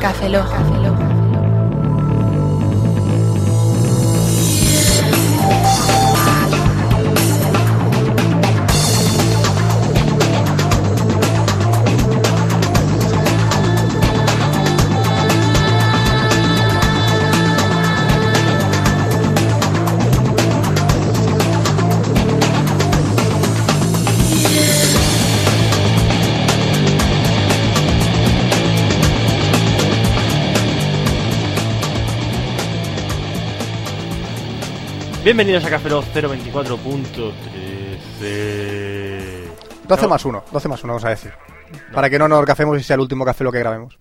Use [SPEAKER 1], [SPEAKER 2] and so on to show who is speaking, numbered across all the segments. [SPEAKER 1] Café Loja.
[SPEAKER 2] Bienvenidos a Café Lock 024.13.
[SPEAKER 3] 12 más 1, 12 más 1 vamos a decir. Para que no nos cafemos y sea el último café lo que grabemos.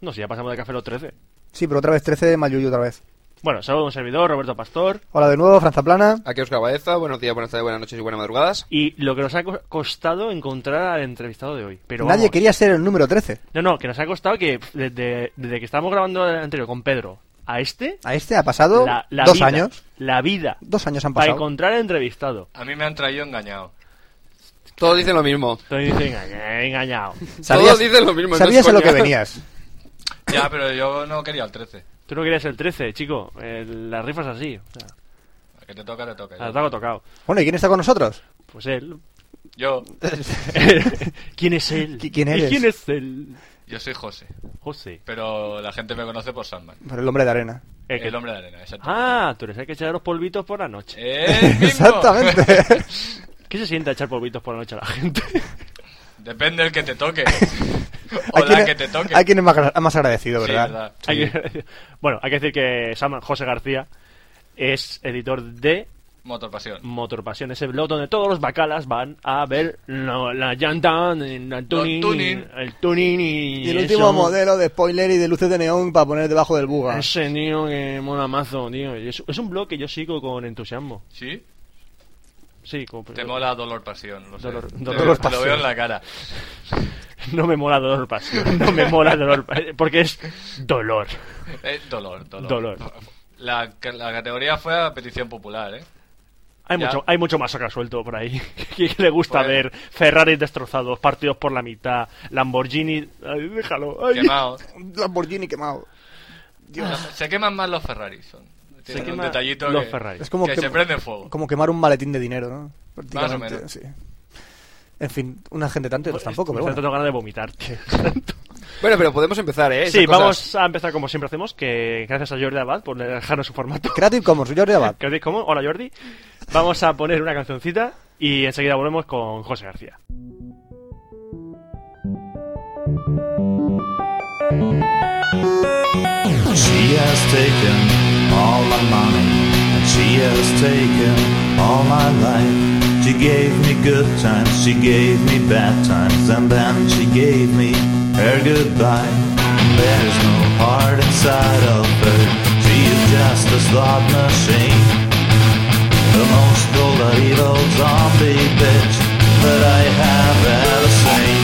[SPEAKER 2] No, si ya pasamos de Café Lock 13.
[SPEAKER 3] Sí, pero otra vez 13 de Mayuyu otra vez.
[SPEAKER 2] Bueno, saludo a un servidor, Roberto Pastor.
[SPEAKER 3] Hola de nuevo, Franza Plana.
[SPEAKER 4] Aquí Oscar Baeza, buenos días, buenas tardes, buenas noches y buenas madrugadas.
[SPEAKER 2] Y lo que nos ha co- costado encontrar al entrevistado de hoy. Pero
[SPEAKER 3] Nadie
[SPEAKER 2] vamos.
[SPEAKER 3] quería ser el número 13.
[SPEAKER 2] No, no, que nos ha costado que pf, desde, desde que estábamos grabando el anterior con Pedro a este.
[SPEAKER 3] A este ha pasado
[SPEAKER 2] la- la
[SPEAKER 3] dos
[SPEAKER 2] vida,
[SPEAKER 3] años.
[SPEAKER 2] La vida.
[SPEAKER 3] Dos años han
[SPEAKER 2] Para
[SPEAKER 3] pasado.
[SPEAKER 2] encontrar al entrevistado.
[SPEAKER 5] A mí me han traído engañado.
[SPEAKER 4] Todos dicen lo mismo.
[SPEAKER 2] Entonces dicen, "Enga- engañado.
[SPEAKER 4] Todos dicen lo mismo. no es
[SPEAKER 3] sabías a lo que
[SPEAKER 4] coña.
[SPEAKER 3] venías.
[SPEAKER 5] Ya, pero yo no quería el 13.
[SPEAKER 2] Tú no querías el 13, chico. Eh, la rifa es así. O sea,
[SPEAKER 5] A que te toca, te toca.
[SPEAKER 2] al
[SPEAKER 5] Yo.
[SPEAKER 2] taco tocado.
[SPEAKER 3] Bueno, ¿y quién está con nosotros?
[SPEAKER 2] Pues él.
[SPEAKER 5] Yo,
[SPEAKER 2] ¿Quién es él?
[SPEAKER 3] ¿Qui- quién
[SPEAKER 2] ¿Y
[SPEAKER 3] eres?
[SPEAKER 2] quién es él?
[SPEAKER 5] yo soy José,
[SPEAKER 2] José.
[SPEAKER 5] pero la gente me conoce por Sandman.
[SPEAKER 3] Por el hombre de arena.
[SPEAKER 2] Eh, que-
[SPEAKER 5] El hombre de arena, exacto.
[SPEAKER 2] Ah, tú eres el que echa los polvitos por la noche.
[SPEAKER 5] ¡Eh, bingo!
[SPEAKER 3] Exactamente.
[SPEAKER 2] ¿Qué se siente echar polvitos por la noche a la gente?
[SPEAKER 5] Depende del que te toque.
[SPEAKER 3] ¿A
[SPEAKER 5] o
[SPEAKER 3] quién
[SPEAKER 5] la
[SPEAKER 3] es-
[SPEAKER 5] que te toque.
[SPEAKER 3] ¿A quién es más, gra- más agradecido,
[SPEAKER 5] Sí,
[SPEAKER 3] verdad?
[SPEAKER 5] verdad.
[SPEAKER 2] Hay que- bueno, hay que decir que Sam- José García es editor de
[SPEAKER 5] Motor
[SPEAKER 2] Mm.
[SPEAKER 5] pasión.
[SPEAKER 2] Motorpasión, ese blog donde todos los bacalas van a ver lo- la llanta, el tuning,
[SPEAKER 5] tuning.
[SPEAKER 2] el tuning y,
[SPEAKER 3] Y el
[SPEAKER 2] eso.
[SPEAKER 3] último modelo de spoiler y de luces de neón para poner debajo del buga.
[SPEAKER 2] Ese tío que mola mazo, tío. Y Es, es un blog que yo sigo con entusiasmo.
[SPEAKER 5] ¿Sí?
[SPEAKER 2] Sí, como-
[SPEAKER 5] Te mola dolor pasión. Lo sé.
[SPEAKER 2] Pues Dolor-
[SPEAKER 5] Te
[SPEAKER 2] dolor
[SPEAKER 5] veo- te
[SPEAKER 2] pasión.
[SPEAKER 5] Lo veo en la cara.
[SPEAKER 2] No me mola dolor pasión, no me mola dolor pasión, porque es dolor.
[SPEAKER 5] Eh, dolor, dolor.
[SPEAKER 2] Dolor.
[SPEAKER 5] La, la categoría fue a petición popular, ¿eh?
[SPEAKER 2] Hay
[SPEAKER 5] Ya.
[SPEAKER 2] mucho, hay mucho más acá suelto por ahí. que le gusta
[SPEAKER 5] Pues-
[SPEAKER 2] ver Ferrari destrozados, partidos por la mitad, Lamborghini. Ay, déjalo. ay.
[SPEAKER 5] Quemados.
[SPEAKER 3] Un Lamborghini quemado.
[SPEAKER 5] Se queman más los Ferraris. Son. Tienen
[SPEAKER 2] quema
[SPEAKER 5] un detallito
[SPEAKER 2] los
[SPEAKER 5] que,
[SPEAKER 2] Ferrari.
[SPEAKER 3] Es como
[SPEAKER 5] que
[SPEAKER 3] que-
[SPEAKER 5] se prende fuego.
[SPEAKER 3] Como quemar un maletín de dinero, ¿no? Prácticamente,
[SPEAKER 5] Más o menos.
[SPEAKER 3] sí. En fin, una gente tanto y otros Pues tampoco,
[SPEAKER 2] Me
[SPEAKER 3] pero
[SPEAKER 2] está
[SPEAKER 3] bueno.
[SPEAKER 2] dando ganas de vomitar, tío.
[SPEAKER 4] Bueno, pero podemos empezar, ¿eh?
[SPEAKER 2] sí,
[SPEAKER 4] Esas cosas.
[SPEAKER 2] vamos a empezar como siempre hacemos, que gracias a Jordi Abad por dejarnos su formato.
[SPEAKER 3] Creative Commons, Jordi Abad.
[SPEAKER 2] ¿Qué os dice? cómo? Hola Jordi. Vamos a poner una cancioncita y enseguida volvemos con José García.
[SPEAKER 6] She has taken all my money, and she has taken all my life. She gave me good times, she gave me bad times, and then she gave me her goodbye. There is no heart inside of her, she is just a slot machine. The most cold evil zombie bitch that I have ever seen.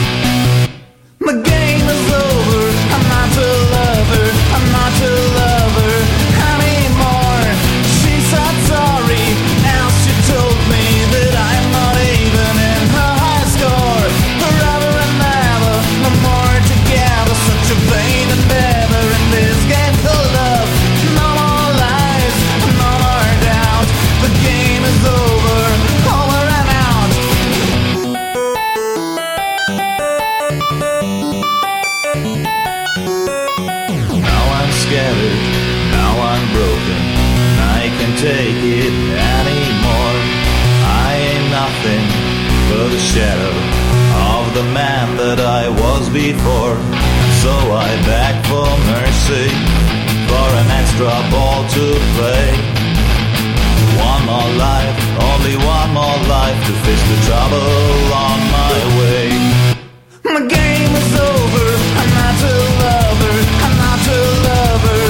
[SPEAKER 6] My game is over. I'm not your lover. I'm not your lover anymore. She said sorry, and she told me that I'm not even in her high score. Forever and ever, no more together. Such a vain endeavor in this game called love. No more lies, no more doubt. The game is over. Over and out. Now I'm scattered, now I'm broken. I can take it anymore. I ain't nothing but a shadow of the man that I was before. So I beg for mercy, for an extra ball to play. One more life, only one more life to face the trouble on my way. My game is over. I'm not a lover. I'm not a lover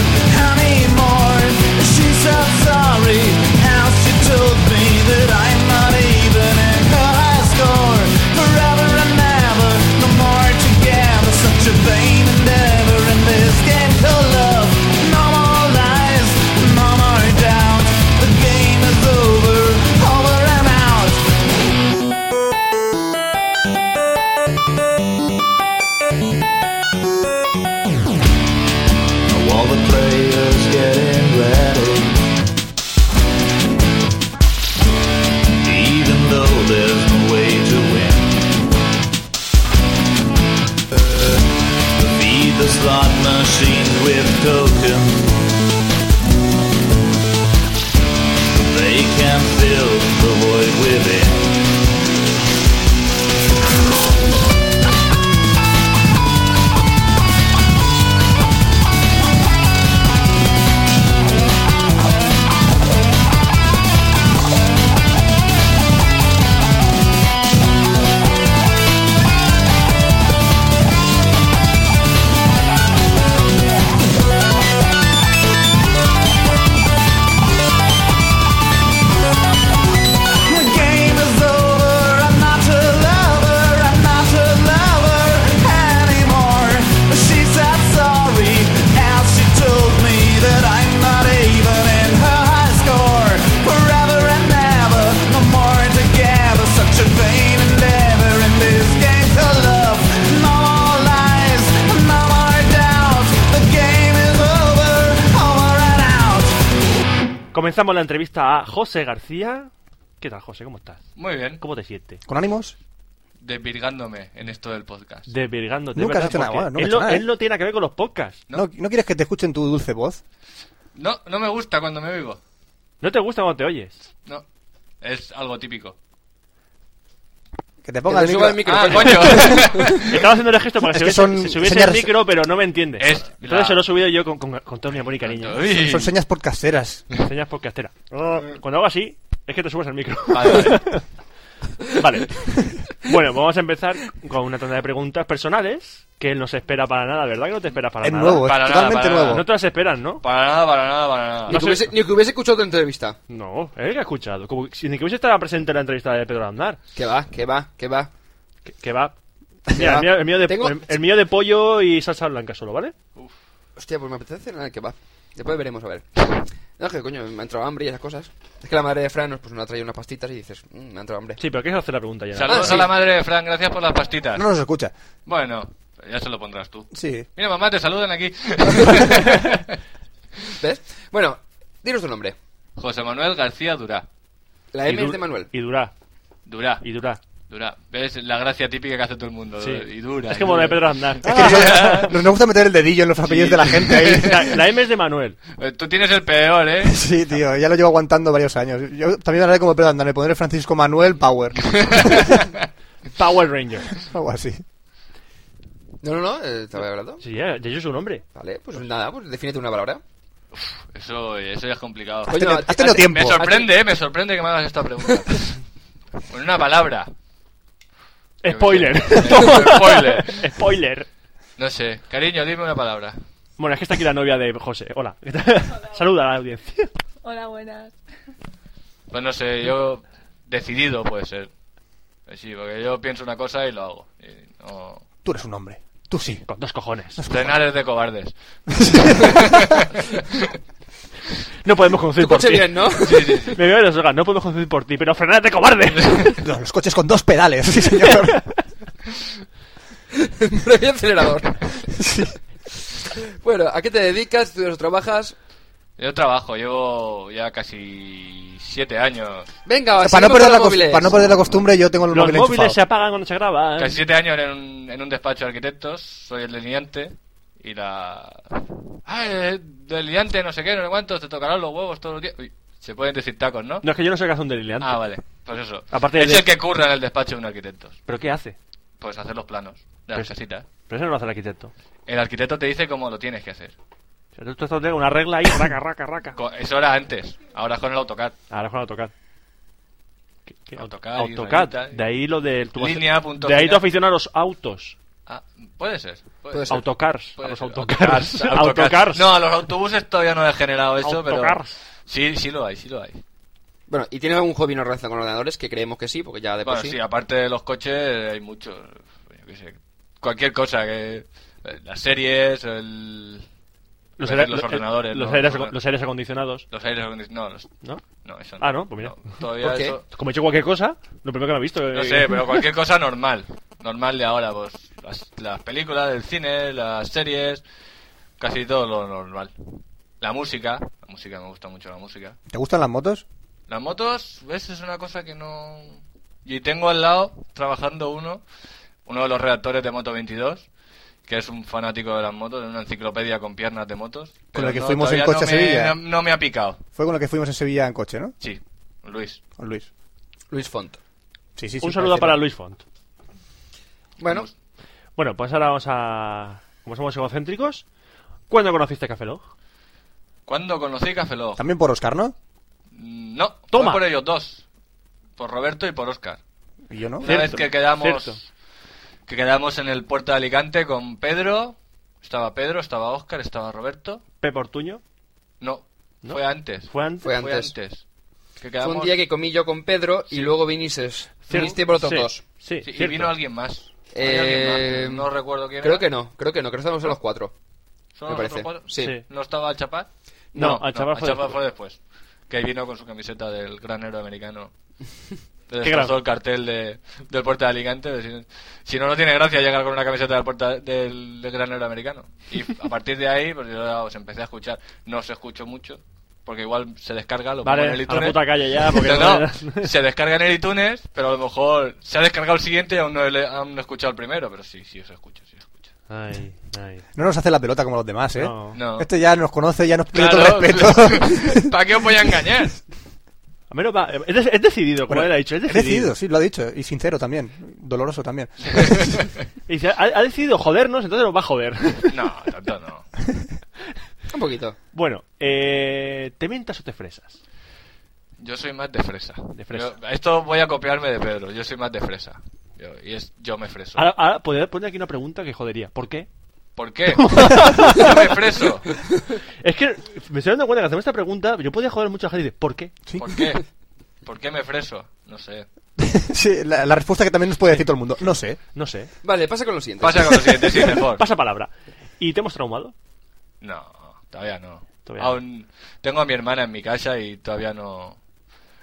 [SPEAKER 6] anymore. She said sorry. Now she told me that I'm not even in her high score. Forever and ever, no more together. Such a vain endeavor in this game called love. No more lies, no more doubt. The game is over. Over and out. Uh, slot machines with tokens. They can fill the void within.
[SPEAKER 1] The game is over. I'm not a lover. I'm not a lover anymore. She said sorry as she told me that I'm not even in her high score. Forever and ever, no more together. Such a vain endeavor in this game to love. No more lies, no more doubt. The game is over, over and out.
[SPEAKER 2] Comenzamos la entrevista a José García. ¿Qué tal, José? ¿Cómo estás?
[SPEAKER 5] Muy bien,
[SPEAKER 2] ¿Cómo te sientes?
[SPEAKER 3] ¿Con ánimos?
[SPEAKER 5] desvirgándome en esto del podcast.
[SPEAKER 2] Desvirgándote.
[SPEAKER 3] Nunca
[SPEAKER 2] ¿verdad?
[SPEAKER 3] has hecho nada,
[SPEAKER 2] Porque
[SPEAKER 3] bueno, nunca
[SPEAKER 2] él,
[SPEAKER 3] has hecho
[SPEAKER 2] no,
[SPEAKER 3] nada, ¿eh?
[SPEAKER 2] él no tiene nada que ver con los podcasts.
[SPEAKER 5] No.
[SPEAKER 3] ¿No, ¿No quieres que te escuchen tu dulce voz?
[SPEAKER 5] No, no me gusta cuando me oigo.
[SPEAKER 2] ¿No te gusta cuando te oyes?
[SPEAKER 5] No, es algo típico.
[SPEAKER 3] Que te
[SPEAKER 4] Que
[SPEAKER 3] ponga
[SPEAKER 4] te
[SPEAKER 3] el
[SPEAKER 4] suba
[SPEAKER 3] micro.
[SPEAKER 4] el micro.
[SPEAKER 5] ¡Ah, coño!
[SPEAKER 2] Estaba haciendo el gesto para
[SPEAKER 3] Es
[SPEAKER 2] que,
[SPEAKER 3] que
[SPEAKER 2] se, hubiese-
[SPEAKER 3] son
[SPEAKER 2] se subiese
[SPEAKER 3] señas-
[SPEAKER 2] el micro, pero no me entiendes.
[SPEAKER 5] Es
[SPEAKER 2] Entonces
[SPEAKER 5] la-
[SPEAKER 2] se lo he subido yo con, con- con todo mi amor y cariño.
[SPEAKER 5] Uy.
[SPEAKER 3] Son señas podcasteras.
[SPEAKER 2] Señas podcastera. Oh, Cuando hago así, es que te subes al micro.
[SPEAKER 5] Vale, vale.
[SPEAKER 2] Vale. Bueno, vamos a empezar con una tanda de preguntas personales que él no se espera para nada, ¿verdad? Que no te esperas para
[SPEAKER 3] Es
[SPEAKER 2] nada.
[SPEAKER 3] nuevo, es
[SPEAKER 5] Para nada,
[SPEAKER 3] totalmente
[SPEAKER 5] para nada.
[SPEAKER 3] nuevo.
[SPEAKER 2] No te las esperas, ¿no?
[SPEAKER 5] Para nada, para nada, para nada.
[SPEAKER 4] Ni que, hubiese, ni que hubiese escuchado tu entrevista.
[SPEAKER 2] No, es el que ha escuchado. Como si ni que hubiese estado presente en la entrevista de Pedro Aznar.
[SPEAKER 4] Que va, que va, que va.
[SPEAKER 2] Que, que va. Mira,
[SPEAKER 4] va.
[SPEAKER 2] el mío, el mío de,
[SPEAKER 4] Tengo-
[SPEAKER 2] el, el mío de pollo y salsa blanca solo, ¿vale?
[SPEAKER 4] Hostia, pues me apetece cenar el que va. Después veremos, a ver. No, es que coño, me ha entrado hambre y esas cosas. Es que la madre de Fran nos pues, nos ha traído unas pastitas y dices, "Mm, me ha entrado hambre.
[SPEAKER 2] Sí, pero ¿qué hacer la pregunta ya?
[SPEAKER 5] Saludos
[SPEAKER 4] Ah, sí.
[SPEAKER 5] a la madre de Fran, gracias por las pastitas.
[SPEAKER 3] No nos escucha.
[SPEAKER 5] Bueno, ya se lo pondrás tú.
[SPEAKER 3] Sí.
[SPEAKER 5] Mira, mamá, te saludan aquí.
[SPEAKER 4] ¿Ves? Bueno, dinos tu nombre.
[SPEAKER 5] José Manuel García Durá.
[SPEAKER 4] La M
[SPEAKER 2] Y
[SPEAKER 4] es
[SPEAKER 2] du-
[SPEAKER 4] de Manuel.
[SPEAKER 2] Y Durá,
[SPEAKER 5] Durá,
[SPEAKER 2] y Durá.
[SPEAKER 5] Durá. ¿Ves la gracia típica que hace todo el mundo?
[SPEAKER 2] Sí.
[SPEAKER 5] Eh, Y dura.
[SPEAKER 2] es
[SPEAKER 5] y Ah.
[SPEAKER 2] como la de Pedro
[SPEAKER 5] dura.
[SPEAKER 2] Aznar.
[SPEAKER 3] Es que nosotros- nos, nos gusta meter el dedillo en los apellidos de la gente
[SPEAKER 2] La,
[SPEAKER 3] ahí.
[SPEAKER 2] la M es de Manuel.
[SPEAKER 5] Eh, Tú tienes el peor, ¿eh?
[SPEAKER 3] Sí, tío, ya lo llevo aguantando varios años. Yo también hablaré como Pedro Andar, me pondré Francisco Manuel Power.
[SPEAKER 2] Power Ranger.
[SPEAKER 3] Algo así.
[SPEAKER 4] No, no, no, eh, estaba hablando.
[SPEAKER 2] Sí, ya, ya yo su nombre.
[SPEAKER 4] Vale, pues nada, pues defínete una palabra.
[SPEAKER 5] Eso, eso ya es complicado.
[SPEAKER 3] Has
[SPEAKER 4] Coño,
[SPEAKER 3] tenido,
[SPEAKER 4] a ti-
[SPEAKER 3] has tenido
[SPEAKER 4] a ti-
[SPEAKER 3] tiempo.
[SPEAKER 5] Me sorprende, ¿eh? Me sorprende que me hagas esta pregunta. Con una palabra.
[SPEAKER 2] Spoiler.
[SPEAKER 5] Spoiler.
[SPEAKER 2] Spoiler.
[SPEAKER 5] No sé. Cariño, dime una palabra.
[SPEAKER 2] Bueno, es que está aquí la novia de José. Hola. Saluda a la audiencia.
[SPEAKER 7] Hola, buenas.
[SPEAKER 5] Pues no sé, yo... Decidido puede ser. Eh, Sí, porque yo pienso una cosa y lo hago. Y no...
[SPEAKER 3] Tú eres un hombre. Tú sí.
[SPEAKER 2] Con dos cojones.
[SPEAKER 5] Frenar es de cobardes.
[SPEAKER 2] No podemos conducir por
[SPEAKER 4] Escuche
[SPEAKER 2] ti.
[SPEAKER 4] bien, ¿no?
[SPEAKER 2] Me veo en los órganos, no podemos conducir por ti, pero frenate cobarde.
[SPEAKER 3] Los, los coches con dos pedales, sí, señor.
[SPEAKER 4] Previo acelerador. Bueno, ¿a qué te dedicas? ¿Estudias o trabajas?
[SPEAKER 5] Yo trabajo, llevo ya casi siete años.
[SPEAKER 4] Venga,
[SPEAKER 3] para,
[SPEAKER 4] seguimos
[SPEAKER 3] no
[SPEAKER 4] con
[SPEAKER 3] perder la
[SPEAKER 4] los
[SPEAKER 3] cos-
[SPEAKER 4] móviles.
[SPEAKER 3] para no perder la costumbre, yo tengo el
[SPEAKER 2] Los
[SPEAKER 3] móvil
[SPEAKER 2] móviles se
[SPEAKER 3] enchufado.
[SPEAKER 2] apagan cuando se graban.
[SPEAKER 5] Casi siete años en un, en un despacho de arquitectos. Soy el delineante. Y la. Ah, eh, delineante, no sé qué, no sé cuánto. Te tocarán los huevos todos los días. Uy, se pueden decir tacos, ¿no?
[SPEAKER 2] No es que yo no sé qué hace un delirante.
[SPEAKER 5] Ah, vale. Pues eso.
[SPEAKER 2] Aparte
[SPEAKER 5] es
[SPEAKER 2] de-
[SPEAKER 5] el que curra en el despacho de un arquitecto.
[SPEAKER 2] ¿Pero qué hace?
[SPEAKER 5] Pues hacer los planos de las
[SPEAKER 2] Pues-
[SPEAKER 5] casitas.
[SPEAKER 2] Pero eso no lo hace el arquitecto.
[SPEAKER 5] El arquitecto te dice cómo lo tienes que hacer.
[SPEAKER 2] O sea, tú estás dando una regla ahí, raca, raca, raca.
[SPEAKER 5] Co- Eso era antes. Ahora es con el AutoCAD.
[SPEAKER 2] Ahora con AutoCAD. ¿Qué- qué?
[SPEAKER 5] AutoCAD,
[SPEAKER 2] AutoCAD.
[SPEAKER 5] Irrayita,
[SPEAKER 2] De ahí lo del. tu-
[SPEAKER 5] Línea, punto
[SPEAKER 2] de ahí tu
[SPEAKER 5] final.
[SPEAKER 2] afición a los autos.
[SPEAKER 5] Ah, puede ser. Puede
[SPEAKER 4] Puede
[SPEAKER 5] ser.
[SPEAKER 4] ser.
[SPEAKER 2] Autocars. A
[SPEAKER 5] Puede
[SPEAKER 2] los
[SPEAKER 5] ser.
[SPEAKER 2] autocars.
[SPEAKER 5] Autocars.
[SPEAKER 2] Autocars.
[SPEAKER 5] No, a los autobuses todavía no he generado eso, pero.
[SPEAKER 2] Autocars.
[SPEAKER 5] Sí, sí lo hay, sí lo hay.
[SPEAKER 4] Bueno, ¿y tiene algún hobby no relacionado con ordenadores? Que creemos que sí, porque ya de por
[SPEAKER 5] Bueno,
[SPEAKER 4] sí.
[SPEAKER 5] sí, aparte de los coches, hay muchos. Yo qué sé, cualquier cosa que. eh, Las series, el.
[SPEAKER 2] Los,
[SPEAKER 5] los,
[SPEAKER 2] aire-
[SPEAKER 5] los
[SPEAKER 2] lo-
[SPEAKER 5] ordenadores.
[SPEAKER 2] Los,
[SPEAKER 5] ¿no?
[SPEAKER 2] aires,
[SPEAKER 5] Los-
[SPEAKER 2] los aires acondicionados.
[SPEAKER 5] los aires acondicionados. No, los-
[SPEAKER 2] ¿No?
[SPEAKER 5] no, eso
[SPEAKER 2] Ah, no, pues mira.
[SPEAKER 5] todavía
[SPEAKER 4] ¿Por qué?
[SPEAKER 5] eso.
[SPEAKER 2] Como he hecho cualquier cosa, lo primero que me ha visto.
[SPEAKER 5] No
[SPEAKER 2] eh,
[SPEAKER 5] sé, pero cualquier cosa normal. Normal de ahora, pues. Las, las películas, el cine, las series. Casi todo lo normal. La música. La música, me gusta mucho la música.
[SPEAKER 3] ¿Te gustan las motos?
[SPEAKER 5] Las motos, ¿ves? Es una cosa que no... Y tengo al lado, trabajando uno, uno de los redactores de Moto 22, que es un fanático de las motos, de una enciclopedia con piernas de motos. pero
[SPEAKER 3] la que
[SPEAKER 5] no,
[SPEAKER 3] fuimos en
[SPEAKER 5] todavía
[SPEAKER 3] coche a
[SPEAKER 5] no me-
[SPEAKER 3] Sevilla.
[SPEAKER 5] No, no me ha picado.
[SPEAKER 3] Fue con lo que fuimos en Sevilla en coche, ¿no?
[SPEAKER 5] Sí, Luis.
[SPEAKER 3] Con Luis.
[SPEAKER 4] Luis Font.
[SPEAKER 3] Sí, sí, sí,
[SPEAKER 2] Un saludo
[SPEAKER 3] parece-
[SPEAKER 2] para Luis Font.
[SPEAKER 4] Bueno,
[SPEAKER 2] Bueno, pues ahora vamos a. Como somos egocéntricos, ¿cuándo conociste Café Log?
[SPEAKER 5] ¿Cuándo conocí Café Lock?
[SPEAKER 3] También por Oscar, ¿no?
[SPEAKER 5] Mm, No,
[SPEAKER 2] Toma.
[SPEAKER 5] fue por ellos dos. Por Roberto y por Oscar.
[SPEAKER 3] Y yo no.
[SPEAKER 5] Una
[SPEAKER 2] Cierto,
[SPEAKER 5] vez que quedamos
[SPEAKER 2] cierto.
[SPEAKER 5] que quedamos en el puerto de Alicante con Pedro, estaba Pedro, estaba Oscar, estaba Roberto.
[SPEAKER 2] Pepe Ortuño.
[SPEAKER 5] No,
[SPEAKER 2] ¿No?
[SPEAKER 5] fue antes.
[SPEAKER 2] Fue antes.
[SPEAKER 4] Fue antes.
[SPEAKER 5] Que
[SPEAKER 4] fue
[SPEAKER 5] quedamos-
[SPEAKER 4] un día que comí yo con Pedro y luego vinises. Viniste por otros
[SPEAKER 2] Sí,
[SPEAKER 4] dos.
[SPEAKER 2] Sí,
[SPEAKER 5] Sí, y
[SPEAKER 2] cierto.
[SPEAKER 5] vino alguien más. Había
[SPEAKER 4] Eh,
[SPEAKER 5] alguien más, No recuerdo quién
[SPEAKER 4] Creo
[SPEAKER 5] era.
[SPEAKER 4] que no, creo que no, creo que estamos en los cuatro.
[SPEAKER 5] ¿Son
[SPEAKER 4] me
[SPEAKER 5] los otros
[SPEAKER 4] parece.
[SPEAKER 5] cuatro?
[SPEAKER 4] Sí.
[SPEAKER 2] Sí.
[SPEAKER 5] ¿No estaba al Chapar?
[SPEAKER 2] No, al Chapar fue
[SPEAKER 5] fue después. Que vino con su camiseta del gran héroe americano. Le
[SPEAKER 2] Qué
[SPEAKER 5] destrozó
[SPEAKER 2] grave.
[SPEAKER 5] el cartel de, del puerto de Alicante. de si, si no, no tiene gracia llegar con una camiseta del, Puerta- del, del gran héroe americano. Y a partir de ahí, pues yo ya os empecé a escuchar. No os escucho mucho, porque igual se descarga, lo pongo en
[SPEAKER 2] Vale,
[SPEAKER 5] el
[SPEAKER 2] a la
[SPEAKER 5] iTunes.
[SPEAKER 2] puta calle ya, porque
[SPEAKER 5] Ah, No,
[SPEAKER 2] no.
[SPEAKER 5] no, se descarga en el iTunes, pero a lo mejor se ha descargado el siguiente y aún no, he- aún no he escuchado el primero. Pero sí, sí os escucho, sí os escucho.
[SPEAKER 2] Ay, ay.
[SPEAKER 3] No nos hace la pelota como los demás, ¿eh?
[SPEAKER 2] No.
[SPEAKER 5] No.
[SPEAKER 3] Este ya nos conoce, ya nos pide todo el respeto.
[SPEAKER 5] ¿Para qué os voy a engañar?
[SPEAKER 2] A menos va. Es, de- es decidido, como
[SPEAKER 3] Bueno,
[SPEAKER 2] él ha dicho. Es
[SPEAKER 3] he
[SPEAKER 2] decidido.
[SPEAKER 3] decidido, sí, lo ha dicho. Y sincero también. Doloroso también.
[SPEAKER 2] Y dice, ha, ha decidido jodernos, entonces nos va a joder.
[SPEAKER 5] No, tanto no.
[SPEAKER 4] Un poquito.
[SPEAKER 2] bueno, eh, ¿te mientas o te fresas?
[SPEAKER 5] Yo soy más de fresa.
[SPEAKER 2] De fresa.
[SPEAKER 5] Yo- esto voy a copiarme de Pedro. Yo soy más de fresa. Yo- y es yo me freso.
[SPEAKER 2] Ahora, ahora podría poner aquí una pregunta que jodería. ¿Por qué?
[SPEAKER 5] ¿Por qué? yo me freso.
[SPEAKER 2] Es que me estoy dando cuenta que hacemos esta pregunta, yo podía joder mucho a gente y dice, ¿por qué?
[SPEAKER 3] Sí.
[SPEAKER 5] ¿Por qué? ¿Por qué me freso? No sé.
[SPEAKER 3] Sí, la, la respuesta que también nos puede decir todo el mundo. No sé.
[SPEAKER 2] No sé.
[SPEAKER 4] Vale, pasa con lo siguiente.
[SPEAKER 5] Pasa con lo siguiente, sí, mejor.
[SPEAKER 2] Pasa palabra. ¿Y te hemos traumado?
[SPEAKER 5] No, todavía no.
[SPEAKER 2] Todavía
[SPEAKER 5] Aún tengo a mi hermana en mi casa y todavía no.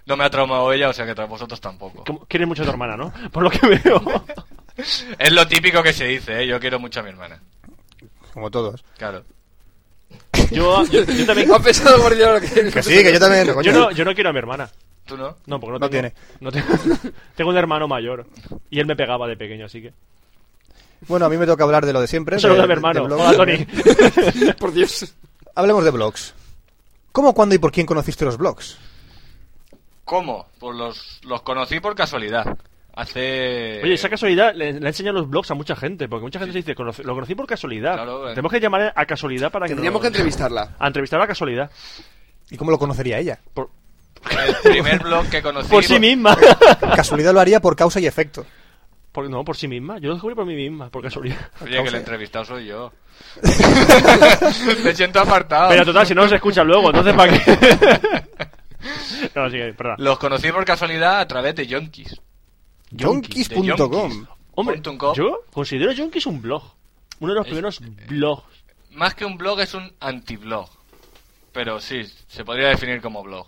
[SPEAKER 5] No me ha traumado ella, o sea que tra- vosotros tampoco.
[SPEAKER 2] Como- Quieres mucho a tu hermana, ¿no? Por lo que veo.
[SPEAKER 5] Es lo típico que se dice, ¿eh? Yo quiero mucho a mi hermana.
[SPEAKER 3] Como todos.
[SPEAKER 5] Claro.
[SPEAKER 2] Yo, yo, yo también.
[SPEAKER 4] Ha pensado por Dios lo que...
[SPEAKER 3] Que sí, que yo también. coño.
[SPEAKER 2] Yo no, yo no quiero a mi hermana.
[SPEAKER 5] ¿Tú no?
[SPEAKER 2] No, porque no,
[SPEAKER 3] No
[SPEAKER 2] tengo,
[SPEAKER 3] tiene.
[SPEAKER 2] no tengo. Tengo un hermano mayor. Y él me pegaba de pequeño, así que.
[SPEAKER 3] Bueno, a mí me toca hablar de lo de siempre.
[SPEAKER 2] Un saludo
[SPEAKER 3] de-
[SPEAKER 2] a mi hermano.
[SPEAKER 3] de blogs.
[SPEAKER 2] Hola, Tony.
[SPEAKER 4] Por Dios.
[SPEAKER 3] Hablemos de blogs. ¿Cómo, cuándo y por quién conociste los blogs?
[SPEAKER 5] ¿Cómo? Pues los, los conocí por casualidad. Hace.
[SPEAKER 2] Oye, esa casualidad le, le ha enseñado los blogs a mucha gente, porque mucha gente se dice, "Conoce- lo conocí por casualidad.
[SPEAKER 5] Claro, eh.
[SPEAKER 2] Tenemos que llamar a casualidad para que
[SPEAKER 4] Tendríamos que
[SPEAKER 2] nos-
[SPEAKER 4] entrevistarla.
[SPEAKER 2] A entrevistar a casualidad.
[SPEAKER 3] ¿Y cómo lo conocería ella?
[SPEAKER 2] Por,
[SPEAKER 5] El primer blog que conocí. pues,
[SPEAKER 2] por sí misma.
[SPEAKER 3] Casualidad lo haría por causa y efecto.
[SPEAKER 2] Por- no, por sí misma. Yo lo descubrí por mí misma, por casualidad.
[SPEAKER 5] Oye, que el entrevistado soy yo. Me siento apartado.
[SPEAKER 2] Pero total, si no se escucha luego, entonces ¿para qué? no, sí, que- perdón.
[SPEAKER 5] Los conocí por casualidad a través de Yonkis.
[SPEAKER 2] Yonkis.
[SPEAKER 5] de Yonkis.
[SPEAKER 3] Yonkis.com.
[SPEAKER 2] Hombre,
[SPEAKER 5] Punto com.
[SPEAKER 2] yo considero Yonkis un blog. Uno de los primeros blogs.
[SPEAKER 5] Más que un blog es un antiblog. Pero sí, se podría definir como blog.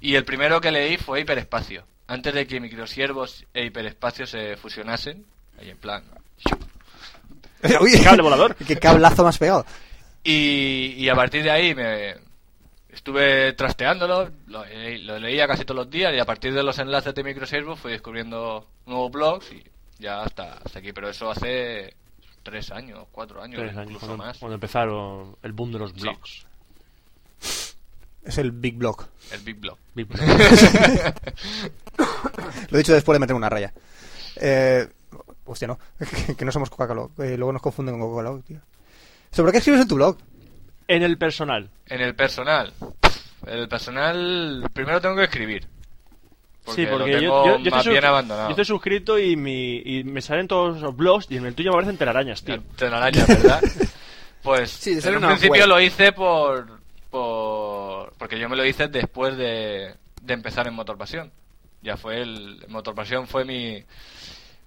[SPEAKER 5] Y el primero que leí fue Hiperespacio. Antes de que Microsiervos e Hiperespacio se fusionasen. Ahí en plan.
[SPEAKER 3] Uy,
[SPEAKER 2] Cable volador.
[SPEAKER 3] Qué cablazo más pegado.
[SPEAKER 5] Y, y a partir de ahí me estuve trasteándolo, lo, leí- lo leía casi todos los días y a partir de los enlaces de Microservo fui descubriendo nuevos blogs y ya hasta, hasta aquí. Pero eso hace tres años, cuatro años,
[SPEAKER 2] Tres años,
[SPEAKER 5] incluso
[SPEAKER 2] cuando,
[SPEAKER 5] más.
[SPEAKER 2] cuando empezaron el boom de los
[SPEAKER 5] Sí.
[SPEAKER 2] blogs.
[SPEAKER 3] Es el Big Blog.
[SPEAKER 5] El Big Blog.
[SPEAKER 2] Big blog.
[SPEAKER 3] Lo he dicho después de meter una raya. Eh, hostia, no. que no somos Coca-Cola. Eh, luego nos confunden con Coca-Cola, tío. ¿Sobre qué escribes en tu blog?
[SPEAKER 2] en el personal.
[SPEAKER 5] En el personal. El personal primero tengo que escribir. Porque,
[SPEAKER 2] sí, porque yo,
[SPEAKER 5] lo tengo
[SPEAKER 2] yo- yo
[SPEAKER 5] más
[SPEAKER 2] estoy
[SPEAKER 5] bien
[SPEAKER 2] suscri-
[SPEAKER 5] abandonado.
[SPEAKER 2] yo estoy suscrito y, mi, y me salen todos los blogs y en el tuyo me aparecen telarañas, tío.
[SPEAKER 5] de telaraña, ¿verdad? Pues
[SPEAKER 4] Sí, de ser
[SPEAKER 5] en un
[SPEAKER 4] una
[SPEAKER 5] principio
[SPEAKER 4] web.
[SPEAKER 5] lo hice por, por... Porque yo me lo hice después de, de empezar en Motor Pasión. Ya fue el... Motor Pasión fue mi,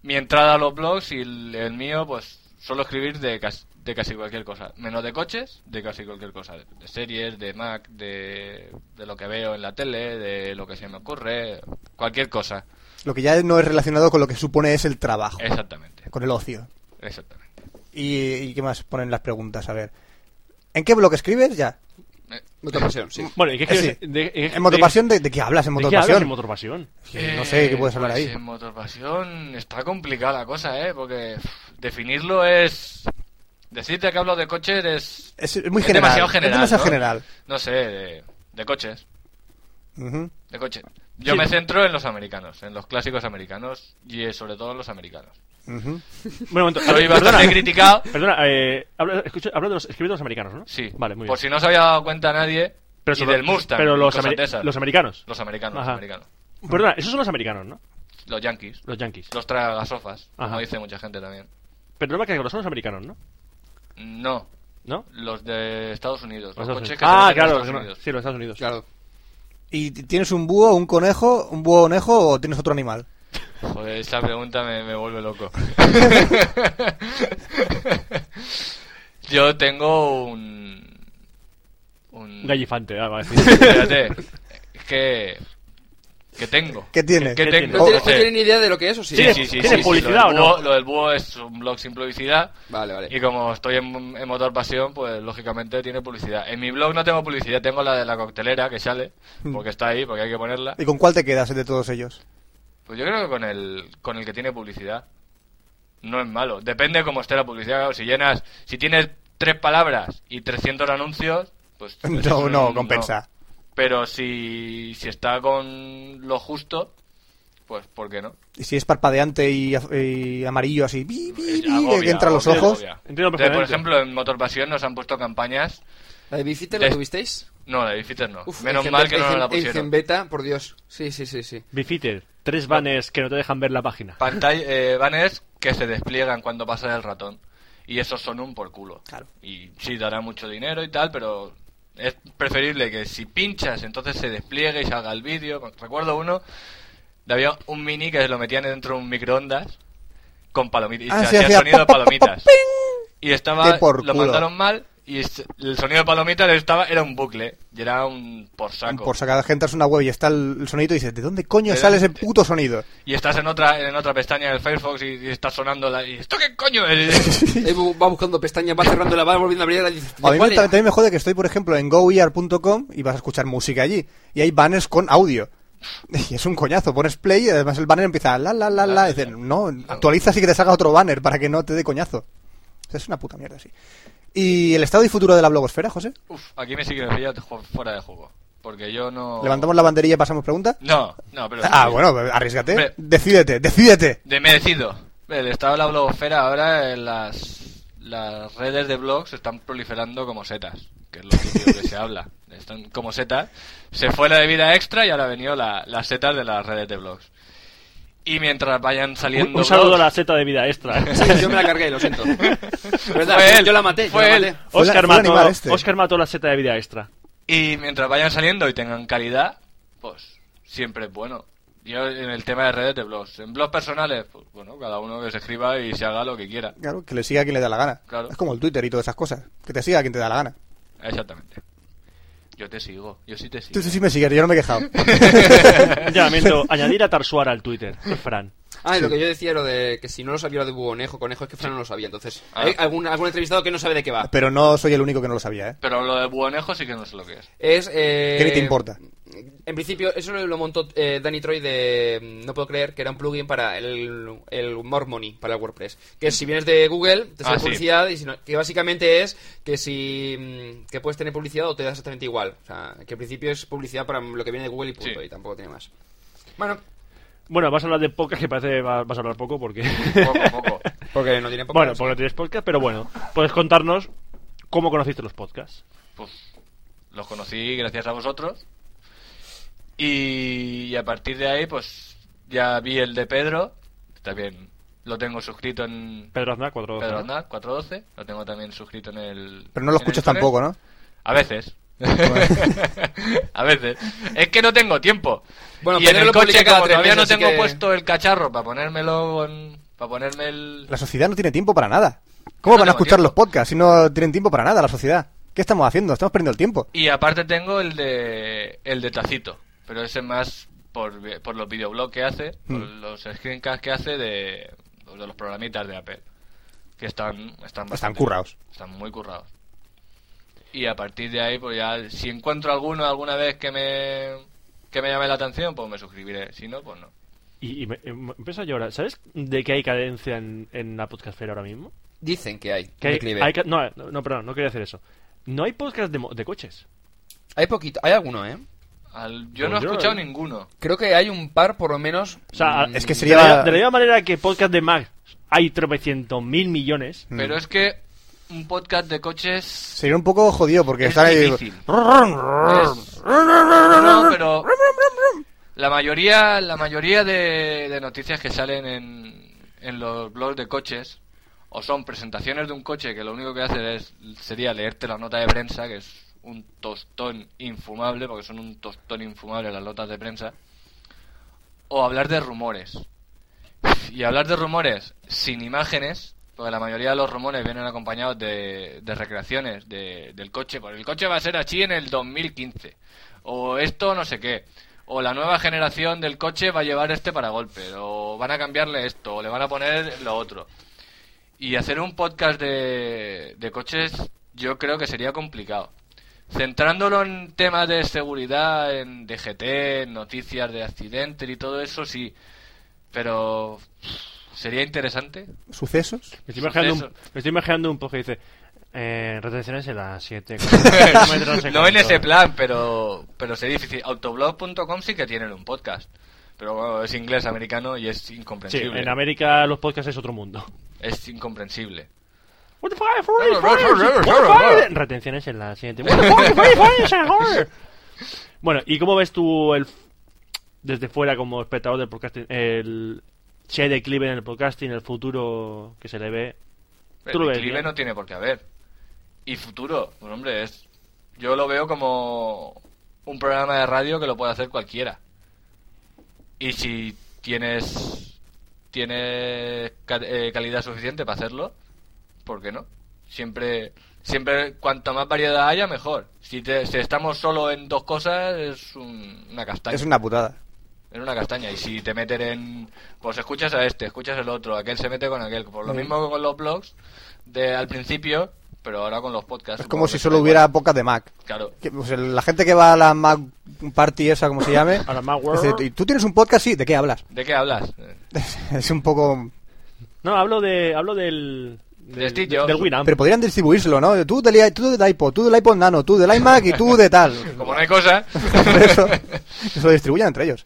[SPEAKER 5] mi entrada a los blogs y el, el mío, pues, solo escribir de, cas- de casi cualquier cosa. Menos de coches, de casi cualquier cosa. De series, de Mac, de, de lo que veo en la tele, de lo que se me ocurre, cualquier cosa.
[SPEAKER 3] Lo que ya no es relacionado con lo que supone es el trabajo,
[SPEAKER 2] Eh.
[SPEAKER 5] Exactamente,
[SPEAKER 3] con el ocio.
[SPEAKER 5] exactamente.
[SPEAKER 3] ¿Y, y qué más ponen las preguntas? A ver. ¿En qué blog escribes ya?
[SPEAKER 5] Eh,
[SPEAKER 4] Otra pasión, sí.
[SPEAKER 2] Bueno, ¿y qué
[SPEAKER 3] Eh,
[SPEAKER 2] escribes?
[SPEAKER 3] sí.
[SPEAKER 2] de- de-
[SPEAKER 3] ¿En Motopasión? ¿De, de qué hablas en
[SPEAKER 2] ¿De qué hablas en Motorpasión?
[SPEAKER 3] Motopasión? Que No
[SPEAKER 5] Eh,
[SPEAKER 3] sé qué puedes hablar
[SPEAKER 5] pues
[SPEAKER 3] ahí.
[SPEAKER 5] En Motorpasión está complicada la cosa, ¿eh? Porque pff, definirlo es Decirte que hablo de coches es.
[SPEAKER 3] Es muy general.
[SPEAKER 5] demasiado
[SPEAKER 3] es
[SPEAKER 5] general.
[SPEAKER 3] demasiado
[SPEAKER 5] ¿no?
[SPEAKER 3] general.
[SPEAKER 5] No sé, de, de coches.
[SPEAKER 3] Ujú.
[SPEAKER 5] De coche. Yo
[SPEAKER 2] Sí.
[SPEAKER 5] me centro en los americanos, en los clásicos americanos y eh, sobre todo en los americanos.
[SPEAKER 3] Ujú.
[SPEAKER 2] Bueno, un momento.
[SPEAKER 5] Soy
[SPEAKER 2] Perdona.
[SPEAKER 5] bastante criticado.
[SPEAKER 2] Perdona, eh, habla, escucha, habla de los, escribe de los americanos, ¿no?
[SPEAKER 5] Sí.
[SPEAKER 2] Vale, muy bien.
[SPEAKER 5] Por si no se había dado cuenta nadie. y
[SPEAKER 2] sobre-
[SPEAKER 5] del Mustang.
[SPEAKER 2] Pero
[SPEAKER 5] y
[SPEAKER 2] los,
[SPEAKER 5] cosas
[SPEAKER 2] ameri-
[SPEAKER 5] de esas.
[SPEAKER 2] los americanos.
[SPEAKER 5] Los americanos,
[SPEAKER 2] Ajá.
[SPEAKER 5] los americanos.
[SPEAKER 2] Perdona, esos son los americanos, ¿no?
[SPEAKER 5] Los yankees.
[SPEAKER 2] Los yankees.
[SPEAKER 5] Los tragasofas, como
[SPEAKER 2] Ajá.
[SPEAKER 5] dice mucha gente también.
[SPEAKER 2] Pero no me creo que los son los americanos, ¿no?
[SPEAKER 5] No,
[SPEAKER 2] ¿No?
[SPEAKER 5] los de Estados Unidos. Los,
[SPEAKER 2] Los
[SPEAKER 5] coches
[SPEAKER 2] Estados Unidos.
[SPEAKER 5] que se
[SPEAKER 2] ah,
[SPEAKER 5] venden
[SPEAKER 2] claro,
[SPEAKER 5] en Estados
[SPEAKER 2] los-
[SPEAKER 5] Unidos.
[SPEAKER 2] sí, los Estados Unidos.
[SPEAKER 4] Claro.
[SPEAKER 3] ¿Y t- tienes un búho, un conejo, un búho conejo o tienes otro animal?
[SPEAKER 5] Joder, esa pregunta me, me vuelve loco. Yo tengo un. Un.
[SPEAKER 2] Un gallifante, ah, vale.
[SPEAKER 5] Espérate. Es que. ¿Qué tengo?
[SPEAKER 3] ¿Qué tienes?
[SPEAKER 5] ¿Qué,
[SPEAKER 2] ¿Qué
[SPEAKER 5] tengo?
[SPEAKER 4] ¿No,
[SPEAKER 2] Oh,
[SPEAKER 4] tienes, no
[SPEAKER 5] Sí.
[SPEAKER 4] tienes ni idea de lo que es o sí?
[SPEAKER 5] Sí, sí, sí.
[SPEAKER 2] ¿Tiene
[SPEAKER 5] sí, sí,
[SPEAKER 2] publicidad
[SPEAKER 5] lo
[SPEAKER 2] o
[SPEAKER 5] del
[SPEAKER 2] no?
[SPEAKER 5] búho- Lo del búho es un blog sin publicidad.
[SPEAKER 4] Vale, vale.
[SPEAKER 5] Y como estoy en, en Motor Pasión, pues lógicamente tiene publicidad. En mi blog no tengo publicidad, tengo la de la coctelera que sale,
[SPEAKER 4] Mm.
[SPEAKER 5] porque está ahí, porque hay que ponerla.
[SPEAKER 3] ¿Y con cuál te quedas de todos ellos?
[SPEAKER 5] Pues yo creo que con el, con el que tiene publicidad. No es malo. Depende cómo esté la publicidad. claro, si llenas, si tienes tres palabras y 300 anuncios, pues... pues
[SPEAKER 3] No,
[SPEAKER 5] es
[SPEAKER 3] no,
[SPEAKER 5] un-
[SPEAKER 3] compensa.
[SPEAKER 5] Pero si, si está con lo justo, pues ¿por qué no?
[SPEAKER 3] Y si es parpadeante y, af- y amarillo así, bi, bi,
[SPEAKER 5] Es-
[SPEAKER 3] bi,
[SPEAKER 5] agobia,
[SPEAKER 3] que entra a los
[SPEAKER 5] agobia,
[SPEAKER 3] ojos.
[SPEAKER 5] agobia.
[SPEAKER 2] Entiendo
[SPEAKER 5] Entonces, por
[SPEAKER 2] perfectamente.
[SPEAKER 5] ejemplo, en Motor Pasión nos han puesto campañas
[SPEAKER 4] ¿La de Bifitter la
[SPEAKER 5] Des-
[SPEAKER 4] tuvisteis?
[SPEAKER 5] No, la de Bifitter no.
[SPEAKER 4] Uf,
[SPEAKER 5] Menos
[SPEAKER 4] Eigen-
[SPEAKER 5] mal que no nos
[SPEAKER 4] Eigen-
[SPEAKER 5] la pusieron.
[SPEAKER 4] Eigen Beta, por Dios. Sí, sí, sí, sí.
[SPEAKER 2] Bifitter, tres banners que no te dejan ver la página.
[SPEAKER 5] Pantalla, eh, banners que se despliegan cuando pasa el ratón. Y esos son un por culo.
[SPEAKER 3] Claro.
[SPEAKER 5] Y sí, dará mucho dinero y tal, pero es preferible que si pinchas, entonces se despliegue y salga el vídeo. Recuerdo uno, de había un mini que se lo metían dentro de un microondas con palomitas. Y
[SPEAKER 3] Ah,
[SPEAKER 5] se
[SPEAKER 3] sí,
[SPEAKER 5] hacía
[SPEAKER 3] hacía
[SPEAKER 5] sonido de
[SPEAKER 3] pa, pa, pa,
[SPEAKER 5] palomitas. Y
[SPEAKER 3] Qué
[SPEAKER 5] estaba,
[SPEAKER 3] por
[SPEAKER 5] lo
[SPEAKER 3] culo.
[SPEAKER 5] mandaron mal y se- el sonido de palomitas estaba, era un bucle. Y era un por saco.
[SPEAKER 3] Por sacar gente entras a una web y está el, el sonido y dices, ¿de dónde coño
[SPEAKER 5] ¿De
[SPEAKER 3] sale ese
[SPEAKER 5] dónde?
[SPEAKER 3] puto sonido?
[SPEAKER 5] y estás en otra en otra pestaña del Firefox y, y está sonando la, y esto qué coño es?
[SPEAKER 4] Ahí bu- va buscando pestañas, va cerrando la va volviendo a abrirla y dice...
[SPEAKER 3] A mí me-
[SPEAKER 4] ¿cuál era?
[SPEAKER 3] también me jode que estoy, por ejemplo, en goear.com y vas a escuchar música allí. Y hay banners con audio. Y es un coñazo. Pones play y además el banner empieza a la la la la. Y dices, no, actualiza y que te salga otro banner para que no te dé coñazo. O sea, es una puta mierda, sí. ¿Y el estado y futuro de la blogosfera, José?
[SPEAKER 5] Uf, aquí me sigue me pilla ju- fuera de juego, porque yo no
[SPEAKER 3] ¿Levantamos la banderilla y pasamos pregunta?
[SPEAKER 5] No, no, pero
[SPEAKER 3] Ah, bueno, arriesgate.
[SPEAKER 5] Hombre.
[SPEAKER 3] Decídete, decídete.
[SPEAKER 5] de me decido. El estado de la blogosfera ahora en las las redes de blogs están proliferando como setas, que es lo típico que se habla. Están como setas. Se fue la de vida extra y ahora ha venido la, las setas de las redes de blogs. Y mientras vayan saliendo
[SPEAKER 2] Un, un saludo a
[SPEAKER 5] blogs-
[SPEAKER 2] la seta de vida extra.
[SPEAKER 4] Sí, yo me la cargué, lo siento. ¿Verdad?
[SPEAKER 5] Fue
[SPEAKER 4] yo-
[SPEAKER 5] él,
[SPEAKER 4] yo la maté,
[SPEAKER 5] fue
[SPEAKER 4] yo
[SPEAKER 5] él.
[SPEAKER 4] la maté.
[SPEAKER 3] Fue la-
[SPEAKER 2] Oscar,
[SPEAKER 3] fue el
[SPEAKER 2] mató,
[SPEAKER 3] animal este.
[SPEAKER 2] Oscar mató la seta de vida extra.
[SPEAKER 5] Y mientras vayan saliendo y tengan calidad, pues siempre es bueno. Yo en el tema de redes de blogs, en blogs personales, pues bueno, cada uno que se escriba y se haga lo que quiera.
[SPEAKER 3] Claro, que le siga a quien le da la gana.
[SPEAKER 5] Claro.
[SPEAKER 3] Es como el Twitter y todas esas cosas. Que te siga a quien te da la gana.
[SPEAKER 5] Exactamente. Yo te sigo, yo sí te sigo.
[SPEAKER 3] Tú sí me sigues, yo no me he quejado.
[SPEAKER 2] Un llamamiento, añadir a Tarsuara al Twitter, Fran.
[SPEAKER 4] Ah, y lo que yo decía, lo de que si no lo sabía lo de Buonejo, Conejo, es que Fran no lo sabía. Entonces,
[SPEAKER 5] Ah.
[SPEAKER 4] hay algún, algún entrevistado que no sabe de qué va.
[SPEAKER 3] Pero no soy el único que no lo sabía, ¿eh?
[SPEAKER 5] Pero lo de buonejo sí que no sé lo que es.
[SPEAKER 4] Es, eh,
[SPEAKER 3] ¿Qué ni te importa?
[SPEAKER 4] En principio, eso lo montó eh, Danny Troy de mm, No Puedo Creer, que era un plugin para el, el More Money, para el WordPress. Que si vienes de Google, te sale
[SPEAKER 5] Ah, sí.
[SPEAKER 4] publicidad, y si no- que básicamente es que si mm, que puedes tener publicidad o te da exactamente igual. O sea, que en principio es publicidad para lo que viene de Google y punto,
[SPEAKER 5] Sí.
[SPEAKER 4] y tampoco tiene más. Bueno,
[SPEAKER 2] Bueno, vas a hablar de podcast, que parece que va- vas a hablar poco porque...
[SPEAKER 5] Poco, poco.
[SPEAKER 4] porque no tiene
[SPEAKER 2] bueno,
[SPEAKER 4] podcast.
[SPEAKER 2] porque no tienes podcast, pero bueno. Puedes contarnos cómo conociste los podcasts.
[SPEAKER 5] Pues, los conocí gracias a vosotros. Y, a partir de ahí, pues ya vi el de Pedro. También lo tengo suscrito en,
[SPEAKER 2] Pedro Aznar, 412.
[SPEAKER 5] Pedro
[SPEAKER 2] ¿no?
[SPEAKER 5] Aznar, 412. Lo tengo también suscrito en el.
[SPEAKER 3] Pero no lo
[SPEAKER 5] en el
[SPEAKER 3] escuchas
[SPEAKER 5] Torrent.
[SPEAKER 3] tampoco, ¿no?
[SPEAKER 5] A veces. a veces. Es que no tengo tiempo.
[SPEAKER 4] Bueno,
[SPEAKER 5] y en
[SPEAKER 4] Pedro
[SPEAKER 5] el
[SPEAKER 4] lo
[SPEAKER 5] coche,
[SPEAKER 4] publica
[SPEAKER 5] como
[SPEAKER 4] cada tres
[SPEAKER 5] todavía no
[SPEAKER 4] meses, así
[SPEAKER 5] tengo
[SPEAKER 4] que-
[SPEAKER 5] puesto el cacharro para ponérmelo. en- Para ponerme el.
[SPEAKER 3] La sociedad no tiene tiempo para nada. ¿Cómo
[SPEAKER 5] No
[SPEAKER 3] van a
[SPEAKER 5] tengo
[SPEAKER 3] escuchar
[SPEAKER 5] tiempo.
[SPEAKER 3] los podcasts si no tienen tiempo para nada la sociedad? ¿Qué estamos haciendo? Estamos perdiendo el tiempo.
[SPEAKER 5] Y aparte tengo el de. El de Tacito. Pero ese más por, vi- por los videoblogs que hace. Por
[SPEAKER 3] Mm.
[SPEAKER 5] los screencasts que hace de. De los programitas de Apple. Que están. Están,
[SPEAKER 3] Están
[SPEAKER 5] bastante-
[SPEAKER 3] currados.
[SPEAKER 5] Están muy currados. Y a partir de ahí, pues ya, si encuentro alguno alguna vez que me, que me llame la atención, pues me suscribiré. Si no, pues no.
[SPEAKER 2] eh, Y, y me, em- empiezo a llorar. ¿Sabes de qué hay cadencia en, en la podcastfera ahora mismo?
[SPEAKER 4] dicen que hay.
[SPEAKER 2] Que
[SPEAKER 4] un
[SPEAKER 2] hay-
[SPEAKER 4] declive.
[SPEAKER 2] hay ca- no, no, perdón, no quería hacer eso. No hay podcast de, mo- de coches.
[SPEAKER 4] Hay poquito, hay alguno, ¿eh?
[SPEAKER 5] Al- yo no he
[SPEAKER 2] Pues yo,
[SPEAKER 5] escuchado
[SPEAKER 2] eh.
[SPEAKER 5] ninguno.
[SPEAKER 4] Creo que hay un par, por lo menos.
[SPEAKER 2] O sea,
[SPEAKER 4] mm,
[SPEAKER 3] Es que
[SPEAKER 2] de,
[SPEAKER 3] sería.
[SPEAKER 2] la, de la misma manera que podcast de Mac hay 300 mil millones.
[SPEAKER 3] Mm.
[SPEAKER 5] Pero es que un podcast de coches.
[SPEAKER 3] Sería un poco jodido porque
[SPEAKER 5] Es
[SPEAKER 3] estar ahí.
[SPEAKER 5] difícil. es- No, pero. La mayoría, la mayoría de, de noticias que salen en, en los blogs de coches o son presentaciones de un coche que lo único que hace es, sería leerte la nota de prensa, que es un tostón infumable, porque son un tostón infumable las notas de prensa, o hablar de rumores. Y hablar de rumores sin imágenes, porque la mayoría de los rumores vienen acompañados de, de recreaciones de- del coche, porque el coche va a ser así en el 2015, o esto no sé qué, o la nueva generación del coche va a llevar este para golpe, o van a cambiarle esto, o le van a poner lo otro. Y hacer un podcast de, de coches yo creo que sería complicado. Centrándolo en temas de seguridad, en DGT, en noticias de accidentes y todo eso, sí. Pero sería interesante.
[SPEAKER 3] ¿Sucesos?
[SPEAKER 2] Me estoy imaginando un,
[SPEAKER 5] Suceso.
[SPEAKER 2] me estoy imaginando un post que dice: eh, retenciones en las 7.
[SPEAKER 5] no en
[SPEAKER 2] eh.
[SPEAKER 5] ese plan, pero, pero sería difícil. Autoblog.com sí que tienen un podcast. Pero bueno, es inglés, americano y es
[SPEAKER 2] Sí,
[SPEAKER 5] incomprensible.
[SPEAKER 2] en América los podcasts es otro mundo.
[SPEAKER 5] Es incomprensible.
[SPEAKER 2] What the fuck, for real, for real, what the fuck? Retenciones en la siguiente. What the fuck, for real, for real, shit, joder. Bueno, ¿y cómo ves tú el desde fuera como espectador del podcasting el si hay declive en el podcasting, el futuro que se le ve? Tú lo
[SPEAKER 5] El
[SPEAKER 2] ves
[SPEAKER 5] declive
[SPEAKER 2] bien.
[SPEAKER 5] no tiene por qué haber. Y futuro, pues hombre, es. Yo lo veo como un programa de radio que lo puede hacer cualquiera. Y si tienes. tienes ca- eh, calidad suficiente para hacerlo, ¿por qué no? Siempre. Siempre, cuanto más variedad haya, mejor. Si, te- si estamos solo en dos cosas, es un- una castaña.
[SPEAKER 3] Es una putada.
[SPEAKER 5] En una castaña. Y si te meten en. Pues escuchas a este, escuchas el otro, aquel se mete con aquel. Por lo
[SPEAKER 3] Mm.
[SPEAKER 5] mismo que con los blogs de al principio, pero ahora con los podcasts.
[SPEAKER 3] Es como
[SPEAKER 5] supongo
[SPEAKER 3] si
[SPEAKER 5] que
[SPEAKER 3] solo
[SPEAKER 5] da
[SPEAKER 3] hubiera
[SPEAKER 5] igual.
[SPEAKER 3] pocas de Mac.
[SPEAKER 5] Claro.
[SPEAKER 3] Que, pues, el- la gente que va a la Mac Party, esa como se llame.
[SPEAKER 2] A la Mac
[SPEAKER 3] dice,
[SPEAKER 2] World.
[SPEAKER 3] ¿Y tú tienes un podcast? Sí, ¿de qué hablas?
[SPEAKER 5] ¿De qué hablas? Eh,
[SPEAKER 3] es un poco.
[SPEAKER 2] No, hablo de hablo del del,
[SPEAKER 5] Steve
[SPEAKER 2] del,
[SPEAKER 5] Jobs.
[SPEAKER 2] Winamp.
[SPEAKER 3] Pero podrían distribuirlo, ¿no? Tú del, i- tú del iPod, tú del iPod Nano, tú del iMac y tú de tal.
[SPEAKER 5] Como no hay cosa.
[SPEAKER 3] Por eso, que se lo distribuyan entre ellos.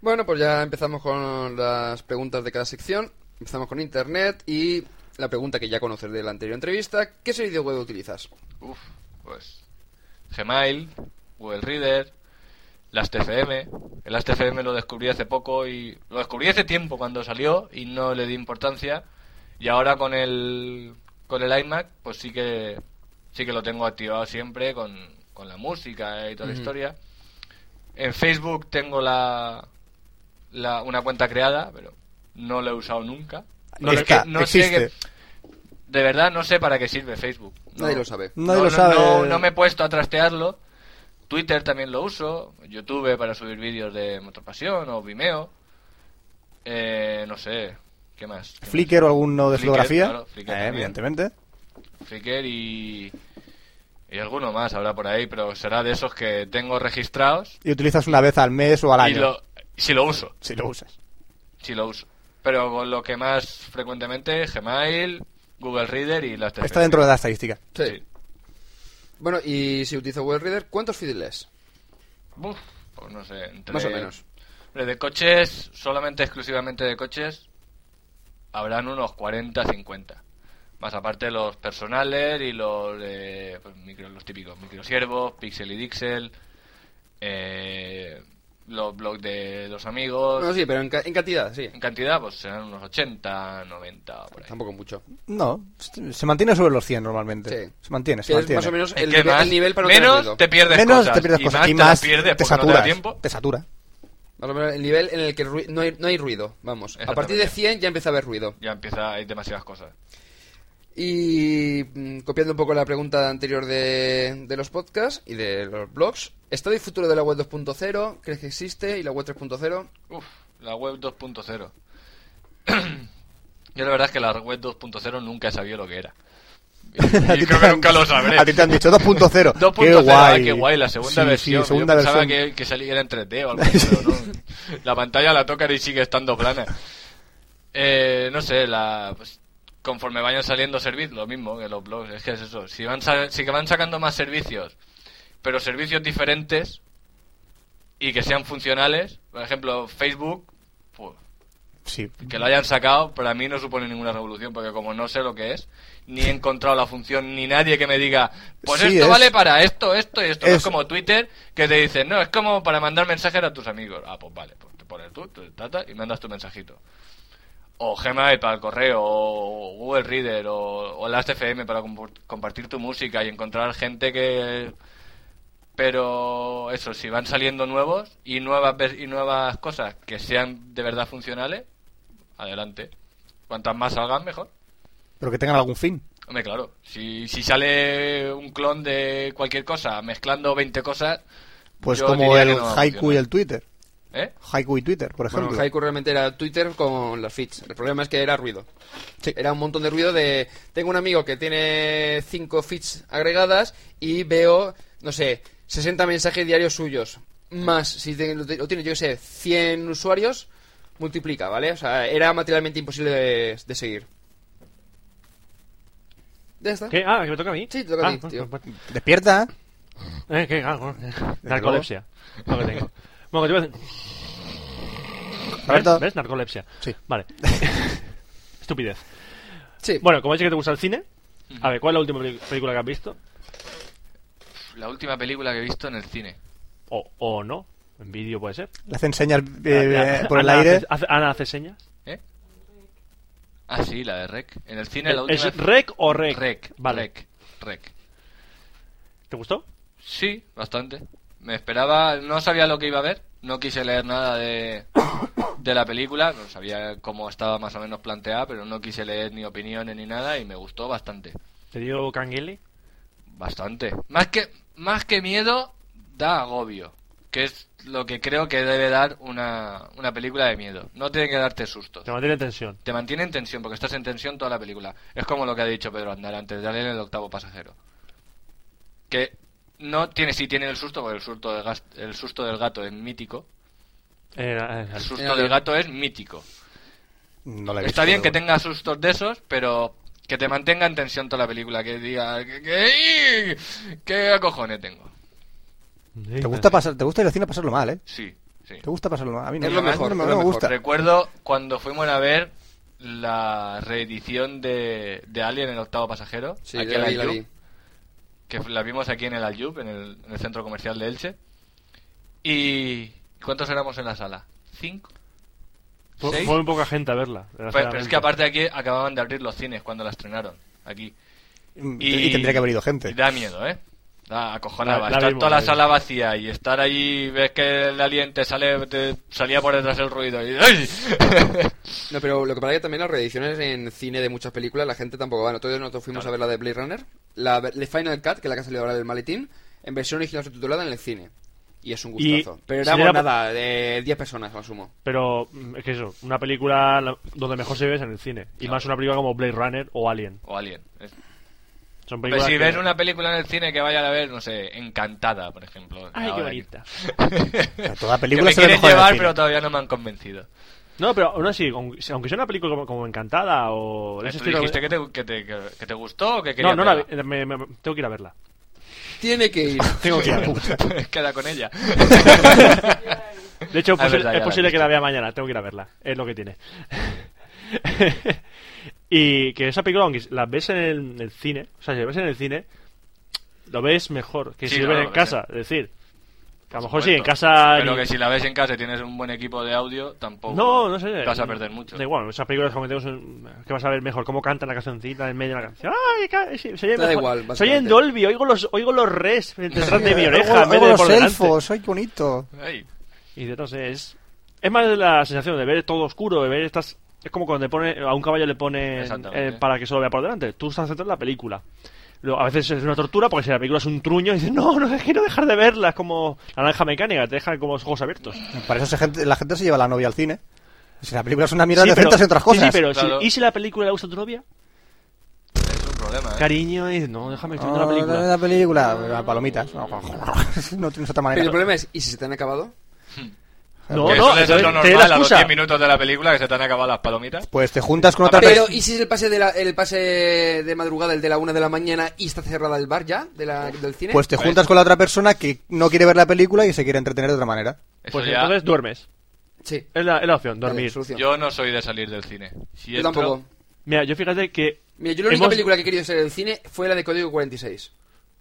[SPEAKER 4] Bueno, pues ya empezamos con las preguntas de cada sección. Empezamos con internet y la pregunta que ya conoces de la anterior entrevista: ¿Qué servicio web utilizas?
[SPEAKER 5] Uf, pues. Gmail, Google Reader, Last.fm. El Last.fm lo descubrí hace poco y. Lo descubrí hace tiempo cuando salió y no le di importancia. Y ahora con el. Con el iMac, pues sí que. Sí que lo tengo activado siempre con, con la música eh, y toda la
[SPEAKER 4] Ujú.
[SPEAKER 5] historia. En Facebook tengo la, la. Una cuenta creada, pero no la he usado nunca. No sé
[SPEAKER 3] Está,
[SPEAKER 5] qué- no sé
[SPEAKER 3] existe.
[SPEAKER 5] qué- de verdad no sé para qué sirve Facebook. No.
[SPEAKER 4] Nadie lo sabe.
[SPEAKER 3] Nadie
[SPEAKER 5] no,
[SPEAKER 3] lo
[SPEAKER 5] no,
[SPEAKER 3] sabe.
[SPEAKER 5] No, no me he puesto a trastearlo. Twitter también lo uso. YouTube para subir vídeos de Motopasión o Vimeo. Eh, no sé. ¿Qué más? ¿Qué más?
[SPEAKER 3] Flickr o alguno de
[SPEAKER 5] Flickr,
[SPEAKER 3] fotografía.
[SPEAKER 5] claro, Flickr
[SPEAKER 3] Eh,
[SPEAKER 5] también.
[SPEAKER 3] evidentemente.
[SPEAKER 5] Flickr y... Y alguno más habrá por ahí, pero será de esos que tengo registrados.
[SPEAKER 3] Y utilizas una vez al mes o al
[SPEAKER 5] Y
[SPEAKER 3] año.
[SPEAKER 5] lo, si lo uso.
[SPEAKER 3] Si lo usas.
[SPEAKER 5] Si lo uso. Pero con lo que más frecuentemente, Gmail, Google Reader y las
[SPEAKER 3] Está dentro de la estadística.
[SPEAKER 5] Sí.
[SPEAKER 4] Bueno, y si utilizo web reader, ¿cuántos feed lees?
[SPEAKER 5] Buf, pues no sé, entre-
[SPEAKER 4] Más o menos.
[SPEAKER 5] Hombre, de coches, solamente exclusivamente de coches, habrán unos 40, 50. Más aparte los personales y los de, pues, micro- los típicos microsiervos, Pixel y Dixel, eh, los blogs de los amigos.
[SPEAKER 4] No, sí, pero en, ca- en cantidad, sí.
[SPEAKER 5] En cantidad, pues serán unos 80, 90, por ahí.
[SPEAKER 4] Tampoco mucho.
[SPEAKER 3] No, se mantiene sobre los 100 normalmente.
[SPEAKER 4] Sí.
[SPEAKER 3] Se mantiene, se
[SPEAKER 4] Que es
[SPEAKER 3] mantiene.
[SPEAKER 4] más o menos
[SPEAKER 5] Es ¿eh?
[SPEAKER 4] el,
[SPEAKER 5] que
[SPEAKER 4] nivel,
[SPEAKER 5] más-
[SPEAKER 4] el nivel para no tener
[SPEAKER 5] menos
[SPEAKER 4] ruido.
[SPEAKER 5] te pierdes
[SPEAKER 3] Menos
[SPEAKER 5] cosas
[SPEAKER 3] te pierdes
[SPEAKER 5] y
[SPEAKER 3] cosas
[SPEAKER 5] más
[SPEAKER 3] y
[SPEAKER 5] te
[SPEAKER 3] más
[SPEAKER 5] las pierdes porque no te da
[SPEAKER 3] saturas.
[SPEAKER 5] tiempo.
[SPEAKER 3] te satura.
[SPEAKER 4] Más o menos el nivel en el que el rui- no, hay, no hay ruido, vamos. A partir de
[SPEAKER 5] Exactamente.
[SPEAKER 4] 100 ya empieza a haber ruido.
[SPEAKER 5] Ya empieza, hay demasiadas cosas.
[SPEAKER 4] Y mm, copiando un poco la pregunta anterior de, de los podcasts y de los blogs, ¿estado y futuro de la web 2.0? ¿Crees que existe? ¿Y la web 3.0?
[SPEAKER 5] Uf, la web 2.0. Yo la verdad es que la web 2.0 nunca he sabido lo que era.
[SPEAKER 3] A
[SPEAKER 5] Y
[SPEAKER 3] ti te
[SPEAKER 5] creo que
[SPEAKER 3] han-
[SPEAKER 5] nunca lo sabré.
[SPEAKER 3] A ti te han dicho 2.0.
[SPEAKER 5] 2.0,
[SPEAKER 3] qué guay.
[SPEAKER 5] ah, qué guay, la segunda
[SPEAKER 3] Sí,
[SPEAKER 5] versión.
[SPEAKER 3] Sí, segunda
[SPEAKER 5] Yo pensaba
[SPEAKER 3] versión.
[SPEAKER 5] que, que saliera en 3D o algo así, pero no. La pantalla la tocan y sigue estando plana. Eh, no sé, la, pues, conforme vayan saliendo servicios, lo mismo que los blogs, es que es eso. Si van, sa- si que van sacando más servicios, pero servicios diferentes y que sean funcionales, por ejemplo, Facebook, pues,
[SPEAKER 3] Sí.
[SPEAKER 5] que lo hayan sacado, para mí no supone ninguna revolución, porque como no sé lo que es, ni he encontrado la función, ni nadie que me diga, pues
[SPEAKER 3] Sí,
[SPEAKER 5] esto
[SPEAKER 3] es-
[SPEAKER 5] vale para esto, esto y esto. No Es...
[SPEAKER 3] es-
[SPEAKER 5] como Twitter, que te dicen, no, es como para mandar mensajes a tus amigos. Ah, pues vale, pues te pones tú, tú, ta, ta, y mandas tu mensajito. O Gmail para el correo, o Google Reader, o, o Last.fm para compu- compartir tu música y encontrar gente que... Pero eso, si van saliendo nuevos y nuevas, vers- y nuevas cosas que sean de verdad funcionales, adelante. Cuantas más salgan, mejor.
[SPEAKER 3] Pero que tengan algún fin.
[SPEAKER 5] Hombre, claro. Si, si sale un clon de cualquier cosa mezclando 20 cosas.
[SPEAKER 3] Pues
[SPEAKER 5] yo
[SPEAKER 3] como
[SPEAKER 5] diría que
[SPEAKER 3] el
[SPEAKER 5] no va a
[SPEAKER 3] haiku y
[SPEAKER 5] funcionar.
[SPEAKER 3] el Twitter.
[SPEAKER 5] ¿Eh?
[SPEAKER 3] Haiku y Twitter, por ejemplo.
[SPEAKER 4] Bueno, Haiku realmente era Twitter con las feeds. El problema es que era ruido.
[SPEAKER 3] Sí.
[SPEAKER 4] Era un montón de ruido de... Tengo un amigo que tiene cinco feeds agregadas y veo, no sé, 60 mensajes diarios suyos. Más, si te- lo te- lo tiene, yo qué sé, 100 usuarios, multiplica, ¿vale? O sea, era materialmente imposible de, de seguir. Ya está.
[SPEAKER 2] ¿Qué? Ah, que me toca a mí.
[SPEAKER 4] Sí, te toca a
[SPEAKER 2] Ah,
[SPEAKER 4] ti, tío.
[SPEAKER 2] pues, pues,
[SPEAKER 3] Despierta.
[SPEAKER 2] eh, ¿qué? Ah, bueno, narcolepsia. Lo que tengo. Bueno, que te iba a decir-
[SPEAKER 3] Roberto.
[SPEAKER 2] ¿Ves? ¿Ves? Narcolepsia.
[SPEAKER 3] Sí.
[SPEAKER 2] Vale. Estupidez.
[SPEAKER 4] Sí.
[SPEAKER 2] Bueno, como has dicho que te gusta el cine, a ver, ¿cuál es la última peli- película que has visto?
[SPEAKER 5] La última película que he visto en el cine.
[SPEAKER 2] O, o no, en vídeo puede ser.
[SPEAKER 3] Le hacen señas
[SPEAKER 2] Ah,
[SPEAKER 3] eh,
[SPEAKER 2] ah,
[SPEAKER 3] por el
[SPEAKER 2] Ana
[SPEAKER 3] aire.
[SPEAKER 2] hace- hace- Ana hace señas.
[SPEAKER 5] ¿Eh? Ah, sí, la de Rec. En el cine la última.
[SPEAKER 2] ¿Es rec o rec?
[SPEAKER 5] Rec.
[SPEAKER 2] Vale.
[SPEAKER 5] Rec. Rec.
[SPEAKER 2] ¿Te gustó?
[SPEAKER 5] Sí, bastante. Me esperaba, no sabía lo que iba a ver, no quise leer nada de, de la película, no sabía cómo estaba más o menos planteada, pero no quise leer ni opiniones ni nada y me gustó bastante.
[SPEAKER 2] ¿Te dio canguele?
[SPEAKER 5] Bastante. Más que, más que miedo, da agobio, que es lo que creo que debe dar una, una película de miedo. No tiene que darte sustos.
[SPEAKER 2] Te mantiene en tensión.
[SPEAKER 5] Te mantiene en tensión, porque estás en tensión toda la película. Es como lo que ha dicho Pedro Aznar antes de leer el octavo pasajero. Que no tiene, sí tiene el susto, porque el susto del, gas- el susto del gato es mítico.
[SPEAKER 2] Eh, eh,
[SPEAKER 5] El
[SPEAKER 2] eh,
[SPEAKER 5] susto
[SPEAKER 4] Mira,
[SPEAKER 5] del
[SPEAKER 4] bien.
[SPEAKER 5] gato es mítico.
[SPEAKER 3] No la he
[SPEAKER 5] Está
[SPEAKER 3] visto,
[SPEAKER 5] bien que
[SPEAKER 3] pero
[SPEAKER 5] tenga sustos de esos, pero que te mantenga en tensión toda la película. Que diga, que, que- ¿qué cojones tengo?
[SPEAKER 2] eh,
[SPEAKER 3] bueno. ¿Te gusta, pasar, te gusta ir al cine a pasarlo mal, ¿eh?
[SPEAKER 5] Sí, sí.
[SPEAKER 3] Te gusta pasarlo mal. A mí no,
[SPEAKER 4] Es lo
[SPEAKER 3] a mí
[SPEAKER 4] mejor,
[SPEAKER 3] no me,
[SPEAKER 4] es
[SPEAKER 3] no
[SPEAKER 4] lo
[SPEAKER 3] me
[SPEAKER 4] mejor.
[SPEAKER 3] gusta.
[SPEAKER 5] Recuerdo cuando fuimos a ver la reedición de, de Alien, el octavo pasajero.
[SPEAKER 4] Sí,
[SPEAKER 5] aquí
[SPEAKER 4] ya
[SPEAKER 5] en
[SPEAKER 4] la
[SPEAKER 5] la
[SPEAKER 4] vi, la
[SPEAKER 5] Jub,
[SPEAKER 4] vi.
[SPEAKER 5] que la vimos aquí en el Aljub, en el, en el centro comercial de Elche. ¿Y cuántos éramos en la sala? ¿Cinco?
[SPEAKER 2] Fue,
[SPEAKER 5] ¿Seis?
[SPEAKER 2] fue muy poca gente a verla.
[SPEAKER 5] Fue- Pues, pero es que aparte aquí acababan de abrir los cines cuando la estrenaron, aquí.
[SPEAKER 3] Y, y tendría que haber ido gente.
[SPEAKER 5] Y da miedo, ¿eh? Da acojonaba.
[SPEAKER 2] La- la
[SPEAKER 5] estar
[SPEAKER 2] vimos,
[SPEAKER 5] toda
[SPEAKER 2] la
[SPEAKER 5] la
[SPEAKER 2] vimos.
[SPEAKER 5] sala vacía y estar allí, ves que el alien te, sale, te salía por detrás el ruido y... ¡Ay!
[SPEAKER 4] No, pero lo que pasa es que también las reediciones en cine de muchas películas, la gente tampoco va. Nosotros, nosotros fuimos a ver la de Blade Runner, la, de Final Cut, que es la que ha salido ahora del maletín, en versión original subtitulada en el cine. Y es un
[SPEAKER 2] Y
[SPEAKER 4] gustazo. pero
[SPEAKER 2] si
[SPEAKER 4] éramos
[SPEAKER 2] era-
[SPEAKER 4] nada, de 10 personas, lo sumo.
[SPEAKER 2] Pero mm, es que eso, una película la- donde mejor se ve es en el cine. Y
[SPEAKER 5] Claro.
[SPEAKER 2] más una película como Blade Runner o Alien.
[SPEAKER 5] o alien. Es-
[SPEAKER 2] Son
[SPEAKER 5] Pero
[SPEAKER 2] películas
[SPEAKER 5] si
[SPEAKER 2] que-
[SPEAKER 5] ves una película en el cine que vayan a ver, no sé, Encantada, por ejemplo.
[SPEAKER 2] Ay, qué
[SPEAKER 5] ahora que-
[SPEAKER 2] bonita.
[SPEAKER 3] O sea, toda
[SPEAKER 5] que
[SPEAKER 3] película
[SPEAKER 5] me
[SPEAKER 3] se ve mejor en
[SPEAKER 5] quieren
[SPEAKER 3] el
[SPEAKER 5] llevar,
[SPEAKER 3] cine.
[SPEAKER 5] pero todavía no me han convencido.
[SPEAKER 2] No, pero aún así, aunque sea una película como, como Encantada o... de ese
[SPEAKER 5] ¿Tú
[SPEAKER 2] estilo-
[SPEAKER 5] dijiste que te, que, te, que- que te gustó o que
[SPEAKER 2] No,
[SPEAKER 5] querías
[SPEAKER 2] no la
[SPEAKER 5] verla?
[SPEAKER 2] vi- me- me- me- tengo que ir a verla.
[SPEAKER 4] Tiene que ir.
[SPEAKER 2] Tengo que ir a verla.
[SPEAKER 5] Queda con ella.
[SPEAKER 2] De hecho, pues, es posible,
[SPEAKER 5] Ah, es verdad, ya
[SPEAKER 2] es
[SPEAKER 5] la
[SPEAKER 2] posible
[SPEAKER 5] he
[SPEAKER 2] que la vea mañana. Tengo que ir a verla. Es lo que tiene. y que esa película, aunque la ves en el, en el cine, o sea, si la ves en el cine, lo ves mejor que
[SPEAKER 5] Sí,
[SPEAKER 2] si lo
[SPEAKER 5] no,
[SPEAKER 2] ves
[SPEAKER 5] lo
[SPEAKER 2] en
[SPEAKER 5] ves,
[SPEAKER 2] casa. Es decir, que a lo mejor sí,
[SPEAKER 5] Supuesto.
[SPEAKER 2] en casa.
[SPEAKER 5] Pero
[SPEAKER 2] ni-
[SPEAKER 5] que si la ves en casa y tienes un buen equipo de audio, tampoco
[SPEAKER 2] No, no sé.
[SPEAKER 5] vas a perder mucho.
[SPEAKER 2] Da igual, esas películas como tenemos un- que vas a ver mejor cómo cantan la cancioncita en medio de la canción. ¡Ay, ca- sí, se oye
[SPEAKER 4] Da
[SPEAKER 2] mejor.
[SPEAKER 4] igual,
[SPEAKER 2] Se oye en
[SPEAKER 4] básicamente.
[SPEAKER 2] Dolby, oigo los, oigo los res detrás de mi
[SPEAKER 3] Luego-
[SPEAKER 2] oreja. en vez
[SPEAKER 3] luego
[SPEAKER 2] de por
[SPEAKER 3] los
[SPEAKER 2] delante.
[SPEAKER 3] elfos, ¡ay, qué bonito!
[SPEAKER 5] Ay,
[SPEAKER 2] Y de- no sé, es, es más la sensación de ver todo oscuro, de ver estas... Es como cuando le pone, a un caballo le pone eh,
[SPEAKER 5] Exactamente.
[SPEAKER 2] para que solo vea por delante. Tú estás centrado en la película. Luego, a veces es una tortura porque si la película es un truño, dices, no, no quiero dejar de verla. Es como la naranja mecánica, te deja como los ojos abiertos.
[SPEAKER 3] Para eso se gente- la gente se lleva la novia al cine. Si la película es una mierda,
[SPEAKER 2] Sí,
[SPEAKER 3] de
[SPEAKER 2] pero-
[SPEAKER 3] centras en otras
[SPEAKER 2] sí, sí,
[SPEAKER 3] cosas.
[SPEAKER 2] pero si-
[SPEAKER 5] Claro.
[SPEAKER 2] ¿y si la película le gusta a tu novia?
[SPEAKER 5] es un problema, ¿eh?
[SPEAKER 2] Cariño, dices, no, déjame estoy viendo
[SPEAKER 3] Oh,
[SPEAKER 2] la película.
[SPEAKER 3] la película, las palomitas. No tienes otra
[SPEAKER 4] Pero el
[SPEAKER 3] manera.
[SPEAKER 4] problema es, ¿y si se te han acabado?
[SPEAKER 2] No,
[SPEAKER 5] Que
[SPEAKER 2] no,
[SPEAKER 5] suele ser
[SPEAKER 2] entonces,
[SPEAKER 5] lo
[SPEAKER 2] te
[SPEAKER 5] normal
[SPEAKER 2] da la
[SPEAKER 5] a los
[SPEAKER 2] excusa.
[SPEAKER 5] 10 minutos de la película que se te han acabado las palomitas.
[SPEAKER 3] Pues te juntas con otra
[SPEAKER 4] Pero,
[SPEAKER 3] persona.
[SPEAKER 4] ¿y si es el pase de, la, el pase de madrugada, el de la una de la mañana, y está cerrada el bar ya de la- del cine?
[SPEAKER 3] Pues te juntas con la otra persona que no quiere ver la película y se quiere entretener de otra manera.
[SPEAKER 5] Eso
[SPEAKER 2] Pues
[SPEAKER 5] ya-
[SPEAKER 2] entonces duermes.
[SPEAKER 4] sí.
[SPEAKER 2] Es la, es la opción,
[SPEAKER 4] Vale,
[SPEAKER 2] dormir.
[SPEAKER 4] solución.
[SPEAKER 5] Yo no soy de salir del cine. Si
[SPEAKER 4] Yo
[SPEAKER 5] entro-
[SPEAKER 4] tampoco.
[SPEAKER 2] Mira, yo fíjate que.
[SPEAKER 4] Mira, yo la única
[SPEAKER 2] hemos-
[SPEAKER 4] película que he querido salir del cine fue la de Código 46.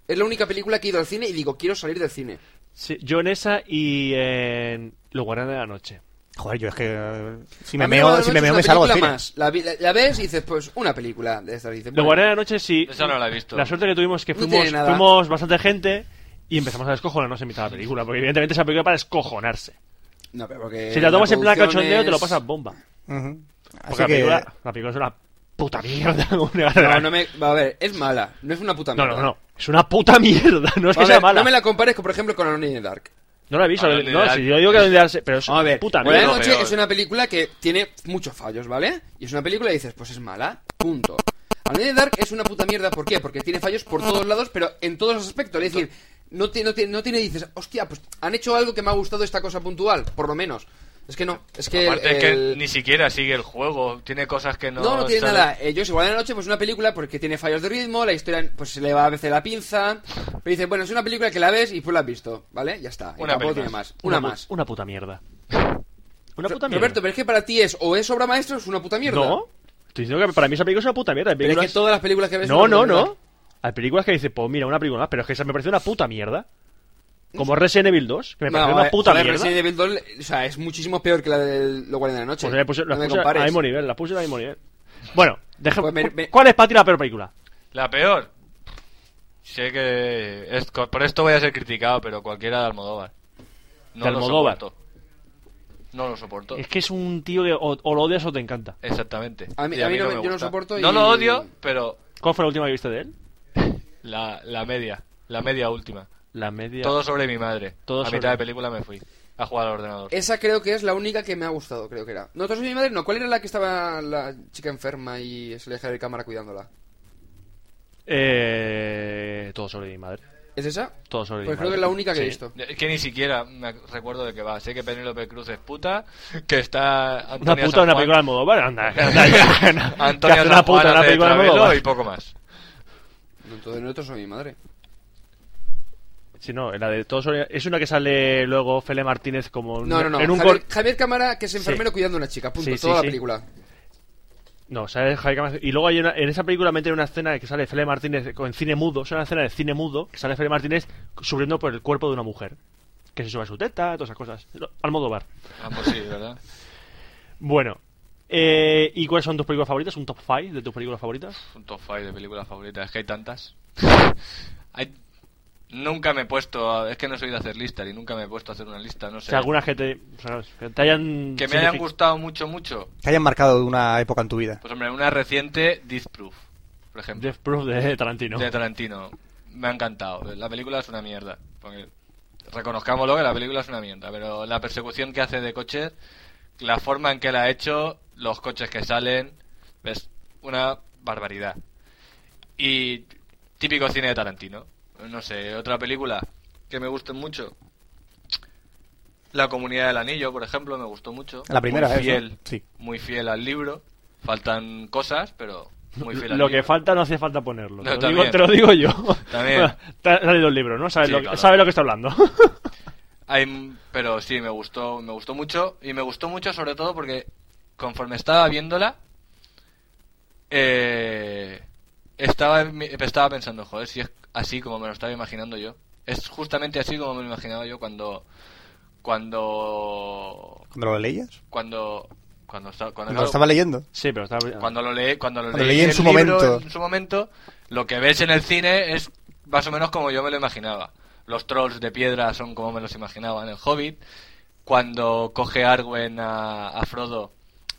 [SPEAKER 4] Es la única película que he ido al cine y digo, quiero salir del cine.
[SPEAKER 2] sí, yo en esa y en. Los Guardianes de la Noche.
[SPEAKER 3] Joder, yo es que. eh, Si me
[SPEAKER 4] A mí no,
[SPEAKER 3] meo,
[SPEAKER 4] no,
[SPEAKER 3] si
[SPEAKER 4] no,
[SPEAKER 3] me,
[SPEAKER 4] es
[SPEAKER 3] meo
[SPEAKER 4] una
[SPEAKER 3] me salgo al
[SPEAKER 4] película
[SPEAKER 3] cine.
[SPEAKER 4] más. La, vi- la- la ves y dices, pues, una película de estas. Dices,
[SPEAKER 2] Los
[SPEAKER 4] bueno,
[SPEAKER 2] Guardianes de la Noche sí.
[SPEAKER 5] Esa no la he visto.
[SPEAKER 2] La suerte que tuvimos es que
[SPEAKER 4] No
[SPEAKER 2] fuimos,
[SPEAKER 4] tiene nada.
[SPEAKER 2] fuimos bastante gente y empezamos a descojonarnos en mitad de la película. Porque evidentemente esa película para descojonarse.
[SPEAKER 4] no, pero porque
[SPEAKER 2] si la tomas en plan
[SPEAKER 4] producción
[SPEAKER 2] cachondeo, te lo
[SPEAKER 4] es-
[SPEAKER 2] pasas bomba.
[SPEAKER 3] Ujú.
[SPEAKER 2] Porque
[SPEAKER 3] Así
[SPEAKER 2] la,
[SPEAKER 3] que.
[SPEAKER 2] película, la película es una puta mierda. como una-
[SPEAKER 4] No, no me... A ver, es mala. No es una puta
[SPEAKER 2] no,
[SPEAKER 4] mierda.
[SPEAKER 2] no, no. Es una puta mierda. No es
[SPEAKER 4] A
[SPEAKER 2] que
[SPEAKER 4] ver,
[SPEAKER 2] sea mala.
[SPEAKER 4] No me la compares, con, por ejemplo, con Alone in the Dark.
[SPEAKER 2] No la he visto.
[SPEAKER 5] A ver,
[SPEAKER 2] No,
[SPEAKER 5] de-
[SPEAKER 2] si yo digo que donde darse. Pero es
[SPEAKER 4] Vamos a ver,
[SPEAKER 2] puta
[SPEAKER 4] Buena
[SPEAKER 2] mierda.
[SPEAKER 5] Bueno,
[SPEAKER 4] Noche
[SPEAKER 5] pero-
[SPEAKER 4] es una película que tiene muchos fallos, ¿vale? Y es una película y dices, pues es mala, punto. Alone in the Dark es una puta mierda, ¿por qué? Porque tiene fallos por todos lados, pero en todos los aspectos. Es decir, no, ti- no, ti- no tiene, dices, hostia, pues han hecho algo que me ha gustado esta cosa puntual, por lo menos. Es que no, es que... el-
[SPEAKER 5] Aparte es que
[SPEAKER 4] el-
[SPEAKER 5] ni siquiera sigue el juego. Tiene cosas que no.
[SPEAKER 4] No, no, tiene
[SPEAKER 5] sale-
[SPEAKER 4] nada. Eh, yo es igual de la noche, pues una película porque tiene fallos de ritmo, la historia pues se le va a veces la pinza. Pero dices, bueno, es una película que la ves y pues la has visto, ¿vale? Ya está. Y
[SPEAKER 5] Una
[SPEAKER 4] tampoco
[SPEAKER 5] película
[SPEAKER 4] tiene
[SPEAKER 5] más.
[SPEAKER 4] más. Una,
[SPEAKER 2] pu-
[SPEAKER 4] más.
[SPEAKER 2] Una puta mierda. Una puta mierda.
[SPEAKER 4] Roberto, pero es que para ti es o es obra maestra o es una puta mierda.
[SPEAKER 2] No. Estoy diciendo que para mí esa película es una puta mierda. Hay
[SPEAKER 4] Pero es que
[SPEAKER 2] películas-
[SPEAKER 4] todas las películas que ves.
[SPEAKER 2] No,
[SPEAKER 4] son una
[SPEAKER 2] no,
[SPEAKER 4] puta
[SPEAKER 2] no.
[SPEAKER 4] mierda.
[SPEAKER 2] Hay películas que dices, pues mira, una película más, pero es que esa me parece una puta mierda. Como Resident Evil 2, que me parece
[SPEAKER 4] No,
[SPEAKER 2] una
[SPEAKER 4] eh,
[SPEAKER 2] puta
[SPEAKER 4] joder,
[SPEAKER 2] mierda.
[SPEAKER 4] Resident Evil 2, o sea, es muchísimo peor que la del Los Guardianes de la Noche.
[SPEAKER 2] Pues le puse, la
[SPEAKER 4] no me
[SPEAKER 2] puse
[SPEAKER 4] compares.
[SPEAKER 2] al mismo nivel, la puse al mismo nivel. Bueno, deja-
[SPEAKER 4] Pues me- me-
[SPEAKER 2] ¿cuál es para ti la peor película?
[SPEAKER 5] La peor. Sé que. es- por esto voy a ser criticado, pero cualquiera de Almodóvar. No
[SPEAKER 2] De Almodóvar.
[SPEAKER 5] lo soporto. No lo soporto.
[SPEAKER 2] Es que es un tío que o, o lo odias o te encanta.
[SPEAKER 5] Exactamente.
[SPEAKER 4] A mí-
[SPEAKER 5] Y
[SPEAKER 4] a mí no me-
[SPEAKER 5] me
[SPEAKER 4] yo no
[SPEAKER 5] gusta.
[SPEAKER 4] soporto y-
[SPEAKER 5] No lo odio, pero
[SPEAKER 2] ¿Cuál fue la última que viste de él?
[SPEAKER 5] la, la media. La media última.
[SPEAKER 2] La media.
[SPEAKER 5] Todo sobre mi madre.
[SPEAKER 2] Todo
[SPEAKER 5] a
[SPEAKER 2] sobre-
[SPEAKER 5] mitad de película me fui a jugar al ordenador.
[SPEAKER 4] Esa creo que es la única que me ha gustado, creo que era. No, todos mi madre, no. ¿Cuál era la que estaba la chica enferma y se le deja de cámara cuidándola?
[SPEAKER 2] Eh, todo sobre mi madre.
[SPEAKER 4] ¿Es esa?
[SPEAKER 2] Todo sobre mi
[SPEAKER 4] Pues creo
[SPEAKER 2] madre.
[SPEAKER 4] que es la única que he
[SPEAKER 2] Sí.
[SPEAKER 4] visto.
[SPEAKER 5] Es que ni siquiera me ac- recuerdo de qué va. Sé que Penélope Cruz es puta, que está
[SPEAKER 2] Una
[SPEAKER 5] Antonia
[SPEAKER 2] puta,
[SPEAKER 5] San
[SPEAKER 2] una
[SPEAKER 5] Juan-
[SPEAKER 2] película de Almodóvar. Anda, anda, ya. Que
[SPEAKER 5] Antonia
[SPEAKER 2] hace
[SPEAKER 5] San
[SPEAKER 2] una puta,
[SPEAKER 5] Juan
[SPEAKER 2] una
[SPEAKER 5] hace de
[SPEAKER 2] película de
[SPEAKER 5] Travelo
[SPEAKER 2] Almodóvar.
[SPEAKER 5] y poco más.
[SPEAKER 4] No, Entonces, no, todos sobre mi madre.
[SPEAKER 2] Sí, no, la de todo sobre... Es una que sale luego Fele Martínez como un-
[SPEAKER 4] No, no, no.
[SPEAKER 2] en un
[SPEAKER 4] Javier,
[SPEAKER 2] cor-
[SPEAKER 4] Javier Cámara, que es enfermero
[SPEAKER 2] Sí.
[SPEAKER 4] cuidando a una chica. Punto.
[SPEAKER 2] Sí, sí,
[SPEAKER 4] toda la
[SPEAKER 2] sí.
[SPEAKER 4] película.
[SPEAKER 2] No, sale Javier Cámara- Y luego hay una- en esa película meten una escena que sale Fele Martínez con cine mudo. Es una escena de cine mudo que sale Fele Martínez subiendo por el cuerpo de una mujer. Que se sube a su teta, todas esas cosas. Lo- Almodóvar.
[SPEAKER 5] Ah, pues sí, ¿verdad?
[SPEAKER 2] Bueno. eh, ¿Y cuáles son tus películas favoritas? ¿Un top 5 de tus películas favoritas?
[SPEAKER 5] Un top 5 de películas favoritas. Es que hay tantas. Hay- Nunca me he puesto. a- Es que no soy de hacer listas y nunca me he puesto a hacer una lista. No
[SPEAKER 2] O
[SPEAKER 5] sé.
[SPEAKER 2] sea, algunas que te, o sea, que te hayan...
[SPEAKER 5] Que me hayan
[SPEAKER 2] signific-
[SPEAKER 5] gustado mucho, mucho.
[SPEAKER 3] Que hayan marcado una época en tu vida.
[SPEAKER 5] Pues hombre, una reciente, Disproof, por ejemplo.
[SPEAKER 2] Death Proof de Tarantino.
[SPEAKER 5] de Tarantino. Me ha encantado. La película es una mierda. Porque reconozcámoslo que la película es una mierda. Pero la persecución que hace de coches, la forma en que la ha hecho, los coches que salen, es una barbaridad. Y típico cine de Tarantino. No sé, otra película que me guste mucho. La comunidad del anillo, por ejemplo, me gustó mucho.
[SPEAKER 3] La primera,
[SPEAKER 5] muy
[SPEAKER 3] ¿eh?
[SPEAKER 5] fiel,
[SPEAKER 3] Sí.
[SPEAKER 5] muy fiel al libro. Faltan cosas, pero muy fiel al
[SPEAKER 2] Lo que
[SPEAKER 5] libro.
[SPEAKER 2] falta no hace falta ponerlo.
[SPEAKER 5] No,
[SPEAKER 2] te, lo digo,
[SPEAKER 5] también.
[SPEAKER 2] te lo digo yo.
[SPEAKER 5] También.
[SPEAKER 2] Bueno, Te ha salido el libro, ¿no? Sabes,
[SPEAKER 5] Sí,
[SPEAKER 2] lo, que-
[SPEAKER 5] claro.
[SPEAKER 2] sabes lo que está hablando.
[SPEAKER 5] Hay m- pero sí, me gustó, me gustó mucho y me gustó mucho sobre todo porque conforme estaba viéndola eh, estaba en mi- estaba pensando, joder, si es así como me lo estaba imaginando yo. Es justamente así como me lo imaginaba yo cuando cuando
[SPEAKER 3] Cuando lo leías.
[SPEAKER 5] cuando cuando esta- cuando,
[SPEAKER 3] Cuando lo estaba leyendo.
[SPEAKER 2] sí, pero está...
[SPEAKER 5] cuando lo leí cuando lo
[SPEAKER 3] Cuando
[SPEAKER 5] leí
[SPEAKER 3] leí en
[SPEAKER 5] el
[SPEAKER 3] su
[SPEAKER 5] libro,
[SPEAKER 3] momento.
[SPEAKER 5] en su momento lo que ves en el cine es más o menos como yo me lo imaginaba los trolls de piedra son como me los imaginaba en el Hobbit cuando coge Arwen a, a Frodo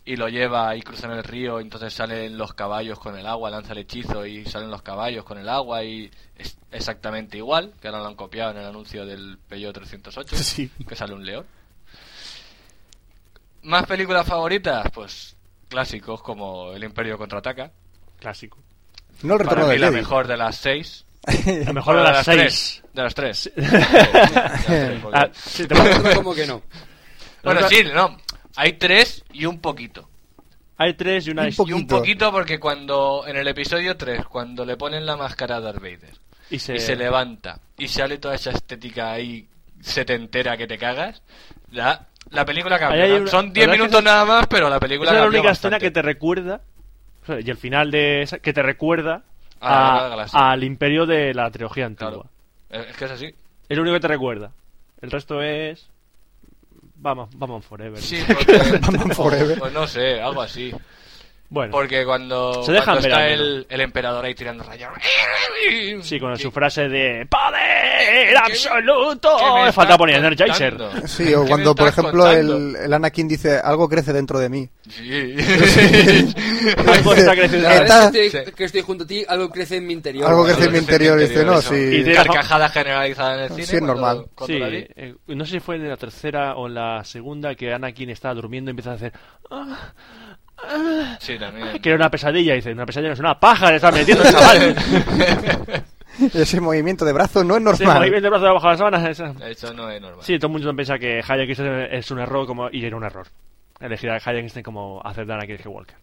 [SPEAKER 5] y lo lleva y cruzan el río entonces salen los caballos con el agua lanza el hechizo y salen los caballos con el agua y es exactamente igual que ahora lo han copiado en el anuncio del Peugeot 308
[SPEAKER 3] Sí.
[SPEAKER 5] que sale un león más películas favoritas pues clásicos como El Imperio contraataca
[SPEAKER 2] Clásico.
[SPEAKER 3] No el
[SPEAKER 5] para
[SPEAKER 3] retorno
[SPEAKER 5] mí
[SPEAKER 3] del
[SPEAKER 5] la
[SPEAKER 3] Jedi.
[SPEAKER 5] mejor de las seis.
[SPEAKER 2] Lo mejor de
[SPEAKER 5] Bueno,
[SPEAKER 2] las
[SPEAKER 5] tres.
[SPEAKER 2] seis.
[SPEAKER 5] De las tres.
[SPEAKER 2] Ah, sí, te-
[SPEAKER 4] No, ¿Cómo que no?
[SPEAKER 5] Bueno,
[SPEAKER 2] otra-
[SPEAKER 5] sí, no. Hay tres y un poquito.
[SPEAKER 2] Hay tres y una
[SPEAKER 3] Un
[SPEAKER 2] es-
[SPEAKER 5] Y un
[SPEAKER 3] Poquito.
[SPEAKER 5] poquito porque cuando en el episodio 3, cuando le ponen la máscara a Darth Vader
[SPEAKER 2] y se,
[SPEAKER 5] y se levanta y sale toda esa estética ahí setentera que te cagas, la, la película cambia.
[SPEAKER 2] Ahí hay
[SPEAKER 5] ¿no?
[SPEAKER 2] una-
[SPEAKER 5] Son 10
[SPEAKER 2] la verdad
[SPEAKER 5] minutos
[SPEAKER 2] que esa-
[SPEAKER 5] nada más, pero la película
[SPEAKER 2] Esa es la
[SPEAKER 5] cambió
[SPEAKER 2] única escena
[SPEAKER 5] bastante.
[SPEAKER 2] que te recuerda. o sea, y el final de esa, que te recuerda
[SPEAKER 5] A la Guerra de
[SPEAKER 2] a-
[SPEAKER 5] la Galaxia.
[SPEAKER 2] al imperio de la trilogía antigua.
[SPEAKER 5] Claro. Eh, Es es que es así.
[SPEAKER 2] Es lo único que te recuerda. El resto es. Vamos, vamos forever.
[SPEAKER 5] Sí, porque...
[SPEAKER 3] Batman Forever.
[SPEAKER 5] Pues no sé, algo así.
[SPEAKER 2] Bueno,
[SPEAKER 5] Porque cuando,
[SPEAKER 2] Se dejan
[SPEAKER 5] cuando
[SPEAKER 2] ver
[SPEAKER 5] está
[SPEAKER 2] al menos.
[SPEAKER 5] el, el emperador ahí tirando rayos.
[SPEAKER 2] sí, con el-
[SPEAKER 5] Que-
[SPEAKER 2] su frase de ¡Poder
[SPEAKER 5] que-
[SPEAKER 2] absoluto!
[SPEAKER 5] que me
[SPEAKER 2] Me
[SPEAKER 5] estás
[SPEAKER 2] Oh, falta poner
[SPEAKER 5] contando.
[SPEAKER 2] Energizer.
[SPEAKER 3] Sí,
[SPEAKER 5] ¿Qué
[SPEAKER 3] o
[SPEAKER 5] me
[SPEAKER 3] cuando, por
[SPEAKER 5] estás
[SPEAKER 3] ejemplo, el,
[SPEAKER 5] contando?
[SPEAKER 3] el Anakin dice, algo crece dentro de mí.
[SPEAKER 5] Sí.
[SPEAKER 2] Algo está creciendo.
[SPEAKER 3] Está-
[SPEAKER 4] Cada vez que
[SPEAKER 5] Sí.
[SPEAKER 4] estoy, que estoy junto a ti, algo crece en mi interior.
[SPEAKER 3] Algo crece en mi
[SPEAKER 5] Algo
[SPEAKER 3] interior, dice, no,
[SPEAKER 5] eso.
[SPEAKER 3] sí.
[SPEAKER 2] Y tiene-
[SPEAKER 5] Carcajada generalizada en el cine.
[SPEAKER 3] Sí, es
[SPEAKER 5] cuando-
[SPEAKER 3] normal.
[SPEAKER 5] cuando
[SPEAKER 2] Sí,
[SPEAKER 5] la vi.
[SPEAKER 2] eh, no sé si fue en la tercera o en la segunda que Anakin está durmiendo y empieza a hacer. "Ah, ah",
[SPEAKER 5] Sí, también.
[SPEAKER 2] que era una pesadilla. Y dice: Una pesadilla no es una paja, le está metiendo, chaval.
[SPEAKER 3] Ese movimiento de brazo no es
[SPEAKER 2] Sí, ahí
[SPEAKER 3] normal.
[SPEAKER 2] viene el brazo debajo de las sábanas.
[SPEAKER 5] Eh,
[SPEAKER 2] esa-
[SPEAKER 5] Eso no es normal.
[SPEAKER 2] Sí, todo el mundo piensa que Hayek Christensen es un error como... y era un error. Elegir a Hayek Christensen como hacer Dan a Kirk Walker.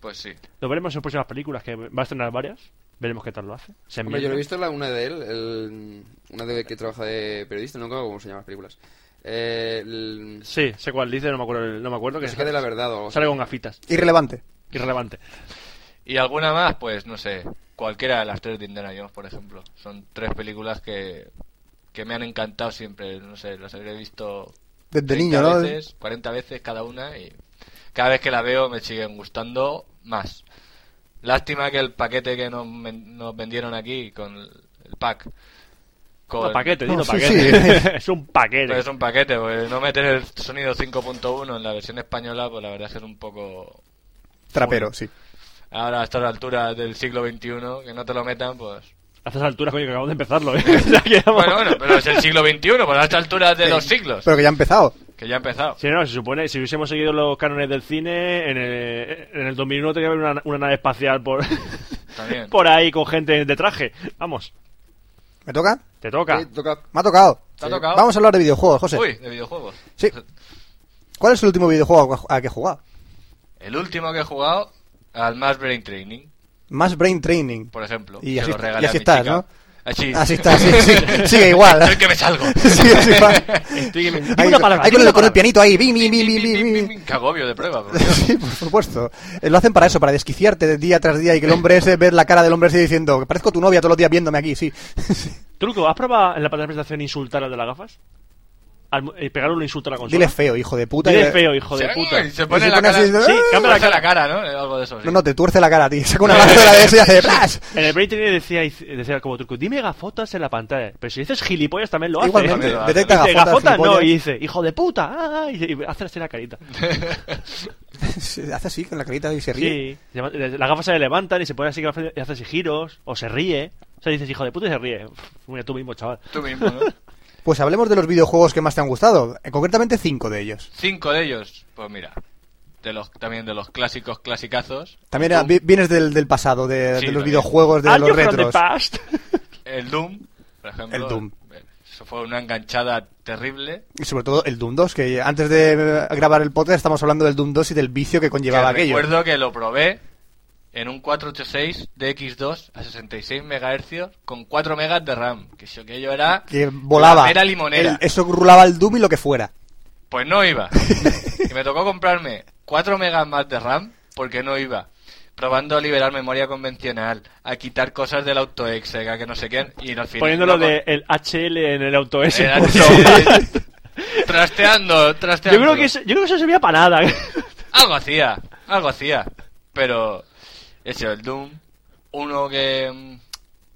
[SPEAKER 5] Pues sí.
[SPEAKER 2] Lo veremos en próximas películas, que va a estrenar varias. Veremos qué tal lo hace. Se
[SPEAKER 4] Hombre, yo lo
[SPEAKER 2] enmienda.
[SPEAKER 4] he visto en la una de él, el- una de que trabaja de periodista, no como cómo se llaman las películas. Eh, el-
[SPEAKER 2] Sí, sé cuál dice, no me acuerdo. el- No me acuerdo que
[SPEAKER 4] que se quede la verdad o algo así.
[SPEAKER 2] Sale con gafitas.
[SPEAKER 3] Irrelevante.
[SPEAKER 2] Irrelevante.
[SPEAKER 5] ¿Y alguna más? Pues no sé. Cualquiera de las tres de Indiana Jones, por ejemplo. Son tres películas que, que me han encantado siempre. No sé, las habré visto
[SPEAKER 3] Desde
[SPEAKER 5] 30
[SPEAKER 3] niño, ¿no?
[SPEAKER 5] veces, 40 veces cada una y cada vez que la veo me siguen gustando más. Lástima que el paquete que nos, men- nos vendieron aquí con el el pack. Con,
[SPEAKER 2] No, paquete, dilo
[SPEAKER 3] No, sí,
[SPEAKER 2] paquete. es un paquete.
[SPEAKER 5] Pero es un paquete, porque no meter el sonido 5.1 en la versión española, pues la verdad es que es un poco. pues,
[SPEAKER 3] Trapero, sí.
[SPEAKER 5] Ahora, a estas alturas del siglo XXI, que no te lo metan, pues.
[SPEAKER 2] A estas alturas, coño, que acabamos de empezarlo. ¿eh? O sea, que vamos-
[SPEAKER 5] Bueno, bueno, pero es el siglo XXI, pues a estas alturas de los siglos,
[SPEAKER 3] Pero que ya ha empezado.
[SPEAKER 5] que ya ha empezado.
[SPEAKER 2] Sí, no, se supone, si hubiésemos seguido los cánones del cine, en el, en el 2001 tenía que haber una, una nave espacial por,
[SPEAKER 5] También.
[SPEAKER 2] por ahí con gente de traje. Vamos,
[SPEAKER 3] ¿Me toca?
[SPEAKER 2] te toca.
[SPEAKER 4] Sí, toca-
[SPEAKER 3] Me ha tocado.
[SPEAKER 5] ¿Te ha tocado?
[SPEAKER 3] Vamos a hablar de videojuegos, José.
[SPEAKER 5] Uy, de videojuegos.
[SPEAKER 3] Sí. ¿Cuál es el último videojuego a a que he jugado?
[SPEAKER 5] El último que he jugado al Mass Brain Training,
[SPEAKER 3] Más Brain Training.
[SPEAKER 5] por ejemplo.
[SPEAKER 3] Y
[SPEAKER 5] que
[SPEAKER 3] así-
[SPEAKER 5] lo
[SPEAKER 3] y
[SPEAKER 5] regalé
[SPEAKER 3] así
[SPEAKER 5] a mi
[SPEAKER 3] estás,
[SPEAKER 5] chica.
[SPEAKER 3] ¿no?
[SPEAKER 5] Así,
[SPEAKER 3] Así está, sí, sí. Sigue igual.
[SPEAKER 5] Soy que me salgo.
[SPEAKER 3] Sigue igual.
[SPEAKER 2] Estoy- dime
[SPEAKER 3] Ahí,
[SPEAKER 2] una palabra,
[SPEAKER 3] ahí
[SPEAKER 2] dime
[SPEAKER 3] con,
[SPEAKER 2] una palabra.
[SPEAKER 3] el, con el pianito ahí. bim, bim,
[SPEAKER 5] Bim,
[SPEAKER 3] bim,
[SPEAKER 5] bim,
[SPEAKER 3] bim,
[SPEAKER 5] bim,
[SPEAKER 3] bim.
[SPEAKER 5] bim. Qué agobio de prueba. por Dios.
[SPEAKER 3] Sí, por supuesto. Eh, Lo hacen para eso, para desquiciarte de día tras día y que el hombre ese, ver la cara del hombre ese diciendo que parezco tu novia todos los días viéndome aquí, sí.
[SPEAKER 2] Truco, ¿has probado en la pantalla de presentación insultar al de las gafas? Al, mu- eh, pegar un insulto a la consola.
[SPEAKER 3] Dile feo, hijo de puta.
[SPEAKER 2] Dile
[SPEAKER 3] y-
[SPEAKER 2] feo, hijo de
[SPEAKER 5] Se-
[SPEAKER 2] puta.
[SPEAKER 5] y Se pone
[SPEAKER 3] se
[SPEAKER 5] la
[SPEAKER 3] pone
[SPEAKER 5] cara.
[SPEAKER 3] así,
[SPEAKER 5] Sí,
[SPEAKER 3] ¡Ah!
[SPEAKER 5] cambia la cara, cara, ¿no? Algo de eso. sí.
[SPEAKER 3] No, no, te tuerce la cara a ti. Saca una pistola de eso y hace flash.
[SPEAKER 2] En el Brain Training decía, decía como truco, dime gafotas en la pantalla. Pero si dices gilipollas también lo hace. ¿eh?
[SPEAKER 3] Igualmente,
[SPEAKER 5] También lo hace.
[SPEAKER 3] detecta
[SPEAKER 2] Dice,
[SPEAKER 3] gafotas.
[SPEAKER 2] gafotas no,
[SPEAKER 3] gilipollas.
[SPEAKER 2] y dice, hijo de puta. ah, ah", y, y hace así la carita.
[SPEAKER 3] Se Hace así con la carita y se ríe.
[SPEAKER 2] Sí. Se llama- Las gafas se le levantan y se pone así que hace- y hace así giros. O se ríe. O sea, dices, hijo de puta y se ríe. Uf, Mira tú mismo, chaval.
[SPEAKER 5] Tú mismo, ¿no?
[SPEAKER 3] Pues hablemos de los videojuegos que más te han gustado. Eh, Concretamente cinco de ellos.
[SPEAKER 5] Cinco de ellos, pues mira. De los, también de los clásicos, clasicazos.
[SPEAKER 3] También ah, vi- vienes del, del pasado, de,
[SPEAKER 5] Sí,
[SPEAKER 3] de los
[SPEAKER 5] también.
[SPEAKER 3] videojuegos, de
[SPEAKER 2] Are
[SPEAKER 3] los
[SPEAKER 2] you from the
[SPEAKER 3] retros.
[SPEAKER 2] past?
[SPEAKER 5] El Doom, por ejemplo. eh,
[SPEAKER 3] El Doom.
[SPEAKER 5] Eso fue una enganchada terrible.
[SPEAKER 3] Y sobre todo el Doom 2, que antes de eh, grabar el podcast estamos hablando del Doom 2 y del vicio que conllevaba
[SPEAKER 5] que
[SPEAKER 3] aquello.
[SPEAKER 5] Recuerdo que lo probé en un 486 DX2 a 66 MHz con 4 megas de RAM. Que eso que yo era.
[SPEAKER 3] Que volaba.
[SPEAKER 5] Era limonera.
[SPEAKER 3] El- eso rulaba el Doom y lo que fuera.
[SPEAKER 5] Pues no iba. y me tocó comprarme 4 megas más de RAM porque no iba. Probando a liberar memoria convencional, a quitar cosas del autoexega, que no sé qué. Y al final.
[SPEAKER 2] Poniéndolo
[SPEAKER 5] no,
[SPEAKER 2] de el HL en el auto S.
[SPEAKER 5] Era- trasteando,
[SPEAKER 2] Yo
[SPEAKER 5] trasteando.
[SPEAKER 2] creo, que eso, yo creo que eso servía para nada.
[SPEAKER 5] Algo hacía, algo hacía. Pero ese el Doom. Uno que, mm,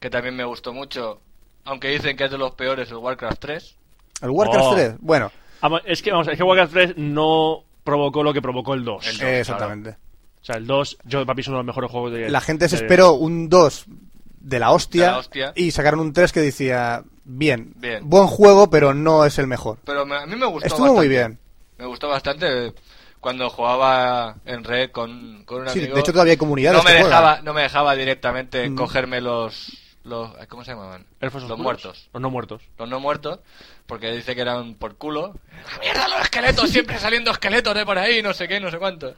[SPEAKER 5] que también me gustó mucho, aunque dicen que es de los peores, el Warcraft 3.
[SPEAKER 3] El Warcraft
[SPEAKER 2] Oh.
[SPEAKER 3] 3, bueno,
[SPEAKER 2] Vamos, es que vamos, es que Warcraft 3 no provocó lo que provocó el 2.
[SPEAKER 5] El-
[SPEAKER 3] eh, exactamente.
[SPEAKER 2] O sea, el 2, yo para mí es uno de los mejores juegos de
[SPEAKER 3] La gente se
[SPEAKER 2] de-
[SPEAKER 3] esperó un 2 de la, hostia,
[SPEAKER 5] De la hostia.
[SPEAKER 3] y sacaron un 3 que decía, bien,
[SPEAKER 5] Bien.
[SPEAKER 3] buen juego, pero no es el mejor.
[SPEAKER 5] Pero me- a mí me gustó
[SPEAKER 3] Estuvo
[SPEAKER 5] bastante.
[SPEAKER 3] muy bien.
[SPEAKER 5] Me gustó bastante eh, cuando jugaba en red con, con un
[SPEAKER 3] Sí,
[SPEAKER 5] amigo.
[SPEAKER 3] de hecho todavía hay comunidades
[SPEAKER 5] No me
[SPEAKER 3] que
[SPEAKER 5] dejaba,
[SPEAKER 3] juegan.
[SPEAKER 5] no me dejaba directamente
[SPEAKER 3] Mm.
[SPEAKER 5] cogerme los los ¿cómo se llamaban?
[SPEAKER 2] Elfos
[SPEAKER 5] los
[SPEAKER 2] oscuros.
[SPEAKER 5] muertos.
[SPEAKER 2] Los no muertos.
[SPEAKER 5] Los no muertos, porque dice que eran por culo. ¡Ah, ¡Mierda, los esqueletos! Siempre saliendo esqueletos de por ahí, no sé qué, no sé cuánto.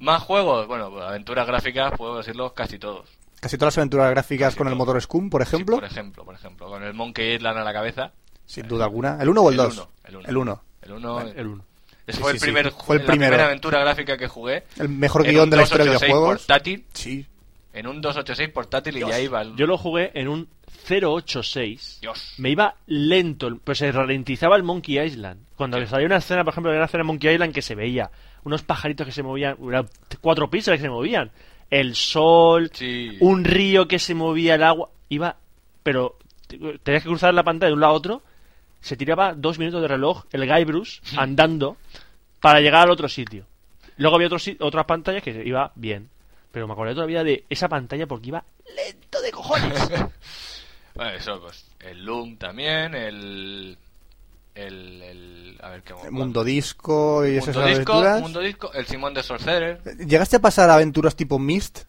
[SPEAKER 5] Más juegos, bueno, pues, aventuras gráficas, puedo decirlos casi todos.
[SPEAKER 3] Casi todas las aventuras gráficas con el
[SPEAKER 5] todo.
[SPEAKER 3] motor Scum, por
[SPEAKER 5] Sí,
[SPEAKER 3] ejemplo,
[SPEAKER 5] por ejemplo, por ejemplo, con el Monkey Island a la cabeza.
[SPEAKER 3] sin duda alguna. ¿El 1 o el 2?
[SPEAKER 5] uno, El 1.
[SPEAKER 3] El 1.
[SPEAKER 5] El uno,
[SPEAKER 2] El 1.
[SPEAKER 5] Ese
[SPEAKER 3] Sí,
[SPEAKER 5] fue
[SPEAKER 3] sí,
[SPEAKER 5] el
[SPEAKER 3] sí.
[SPEAKER 5] primer
[SPEAKER 3] Fue el
[SPEAKER 5] la
[SPEAKER 3] primero.
[SPEAKER 5] primera aventura gráfica que jugué.
[SPEAKER 3] El mejor
[SPEAKER 5] En
[SPEAKER 3] guión
[SPEAKER 5] un
[SPEAKER 3] de la historia de
[SPEAKER 5] 286
[SPEAKER 3] videojuegos.
[SPEAKER 5] portátil,
[SPEAKER 3] Sí.
[SPEAKER 5] en un 286 portátil y ya iba el...
[SPEAKER 2] Yo lo jugué en un 086.
[SPEAKER 5] Dios.
[SPEAKER 2] Me iba lento, el- pues se ralentizaba el Monkey Island. Cuando le salía una escena, por ejemplo, había una escena en Monkey Island que se veía unos pajaritos que se movían, una- cuatro píxeles que se movían, el sol,
[SPEAKER 5] Sí.
[SPEAKER 2] un río que se movía el agua, iba, pero te- tenías que cruzar la pantalla de un lado a otro, se tiraba dos minutos de reloj el Guybrush andando para llegar al otro sitio. Luego había otros, si- otras pantallas que iba bien, pero me acordé todavía de esa pantalla porque iba lento de cojones.
[SPEAKER 5] Bueno, eso, pues, el Loom también, el... El... el- a ver qué...
[SPEAKER 3] El Mundo Disco y esas
[SPEAKER 5] Mundo disco,
[SPEAKER 3] aventuras.
[SPEAKER 5] Mundo Disco, el Simón de Sorcerer.
[SPEAKER 3] ¿Llegaste a pasar aventuras tipo Mist?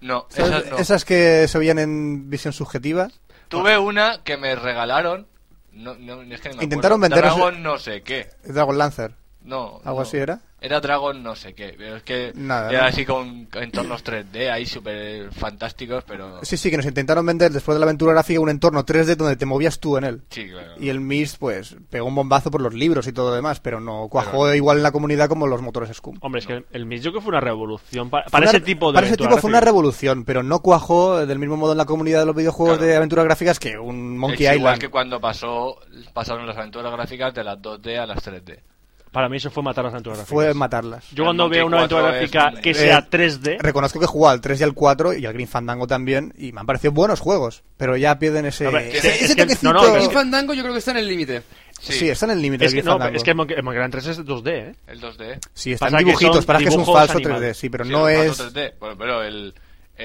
[SPEAKER 5] No,
[SPEAKER 3] ¿Sabes?
[SPEAKER 5] esas no.
[SPEAKER 3] Esas que se veían en visión subjetiva.
[SPEAKER 5] Tuve una que me regalaron. No, no, es que ni me
[SPEAKER 3] Intentaron
[SPEAKER 5] acuerdo.
[SPEAKER 3] vendernos-
[SPEAKER 5] Dragon no sé qué.
[SPEAKER 3] Dragon Lancer.
[SPEAKER 5] No.
[SPEAKER 3] ¿Algo
[SPEAKER 5] no.
[SPEAKER 3] así era?
[SPEAKER 5] Era Dragon no sé qué. Pero es que
[SPEAKER 3] Nada,
[SPEAKER 5] era
[SPEAKER 3] ¿no?
[SPEAKER 5] así con entornos 3D ahí súper fantásticos, pero...
[SPEAKER 3] Sí, sí, que nos intentaron vender después de la aventura gráfica un entorno 3D donde te movías tú en él.
[SPEAKER 5] Sí, claro.
[SPEAKER 3] Y el Mist, pues, pegó un bombazo por los libros y todo lo demás, pero no cuajó
[SPEAKER 5] Pero-
[SPEAKER 3] igual en la comunidad como los motores Scum.
[SPEAKER 2] Hombre, es que el, el Miss yo creo que fue una revolución pa- para
[SPEAKER 3] Una-
[SPEAKER 2] ese tipo de
[SPEAKER 3] Para ese
[SPEAKER 2] aventura
[SPEAKER 3] tipo fue una
[SPEAKER 2] gráfica.
[SPEAKER 3] revolución, pero no cuajó del mismo modo en la comunidad de los videojuegos
[SPEAKER 5] Claro.
[SPEAKER 3] de aventuras gráficas que un Monkey
[SPEAKER 5] es igual
[SPEAKER 3] Island.
[SPEAKER 5] que cuando pasó pasaron las aventuras gráficas de las 2D a las 3D.
[SPEAKER 2] Para mí eso fue matar las aventuras gráficas.
[SPEAKER 3] Fue matarlas.
[SPEAKER 2] Yo
[SPEAKER 5] El
[SPEAKER 2] cuando
[SPEAKER 5] Monkey
[SPEAKER 2] veo una aventura
[SPEAKER 5] 4 es
[SPEAKER 2] gráfica
[SPEAKER 5] un-
[SPEAKER 2] que
[SPEAKER 5] Eh,
[SPEAKER 2] sea 3D,
[SPEAKER 3] Reconozco que he jugado al 3 y al 4 y al Green Fandango también, y me han parecido buenos juegos, pero ya pierden ese.
[SPEAKER 2] A ver,
[SPEAKER 3] ese-
[SPEAKER 2] es que-
[SPEAKER 3] ese
[SPEAKER 2] es que-
[SPEAKER 3] toquecito-
[SPEAKER 2] no, no, pero es
[SPEAKER 4] Y Fandango yo creo que está en el límite.
[SPEAKER 3] Sí, está en el límite
[SPEAKER 2] es
[SPEAKER 3] del
[SPEAKER 2] que,
[SPEAKER 3] Green
[SPEAKER 2] no,
[SPEAKER 3] Fandango.
[SPEAKER 2] es que Monkey, Monkey Island 3 es 2D, ¿eh?
[SPEAKER 5] El 2D.
[SPEAKER 3] Sí, están
[SPEAKER 2] Pasa que
[SPEAKER 3] dibujitos,
[SPEAKER 2] son
[SPEAKER 3] para que es un
[SPEAKER 2] dibujos
[SPEAKER 3] falso
[SPEAKER 2] animados.
[SPEAKER 3] 3D, sí, pero
[SPEAKER 5] Sí,
[SPEAKER 3] no
[SPEAKER 5] era un
[SPEAKER 3] es.
[SPEAKER 5] falso 3D. Bueno, pero el,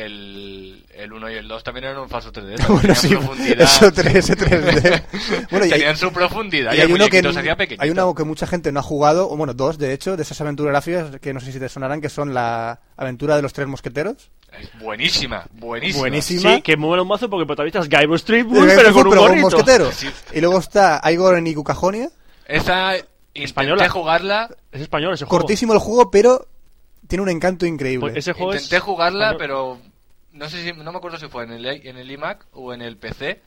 [SPEAKER 5] el, el 1 y el 2 también eran un falso 3D. también
[SPEAKER 3] Bueno,
[SPEAKER 5] tenían
[SPEAKER 3] sí,
[SPEAKER 5] profundidad.
[SPEAKER 3] eso 3, 3D. Bueno, y hay-
[SPEAKER 5] tenían su profundidad.
[SPEAKER 3] y
[SPEAKER 5] Y, el
[SPEAKER 3] uno que,
[SPEAKER 5] muñequito se hacía pequeñito.
[SPEAKER 3] hay una que mucha gente no ha jugado, o bueno, dos de hecho, de esas aventuras gráficas que no sé si te sonarán, que son la aventura de los tres mosqueteros.
[SPEAKER 5] Es buenísima, buenísima.
[SPEAKER 3] Buenísima.
[SPEAKER 2] Sí, que mueve un mazo porque el protagonista es Guybrush Threepwood,
[SPEAKER 3] Pero
[SPEAKER 2] pero con un gorrito.
[SPEAKER 3] mosquetero.
[SPEAKER 5] Sí.
[SPEAKER 3] Y luego está Igor en Icucajonia.
[SPEAKER 5] Esa intenté
[SPEAKER 2] Española.
[SPEAKER 5] jugarla,
[SPEAKER 2] Es español ese juego.
[SPEAKER 3] Cortísimo el juego, pero tiene un encanto increíble.
[SPEAKER 2] Pues ese juego es
[SPEAKER 5] intenté jugarla,
[SPEAKER 2] español.
[SPEAKER 5] pero no sé si no me acuerdo si fue en el en el iMac o en el PC.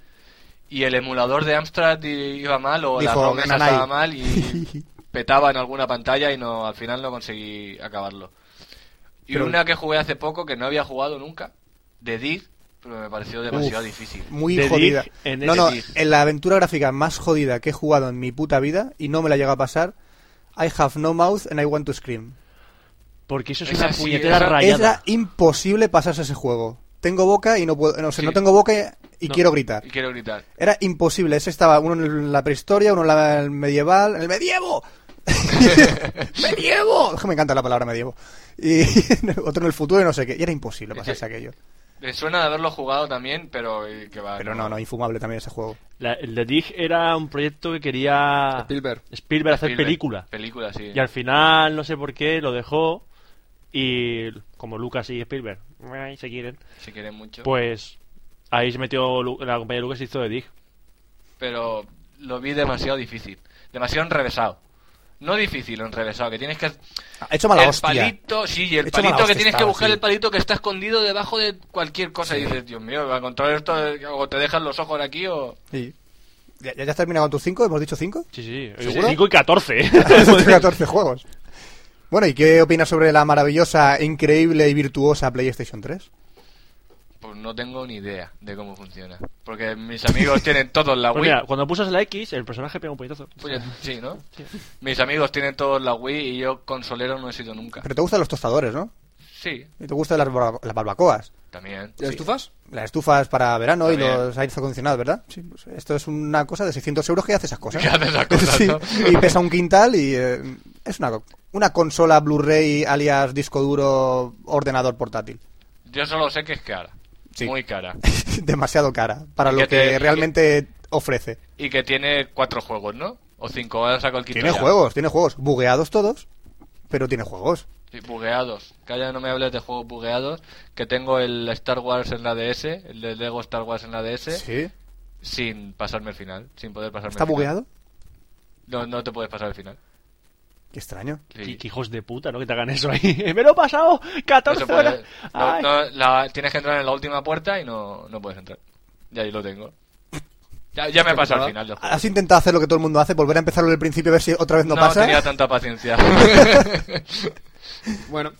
[SPEAKER 5] Y el emulador de Amstrad i- iba mal o
[SPEAKER 3] Dijo,
[SPEAKER 5] la ROM esa
[SPEAKER 3] "Nanay".
[SPEAKER 5] estaba mal y petaba en alguna pantalla y no al final no conseguí acabarlo. Y
[SPEAKER 3] Pero-
[SPEAKER 5] una que jugué hace poco que no había jugado nunca, de Dig, pero me pareció demasiado difícil.
[SPEAKER 3] Muy
[SPEAKER 2] The Dig
[SPEAKER 3] jodida.
[SPEAKER 2] en
[SPEAKER 3] No,
[SPEAKER 2] ese
[SPEAKER 3] no,
[SPEAKER 5] Dig.
[SPEAKER 3] en la aventura gráfica más jodida que he jugado en mi puta vida y no me la llega a pasar. I have no mouth and I want to scream.
[SPEAKER 2] Porque eso es
[SPEAKER 5] Esa
[SPEAKER 2] una
[SPEAKER 5] sí,
[SPEAKER 2] puñetera
[SPEAKER 5] esa-
[SPEAKER 2] rayada.
[SPEAKER 3] Era imposible pasarse ese juego. Tengo boca y no puedo. No, o sea,
[SPEAKER 5] Sí.
[SPEAKER 3] no tengo boca y
[SPEAKER 2] No.
[SPEAKER 3] quiero gritar.
[SPEAKER 5] Y quiero gritar.
[SPEAKER 3] Era imposible. Ese estaba uno en la prehistoria, uno en la- el medieval. ¡En el medievo! ¡Medievo! Es que me encanta la palabra medievo. Y otro en el futuro y no sé qué. Y era imposible pasarse aquello.
[SPEAKER 5] Me suena de haberlo jugado también, pero eh, que va.
[SPEAKER 3] Pero no, no, infumable también ese juego.
[SPEAKER 2] La- el de Dig era un proyecto que quería
[SPEAKER 4] Spielberg.
[SPEAKER 2] Spielberg hacer
[SPEAKER 5] Spielberg.
[SPEAKER 2] película.
[SPEAKER 5] Película, sí.
[SPEAKER 2] Y al final, no sé por qué, lo dejó. Y como Lucas y Spielberg ay, se quieren,
[SPEAKER 5] Si quieren mucho.
[SPEAKER 2] pues ahí se metió Lu- la compañía de Lucas y hizo de Dig.
[SPEAKER 5] pero lo vi demasiado difícil, demasiado enrevesado. No difícil, enrevesado, que tienes que...
[SPEAKER 3] Ah, He hecho mala
[SPEAKER 5] el
[SPEAKER 3] hostia.
[SPEAKER 5] palito, sí, y el
[SPEAKER 3] Hecho
[SPEAKER 5] palito
[SPEAKER 3] mala hostia
[SPEAKER 5] que tienes que
[SPEAKER 3] estaba,
[SPEAKER 5] buscar,
[SPEAKER 3] sí.
[SPEAKER 5] el palito que está escondido debajo de cualquier cosa. Y dices, Dios mío, a encontrar esto, o te dejan los ojos aquí o...
[SPEAKER 3] Sí. ¿Ya, ya has terminado con tus 5? ¿Hemos dicho 5?
[SPEAKER 2] Sí, sí, sí.
[SPEAKER 3] ¿Seguro?
[SPEAKER 2] 5 y 14. ¿eh?
[SPEAKER 3] Hemos hecho 14 juegos. Bueno, ¿y qué opinas sobre la maravillosa, increíble y virtuosa PlayStation 3?
[SPEAKER 5] Pues no tengo ni idea de cómo funciona. Porque mis amigos tienen todos la
[SPEAKER 2] Pues
[SPEAKER 5] Wii.
[SPEAKER 2] mira, cuando pusas la X, el personaje pega un puñetazo.
[SPEAKER 5] Pues ya- sí, ¿no? Mis amigos tienen todos la Wii y yo consolero no he sido nunca.
[SPEAKER 3] Pero te gustan los tostadores, ¿no?
[SPEAKER 5] Sí,
[SPEAKER 3] Y te gustan las, barba- las barbacoas.
[SPEAKER 5] también.
[SPEAKER 4] ¿Las estufas?
[SPEAKER 3] Las estufas para verano y
[SPEAKER 5] También.
[SPEAKER 3] los aires acondicionados, ¿verdad? Sí, pues esto es una cosa de 600 euros que hace esas cosas.
[SPEAKER 5] Que hace esas cosas,
[SPEAKER 3] Sí,
[SPEAKER 5] ¿no?
[SPEAKER 3] Y pesa un quintal y eh, es una, una consola Blu-ray alias disco duro ordenador portátil.
[SPEAKER 5] Yo solo sé que es cara.
[SPEAKER 3] Sí.
[SPEAKER 5] Muy cara.
[SPEAKER 3] Demasiado cara para lo
[SPEAKER 5] Que
[SPEAKER 3] que,
[SPEAKER 5] te- que-
[SPEAKER 3] realmente ofrece.
[SPEAKER 5] Y que tiene cuatro juegos, ¿no? O cinco, ahora saco el quinto.
[SPEAKER 3] Tiene
[SPEAKER 5] ya.
[SPEAKER 3] juegos, tiene juegos. Bugueados todos, pero tiene juegos.
[SPEAKER 5] Sí, Sí, bugueados. Calla, no me hables de juegos bugueados. Que tengo el Star Wars en la DS, el de Lego Star Wars en la DS,
[SPEAKER 3] Sí.
[SPEAKER 5] sin pasarme el final, sin poder pasarme
[SPEAKER 3] ¿Está
[SPEAKER 5] el final.
[SPEAKER 3] bugueado?
[SPEAKER 5] No, no te puedes pasar el final.
[SPEAKER 3] Qué extraño.
[SPEAKER 5] Sí.
[SPEAKER 2] Qué- qué hijos de puta, ¿no? Que te hagan eso ahí. Me lo he pasado 14
[SPEAKER 5] No se puede.
[SPEAKER 2] horas.
[SPEAKER 5] No,
[SPEAKER 2] Ay.
[SPEAKER 5] no, la- tienes que entrar en la última puerta y no, no puedes entrar. Y ahí lo tengo. Ya, ya me he pasado al final. del juego.
[SPEAKER 3] ¿Has intentado hacer lo que todo el mundo hace? ¿Volver a empezarlo del principio a ver si otra vez no,
[SPEAKER 5] no
[SPEAKER 3] pasa?
[SPEAKER 5] tenía tanta paciencia.
[SPEAKER 4] Bueno,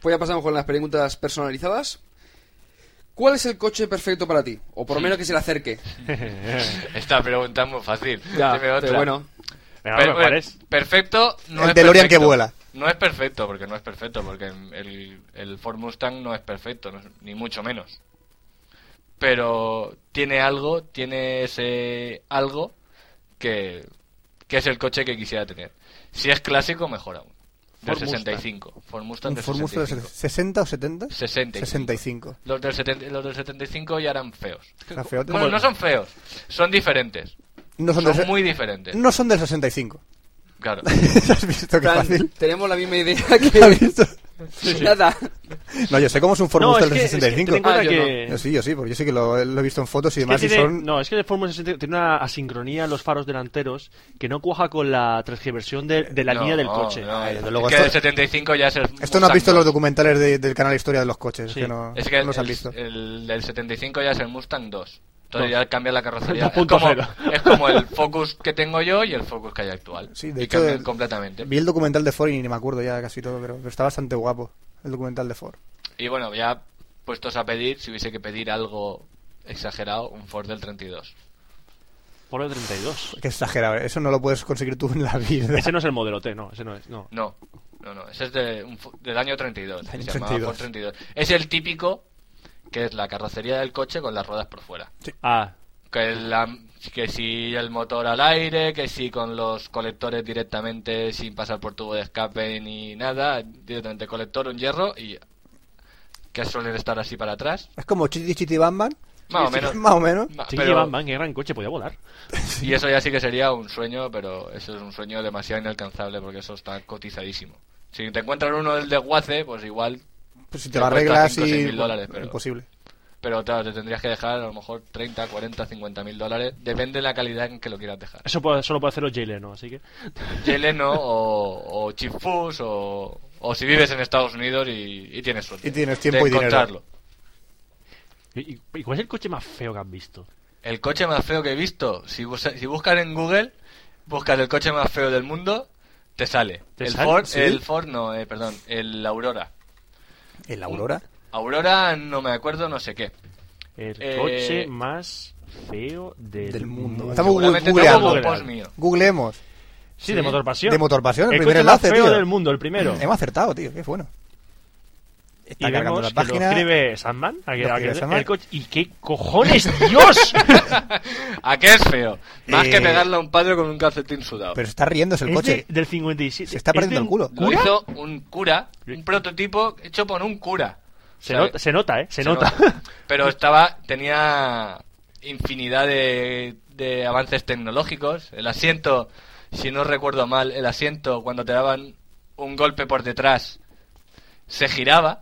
[SPEAKER 4] pues ya pasamos con las preguntas personalizadas. ¿Cuál es el coche perfecto para ti? O por lo menos que se le acerque.
[SPEAKER 5] Esta pregunta es muy fácil.
[SPEAKER 4] Ya,
[SPEAKER 5] Dime otra.
[SPEAKER 4] pero bueno.
[SPEAKER 2] Venga,
[SPEAKER 5] Per-
[SPEAKER 2] hombre, ¿cuál es?
[SPEAKER 5] eh, Perfecto no
[SPEAKER 3] El
[SPEAKER 5] es
[SPEAKER 3] DeLorean
[SPEAKER 5] perfecto.
[SPEAKER 3] que vuela.
[SPEAKER 5] No es perfecto, porque no es perfecto, porque el, el Ford Mustang no es perfecto, no es- ni mucho menos. Pero tiene algo, tiene ese algo que, que es el coche que quisiera tener. Si es clásico, mejor aún. Del
[SPEAKER 2] Ford Mustang.
[SPEAKER 5] 65. Ford Mustang
[SPEAKER 3] ¿Un
[SPEAKER 5] del
[SPEAKER 3] Ford Mustang
[SPEAKER 5] 65.
[SPEAKER 3] 60 o 70?
[SPEAKER 5] 65.
[SPEAKER 3] 65.
[SPEAKER 5] Los del, 70 los del 75 ya eran feos.
[SPEAKER 3] Están feotes.
[SPEAKER 5] Bueno, no son feos, son diferentes.
[SPEAKER 3] No son,
[SPEAKER 5] Son
[SPEAKER 3] del,
[SPEAKER 5] muy diferentes.
[SPEAKER 3] no son del 65.
[SPEAKER 5] Claro.
[SPEAKER 3] ¿Has visto qué
[SPEAKER 4] Fran,
[SPEAKER 3] fácil?
[SPEAKER 4] tenemos la misma idea
[SPEAKER 3] ¿Has
[SPEAKER 4] que
[SPEAKER 3] visto?
[SPEAKER 4] nada.
[SPEAKER 3] No, yo sé cómo es un Ford
[SPEAKER 2] No,
[SPEAKER 3] Mustang
[SPEAKER 2] es que,
[SPEAKER 3] del
[SPEAKER 2] es que ten en
[SPEAKER 3] 65.
[SPEAKER 2] cuenta
[SPEAKER 4] Ah, yo
[SPEAKER 2] que...
[SPEAKER 3] Yo sí, yo sí, porque yo sí que lo, lo he visto en fotos y
[SPEAKER 2] Es que
[SPEAKER 3] demás. y
[SPEAKER 2] tiene-
[SPEAKER 3] son...
[SPEAKER 2] No, es que el Fórmula 60 tiene una asincronía en los faros delanteros que no cuaja con la transgiversión de, de la
[SPEAKER 5] No,
[SPEAKER 2] línea del coche.
[SPEAKER 5] no,
[SPEAKER 3] Ay, desde
[SPEAKER 5] es
[SPEAKER 3] luego,
[SPEAKER 5] que
[SPEAKER 3] esto-
[SPEAKER 5] el 75 ya es el
[SPEAKER 3] Esto no has
[SPEAKER 5] Mustang
[SPEAKER 3] visto en los
[SPEAKER 5] 2.
[SPEAKER 3] documentales de- del canal Historia de los Coches.
[SPEAKER 2] Sí.
[SPEAKER 3] que no,
[SPEAKER 5] Es que
[SPEAKER 3] no los
[SPEAKER 5] el,
[SPEAKER 3] han visto.
[SPEAKER 5] el del 75 ya es el Mustang 2. Entonces
[SPEAKER 2] Dos.
[SPEAKER 5] ya cambia la carrocería.
[SPEAKER 2] Dos
[SPEAKER 5] Es
[SPEAKER 2] punto
[SPEAKER 5] como,
[SPEAKER 2] cero.
[SPEAKER 5] es como el Focus que tengo yo y el Focus que hay actual.
[SPEAKER 3] Sí, de
[SPEAKER 5] y
[SPEAKER 3] hecho,
[SPEAKER 5] cambian
[SPEAKER 3] el-
[SPEAKER 5] completamente.
[SPEAKER 3] Vi el documental de Ford y ni me acuerdo ya casi todo, pero, pero está bastante guapo el documental de Ford.
[SPEAKER 5] Y bueno, ya puestos a pedir, si hubiese que pedir algo exagerado, un Ford del 32.
[SPEAKER 2] Por el 32.
[SPEAKER 3] Qué exagerado, ¿eh? eso no lo puedes conseguir tú en la vida.
[SPEAKER 2] Ese no es el modelo T, no, ese no es. No.
[SPEAKER 5] No, no, no. Ese es de, un Fo- del año 32.
[SPEAKER 3] Del año
[SPEAKER 5] se llamaba Ford 32. Es el típico que es la carrocería del coche con las ruedas por fuera.
[SPEAKER 2] Ah,
[SPEAKER 5] que, la- que si el motor al aire, que si con los colectores directamente sin pasar por tubo de escape ni nada, directamente colector, un hierro y que suelen estar así para atrás,
[SPEAKER 3] Es como Chitty Chitty Bam Bam.
[SPEAKER 5] más o menos.
[SPEAKER 3] Más o menos.
[SPEAKER 5] Ma-
[SPEAKER 2] Chiqui
[SPEAKER 5] pero-
[SPEAKER 2] Van Van, qué gran coche, podía volar.
[SPEAKER 5] y eso ya sí que sería un sueño, pero eso es un sueño demasiado inalcanzable porque eso está cotizadísimo. Si te encuentran uno del desguace, pues igual,
[SPEAKER 3] Pues si te
[SPEAKER 5] Te
[SPEAKER 3] lo
[SPEAKER 5] cuesta
[SPEAKER 3] arreglas
[SPEAKER 5] cinco,
[SPEAKER 3] y... pues,
[SPEAKER 5] seis mil dólares, pero-
[SPEAKER 3] Imposible.
[SPEAKER 5] pero claro, te tendrías que dejar a lo mejor 30, 40, 50 mil dólares, depende de la calidad en que lo quieras dejar.
[SPEAKER 2] Eso puede- solo puede hacerlo Jay Leno, así que.
[SPEAKER 5] chileno o, o chifús o, o si vives en Estados Unidos y, y tienes suerte.
[SPEAKER 3] Y tienes tiempo y
[SPEAKER 5] de
[SPEAKER 3] dinero.
[SPEAKER 5] encontrarlo.
[SPEAKER 2] ¿Y, y cuál es el coche más feo que has visto?
[SPEAKER 5] El coche más feo que he visto, si, bus- si buscas en Google, buscas el coche más feo del mundo, te sale.
[SPEAKER 2] ¿Te
[SPEAKER 5] el,
[SPEAKER 2] sale?
[SPEAKER 5] Ford,
[SPEAKER 3] ¿Sí?
[SPEAKER 5] el Ford, no, eh, perdón, el Aurora.
[SPEAKER 3] ¿El
[SPEAKER 5] Mm,
[SPEAKER 3] Aurora?
[SPEAKER 5] Aurora, no me acuerdo, no sé qué.
[SPEAKER 2] El
[SPEAKER 5] Eh,
[SPEAKER 2] coche más feo del,
[SPEAKER 3] Del mundo.
[SPEAKER 2] mundo.
[SPEAKER 3] Estamos
[SPEAKER 5] Seguramente
[SPEAKER 3] googleando.
[SPEAKER 5] tengo un
[SPEAKER 2] Googleando.
[SPEAKER 5] post mío.
[SPEAKER 3] Googleemos.
[SPEAKER 2] Sí, de motor pasión.
[SPEAKER 3] De Motor Pasión, el
[SPEAKER 2] el
[SPEAKER 3] primer
[SPEAKER 2] coche
[SPEAKER 3] enlace,
[SPEAKER 2] más feo
[SPEAKER 3] tío.
[SPEAKER 2] del mundo, el primero.
[SPEAKER 3] Hemos acertado, tío. Qué bueno. Está
[SPEAKER 2] y
[SPEAKER 3] cargando
[SPEAKER 2] vemos
[SPEAKER 3] la
[SPEAKER 2] que lo
[SPEAKER 3] página.
[SPEAKER 2] escribe Sandman. a que-
[SPEAKER 3] Lo
[SPEAKER 2] a
[SPEAKER 3] escribe
[SPEAKER 2] que-
[SPEAKER 3] Sandman.
[SPEAKER 2] el coche- ¿Y qué cojones, Dios?
[SPEAKER 5] ¿A qué es feo? Más
[SPEAKER 3] Eh,
[SPEAKER 5] que pegarle a un padre con un calcetín sudado.
[SPEAKER 3] Pero está riéndose el
[SPEAKER 2] Es
[SPEAKER 3] coche.
[SPEAKER 2] de- del 57.
[SPEAKER 3] Se está
[SPEAKER 2] ¿Es
[SPEAKER 3] partiendo
[SPEAKER 2] de
[SPEAKER 3] el
[SPEAKER 2] un
[SPEAKER 3] culo.
[SPEAKER 5] Lo
[SPEAKER 2] cura?
[SPEAKER 5] hizo un cura, un prototipo hecho por un cura.
[SPEAKER 2] Se,
[SPEAKER 5] ¿Sabe?
[SPEAKER 2] nota, se nota, ¿eh? Se,
[SPEAKER 5] Se
[SPEAKER 2] nota.
[SPEAKER 5] nota. Pero estaba, tenía infinidad de, de avances tecnológicos. El asiento, si no recuerdo mal, el asiento cuando te daban un golpe por detrás se giraba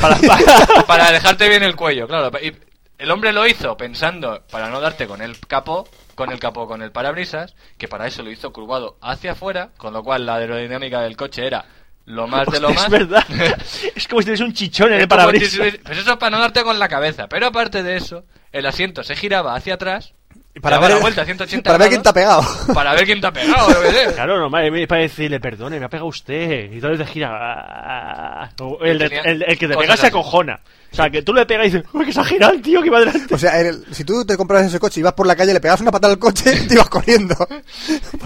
[SPEAKER 2] Para- para-
[SPEAKER 5] para dejarte bien el cuello, claro. Y el hombre lo hizo pensando para no darte con el capó, con el capó, con el parabrisas, que para eso lo hizo curvado hacia afuera, con lo cual la aerodinámica del coche era lo más de lo
[SPEAKER 2] Hostia,
[SPEAKER 5] más.
[SPEAKER 2] Es verdad. es como si tienes un chichón eh, en el
[SPEAKER 5] Es como
[SPEAKER 2] parabrisas.
[SPEAKER 5] si- Pues eso es para no darte con la cabeza. Pero aparte de eso, el asiento se giraba hacia atrás.
[SPEAKER 3] Para
[SPEAKER 5] daba
[SPEAKER 3] ver,
[SPEAKER 5] la vuelta a 180
[SPEAKER 3] para ver quién te ha
[SPEAKER 5] grados,
[SPEAKER 3] pegado.
[SPEAKER 5] Para ver quién te ha pegado. yo qué sé.
[SPEAKER 2] Claro, normal, es para decirle, perdone, me ha pegado usted. Y entonces te gira. ah, ah, ah. O El, de-
[SPEAKER 5] Tenía
[SPEAKER 2] el- el que te
[SPEAKER 5] cosas
[SPEAKER 2] pega se
[SPEAKER 5] así.
[SPEAKER 2] acojona. O sea, que tú le pegas y dices, "Uy, que se ha girado el tío que va delante!
[SPEAKER 3] O sea, el- si tú te compras ese coche y vas por la calle, le pegas una patada al coche y te ibas corriendo.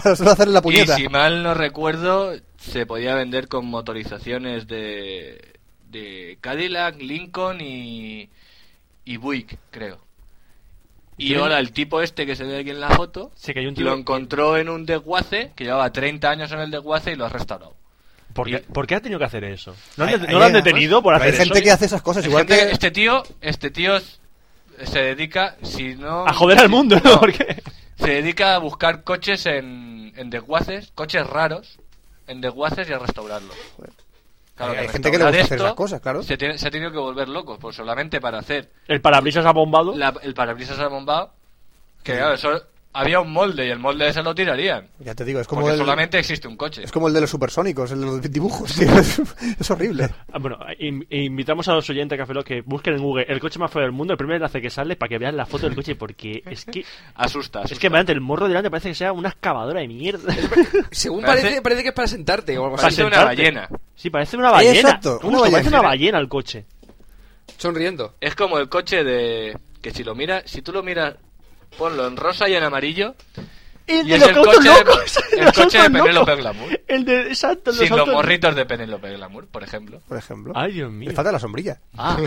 [SPEAKER 3] Para solo hacerle la
[SPEAKER 5] Y
[SPEAKER 3] puñeta.
[SPEAKER 5] si mal no recuerdo, se podía vender con motorizaciones de, de Cadillac, Lincoln y, y Buick, creo. Y ahora el tipo este que se ve aquí en la foto
[SPEAKER 2] Sí, que hay un tío-
[SPEAKER 5] lo encontró en un desguace que llevaba 30 años en el desguace y lo ha restaurado.
[SPEAKER 2] ¿Por qué,
[SPEAKER 5] Y-
[SPEAKER 2] por qué ha tenido que hacer eso? ¿No, han
[SPEAKER 3] Hay-
[SPEAKER 2] det-
[SPEAKER 3] hay-
[SPEAKER 2] no lo han
[SPEAKER 3] hay-
[SPEAKER 2] detenido por
[SPEAKER 3] pero
[SPEAKER 2] hacer
[SPEAKER 3] Hay gente
[SPEAKER 2] eso?
[SPEAKER 3] que hace esas cosas.
[SPEAKER 5] Es
[SPEAKER 3] Igual
[SPEAKER 5] gente-
[SPEAKER 3] que.
[SPEAKER 5] Este tío, este tío es- se dedica, si no...
[SPEAKER 2] A joder al mundo, ¿no?
[SPEAKER 5] No.
[SPEAKER 2] Porque
[SPEAKER 5] Se dedica a buscar coches en, en desguaces, coches raros, en desguaces y a restaurarlos. Claro,
[SPEAKER 3] Hay
[SPEAKER 5] que
[SPEAKER 3] gente que le
[SPEAKER 5] restaurar
[SPEAKER 3] gusta hacer
[SPEAKER 5] esto
[SPEAKER 3] esas cosas, claro.
[SPEAKER 5] Se, tiene- se ha tenido que volver loco, pues solamente para hacer
[SPEAKER 2] El parabrisas ha bombado.
[SPEAKER 5] la- el parabrisas al bombado. Que claro, eso había un molde y el molde ese lo tirarían.
[SPEAKER 3] Ya te digo, es como
[SPEAKER 5] Porque
[SPEAKER 3] el,
[SPEAKER 5] solamente existe un coche.
[SPEAKER 3] es como el de los supersónicos, el de los dibujos, tío. Es, es horrible.
[SPEAKER 2] Ah, Bueno, in- invitamos a los oyentes de Café Lock que busquen en Google el coche más feo del mundo, el primer enlace que sale para que vean la foto del coche, porque es que
[SPEAKER 5] Asusta,
[SPEAKER 2] es
[SPEAKER 5] asusta.
[SPEAKER 2] que delante el morro delante parece que sea una excavadora de mierda.
[SPEAKER 4] Según
[SPEAKER 5] Parece-
[SPEAKER 4] parece, parece que es para sentarte o algo así.
[SPEAKER 5] Parece una
[SPEAKER 2] sentarte.
[SPEAKER 5] ballena.
[SPEAKER 2] Sí, parece una ballena.
[SPEAKER 3] Exacto, una
[SPEAKER 2] Justo, parece
[SPEAKER 3] ballena.
[SPEAKER 2] una ballena el coche.
[SPEAKER 4] Sonriendo.
[SPEAKER 5] Es como el coche de. Que si lo miras, si tú lo miras, ponlo en rosa y en amarillo.
[SPEAKER 2] El
[SPEAKER 5] Y
[SPEAKER 2] de
[SPEAKER 5] es
[SPEAKER 2] los
[SPEAKER 5] el
[SPEAKER 2] autos
[SPEAKER 5] coche de-
[SPEAKER 2] locos.
[SPEAKER 5] el
[SPEAKER 2] los
[SPEAKER 5] coche de
[SPEAKER 2] autos
[SPEAKER 5] Penélope
[SPEAKER 2] locos.
[SPEAKER 5] Glamour.
[SPEAKER 2] El de exacto, el de
[SPEAKER 5] sin
[SPEAKER 2] los
[SPEAKER 5] los
[SPEAKER 2] autos-
[SPEAKER 5] morritos de Penélope Glamour, por ejemplo.
[SPEAKER 3] Por ejemplo.
[SPEAKER 2] Ay, Dios mío.
[SPEAKER 3] Le falta la sombrilla.
[SPEAKER 2] Ah,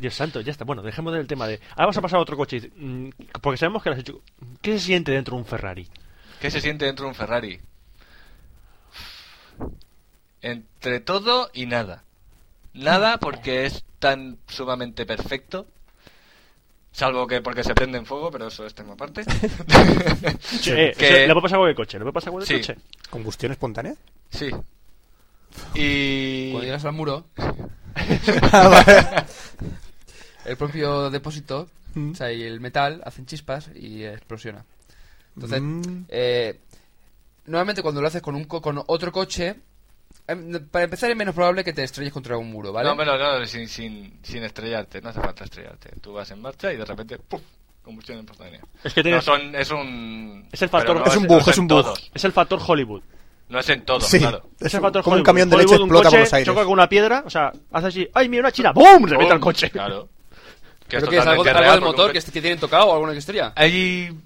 [SPEAKER 2] Dios santo, ya está. Bueno, dejemos del tema de. Ahora vamos a pasar a otro coche. Mm, Porque sabemos que lo has hecho. ¿Qué se siente dentro de un Ferrari?
[SPEAKER 5] ¿Qué se siente dentro de un Ferrari? Entre todo y nada. Nada porque es tan sumamente perfecto. Salvo que porque se prende en fuego, pero eso es tema aparte.
[SPEAKER 2] Eh,
[SPEAKER 5] Que-
[SPEAKER 2] eso Le puede pasar con el coche. Le puede pasar con el
[SPEAKER 5] Sí.
[SPEAKER 2] coche.
[SPEAKER 3] ¿Combustión espontánea?
[SPEAKER 5] Sí. Y.
[SPEAKER 4] Cuando llegas al muro, Ah, el propio depósito,
[SPEAKER 3] Mm.
[SPEAKER 4] o sea, y el metal hacen chispas y explosiona. Entonces,
[SPEAKER 3] Mm.
[SPEAKER 4] eh, normalmente cuando lo haces con, un co- con otro coche, em, para empezar es menos probable que te estrelles contra un muro, ¿vale?
[SPEAKER 5] No, pero no, sin, sin, sin estrellarte, no hace falta estrellarte. Tú vas en marcha y de repente, ¡puf! Combustión espontánea.
[SPEAKER 2] Es que tienes-
[SPEAKER 5] No son, es un.
[SPEAKER 2] Es el factor-
[SPEAKER 5] pero
[SPEAKER 2] es un
[SPEAKER 5] no
[SPEAKER 3] bug,
[SPEAKER 5] no
[SPEAKER 3] es un
[SPEAKER 5] en
[SPEAKER 3] bug.
[SPEAKER 5] todos.
[SPEAKER 2] Es el factor Hollywood.
[SPEAKER 5] No es en todo,
[SPEAKER 3] Sí,
[SPEAKER 5] claro.
[SPEAKER 3] es
[SPEAKER 2] Ese
[SPEAKER 3] un-
[SPEAKER 2] factor
[SPEAKER 3] como un
[SPEAKER 2] Hollywood.
[SPEAKER 3] camión de leche
[SPEAKER 2] Hollywood, un
[SPEAKER 3] explota por
[SPEAKER 2] coche
[SPEAKER 3] los aires.
[SPEAKER 2] Choca con una piedra, o sea, hace así. ¡Ay, mira, una china! ¡Boom! Revienta el
[SPEAKER 5] Pum,
[SPEAKER 2] coche.
[SPEAKER 5] Claro. Que
[SPEAKER 4] Creo que es algo,
[SPEAKER 5] totalmente
[SPEAKER 4] algo
[SPEAKER 5] real,
[SPEAKER 4] del
[SPEAKER 5] porque
[SPEAKER 4] motor
[SPEAKER 5] un
[SPEAKER 4] que,
[SPEAKER 5] coche-
[SPEAKER 4] est- que tienen tocado o alguna que estrella.
[SPEAKER 5] Ahí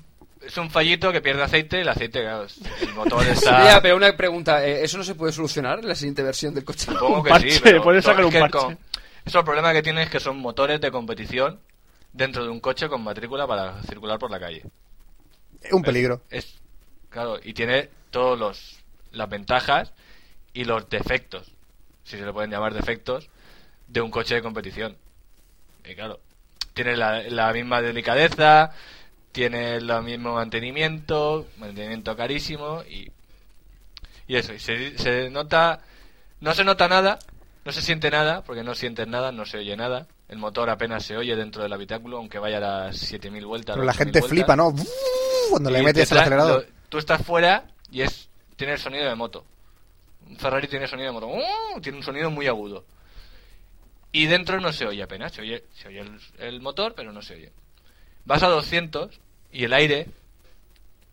[SPEAKER 5] es un fallito que pierde aceite, el aceite, claro, el motor
[SPEAKER 4] Ya,
[SPEAKER 5] está...
[SPEAKER 4] pero una pregunta, ¿eh, ¿eso no se puede solucionar en la siguiente versión del coche?
[SPEAKER 5] Supongo que
[SPEAKER 2] parche,
[SPEAKER 5] sí, pero...
[SPEAKER 2] puedes sacar
[SPEAKER 5] es
[SPEAKER 2] un
[SPEAKER 5] que
[SPEAKER 2] parche.
[SPEAKER 5] con- Eso el problema que tiene es que son motores de competición dentro de un coche con matrícula para circular por la calle.
[SPEAKER 3] Un peligro.
[SPEAKER 5] Es, claro, y tiene todos los las ventajas y los defectos, si se le pueden llamar defectos, de un coche de competición. Y claro, tiene la, la misma delicadeza, tiene el mismo mantenimiento, mantenimiento carísimo y, y eso. Y se, se nota, no se nota nada, no se siente nada, porque no sientes nada, no se oye nada. El motor apenas se oye dentro del habitáculo, aunque vaya a las 7000 vueltas.
[SPEAKER 3] Pero la
[SPEAKER 5] 8000
[SPEAKER 3] gente
[SPEAKER 5] vueltas.
[SPEAKER 3] flipa, ¿no? Cuando le
[SPEAKER 5] Y
[SPEAKER 3] metes
[SPEAKER 5] te
[SPEAKER 3] el
[SPEAKER 5] tra-
[SPEAKER 3] acelerador.
[SPEAKER 5] lo- tú estás fuera y es tiene el sonido de moto. Un Ferrari tiene sonido de moto. ¡Uh! Tiene un sonido muy agudo. Y dentro no se oye apenas. Se oye, se oye el, el motor, pero no se oye. Vas a 200 y el aire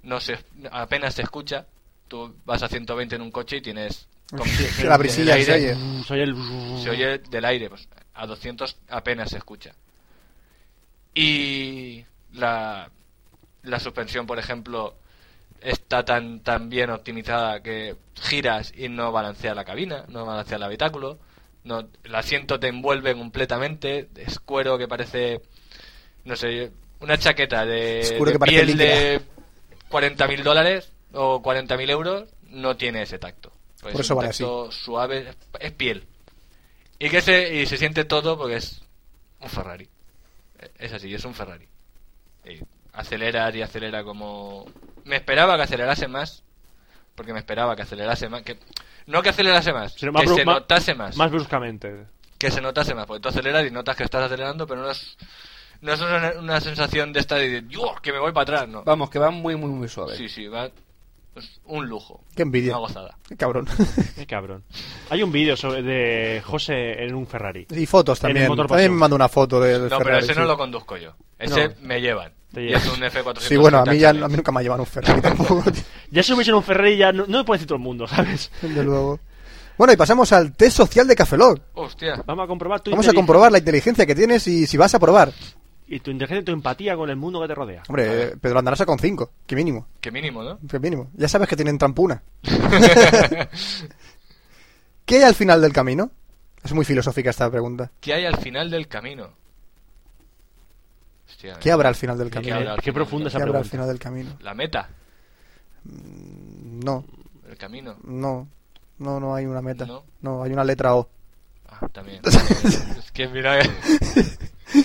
[SPEAKER 5] no se, apenas se escucha. Tú vas a 120 en un coche y tienes...
[SPEAKER 3] La brisilla que se
[SPEAKER 5] aire-
[SPEAKER 3] oye.
[SPEAKER 2] Mm, Soy el.
[SPEAKER 5] se oye del aire, pues a 200 apenas se escucha. Y la, la suspensión, por ejemplo, está tan, tan bien optimizada que giras y no balancea la cabina, no balancea el habitáculo, no, el asiento te envuelve completamente, es cuero que parece, no sé, una chaqueta
[SPEAKER 3] Es
[SPEAKER 5] de,
[SPEAKER 3] cuero
[SPEAKER 5] de
[SPEAKER 3] que parece
[SPEAKER 5] piel de 40.000 dólares o 40.000 euros, no tiene ese tacto. Pues
[SPEAKER 3] Por
[SPEAKER 5] es
[SPEAKER 3] eso
[SPEAKER 5] un
[SPEAKER 3] vale
[SPEAKER 5] tacto suave, es- es piel. Y que se, y se siente todo porque es un Ferrari. Eh, Es así, es un Ferrari. Y acelera y acelera como... Me esperaba que acelerase más. Porque me esperaba que acelerase más. Que... No que acelerase más,
[SPEAKER 2] Sino
[SPEAKER 5] que
[SPEAKER 2] bru-
[SPEAKER 5] se notase más.
[SPEAKER 2] Más bruscamente.
[SPEAKER 5] Que se notase más. Porque tú aceleras y notas que estás acelerando, pero no es, no es una, una sensación de esta de... "Dios, que me voy para atrás! No.
[SPEAKER 4] Vamos, que va muy, muy, muy suave.
[SPEAKER 5] Sí, sí, va... Es un lujo.
[SPEAKER 3] Qué envidia.
[SPEAKER 5] Una gozada.
[SPEAKER 3] Qué cabrón.
[SPEAKER 2] Qué cabrón. Hay un vídeo sobre de José en un Ferrari.
[SPEAKER 3] y fotos
[SPEAKER 2] En el
[SPEAKER 3] también.
[SPEAKER 2] motor
[SPEAKER 3] También
[SPEAKER 2] pasión.
[SPEAKER 3] me manda una foto del
[SPEAKER 5] No, pero
[SPEAKER 3] Ferrari,
[SPEAKER 5] ese
[SPEAKER 3] sí.
[SPEAKER 5] no lo conduzco yo. Ese
[SPEAKER 2] No.
[SPEAKER 5] me llevan.
[SPEAKER 2] Te
[SPEAKER 5] Y
[SPEAKER 2] llevan.
[SPEAKER 5] es un F400.
[SPEAKER 3] Sí, bueno, a mí, ya, a mí nunca me ha llevado un Ferrari tampoco, tío,
[SPEAKER 2] Ya subís en un Ferrari, ya no, no lo puede decir todo el mundo, ¿sabes?
[SPEAKER 3] desde luego. Bueno, y pasamos al test social de Cafelog.
[SPEAKER 5] Hostia.
[SPEAKER 2] Vamos a comprobar tu
[SPEAKER 3] Vamos a
[SPEAKER 2] inteligencia-
[SPEAKER 3] comprobar la inteligencia que tienes y si vas a probar.
[SPEAKER 2] Y tu inteligencia y tu empatía con el mundo que te rodea.
[SPEAKER 3] Hombre, eh, Pedro Andarasa con 5. Qué mínimo,
[SPEAKER 5] Qué mínimo, ¿no?
[SPEAKER 3] qué mínimo. Ya sabes que tienen trampuna. ¿Qué hay al final del camino? Es muy filosófica esta pregunta.
[SPEAKER 5] ¿Qué hay al final del camino? Hostia,
[SPEAKER 3] ¿Qué habrá al final del
[SPEAKER 5] ¿Qué
[SPEAKER 2] Qué,
[SPEAKER 3] camino?
[SPEAKER 5] habrá al
[SPEAKER 2] qué
[SPEAKER 5] final
[SPEAKER 2] profunda
[SPEAKER 5] de-
[SPEAKER 2] esa
[SPEAKER 3] ¿Qué habrá al
[SPEAKER 2] pregunta.
[SPEAKER 3] final del camino?
[SPEAKER 5] La meta,
[SPEAKER 3] No,
[SPEAKER 5] el camino.
[SPEAKER 3] no. No, no hay una meta.
[SPEAKER 5] No.
[SPEAKER 3] No, hay una letra O.
[SPEAKER 5] Ah, también. es que mira.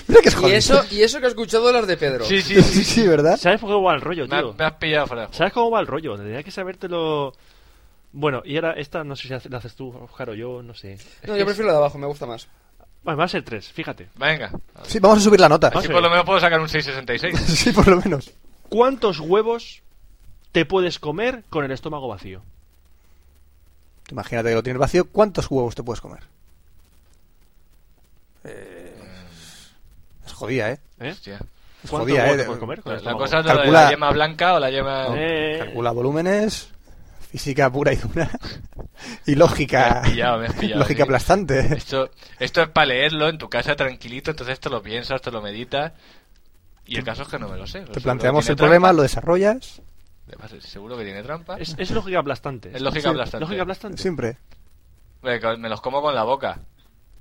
[SPEAKER 3] Mira que es
[SPEAKER 4] Y
[SPEAKER 3] jodido.
[SPEAKER 4] eso, y eso que has escuchado las de Pedro.
[SPEAKER 5] Sí, sí,
[SPEAKER 3] Sí,
[SPEAKER 5] sí.
[SPEAKER 3] sí, ¿verdad?
[SPEAKER 2] ¿Sabes por qué va el rollo,
[SPEAKER 5] Me, ha-
[SPEAKER 2] tío?
[SPEAKER 5] me has pillado fuera. de juego.
[SPEAKER 2] ¿Sabes cómo va el rollo? Tendría que sabértelo Bueno, y ahora esta no sé si hace- la haces tú, Oscar, o yo, no sé. Es
[SPEAKER 4] No,
[SPEAKER 2] que
[SPEAKER 4] yo prefiero la de abajo, me gusta más.
[SPEAKER 2] es- Bueno, va a ser tres, fíjate.
[SPEAKER 5] Venga.
[SPEAKER 3] Sí, vamos a subir la nota.
[SPEAKER 5] Así
[SPEAKER 2] Ah, sí.
[SPEAKER 5] por lo menos puedo sacar un 666.
[SPEAKER 3] Sí, por lo menos.
[SPEAKER 2] ¿Cuántos huevos te puedes comer con el estómago vacío?
[SPEAKER 3] Imagínate que lo tienes vacío, ¿cuántos huevos te puedes comer? Eh, es jodida, ¿eh?
[SPEAKER 2] ¿Eh?
[SPEAKER 5] Hostia.
[SPEAKER 2] ¿Cuántos
[SPEAKER 3] jodida,
[SPEAKER 2] huevos
[SPEAKER 3] eh,
[SPEAKER 2] te puedes comer con el
[SPEAKER 5] La
[SPEAKER 2] estómago
[SPEAKER 5] cosa de
[SPEAKER 2] vacío?
[SPEAKER 5] la, de
[SPEAKER 3] Calcula-
[SPEAKER 5] la yema blanca o la yema...
[SPEAKER 2] Eh,
[SPEAKER 3] Calcula volúmenes, física pura y dura y lógica.
[SPEAKER 5] Me has pillado, me has pillado,
[SPEAKER 3] lógica
[SPEAKER 5] sí.
[SPEAKER 3] aplastante.
[SPEAKER 5] Esto, esto es para leerlo en tu casa tranquilito, entonces te lo piensas, te lo meditas. Y el caso es que no me lo sé.
[SPEAKER 3] Te
[SPEAKER 5] Seguro
[SPEAKER 3] planteamos
[SPEAKER 5] que
[SPEAKER 3] el
[SPEAKER 5] tiene
[SPEAKER 3] problema, lo
[SPEAKER 5] trampa.
[SPEAKER 3] desarrollas,
[SPEAKER 5] Además, seguro que tiene trampa.
[SPEAKER 2] es, es lógica aplastante.
[SPEAKER 5] Es lógica
[SPEAKER 2] Sí,
[SPEAKER 5] aplastante.
[SPEAKER 2] Lógica aplastante.
[SPEAKER 3] siempre.
[SPEAKER 5] Venga, Me los como con la boca.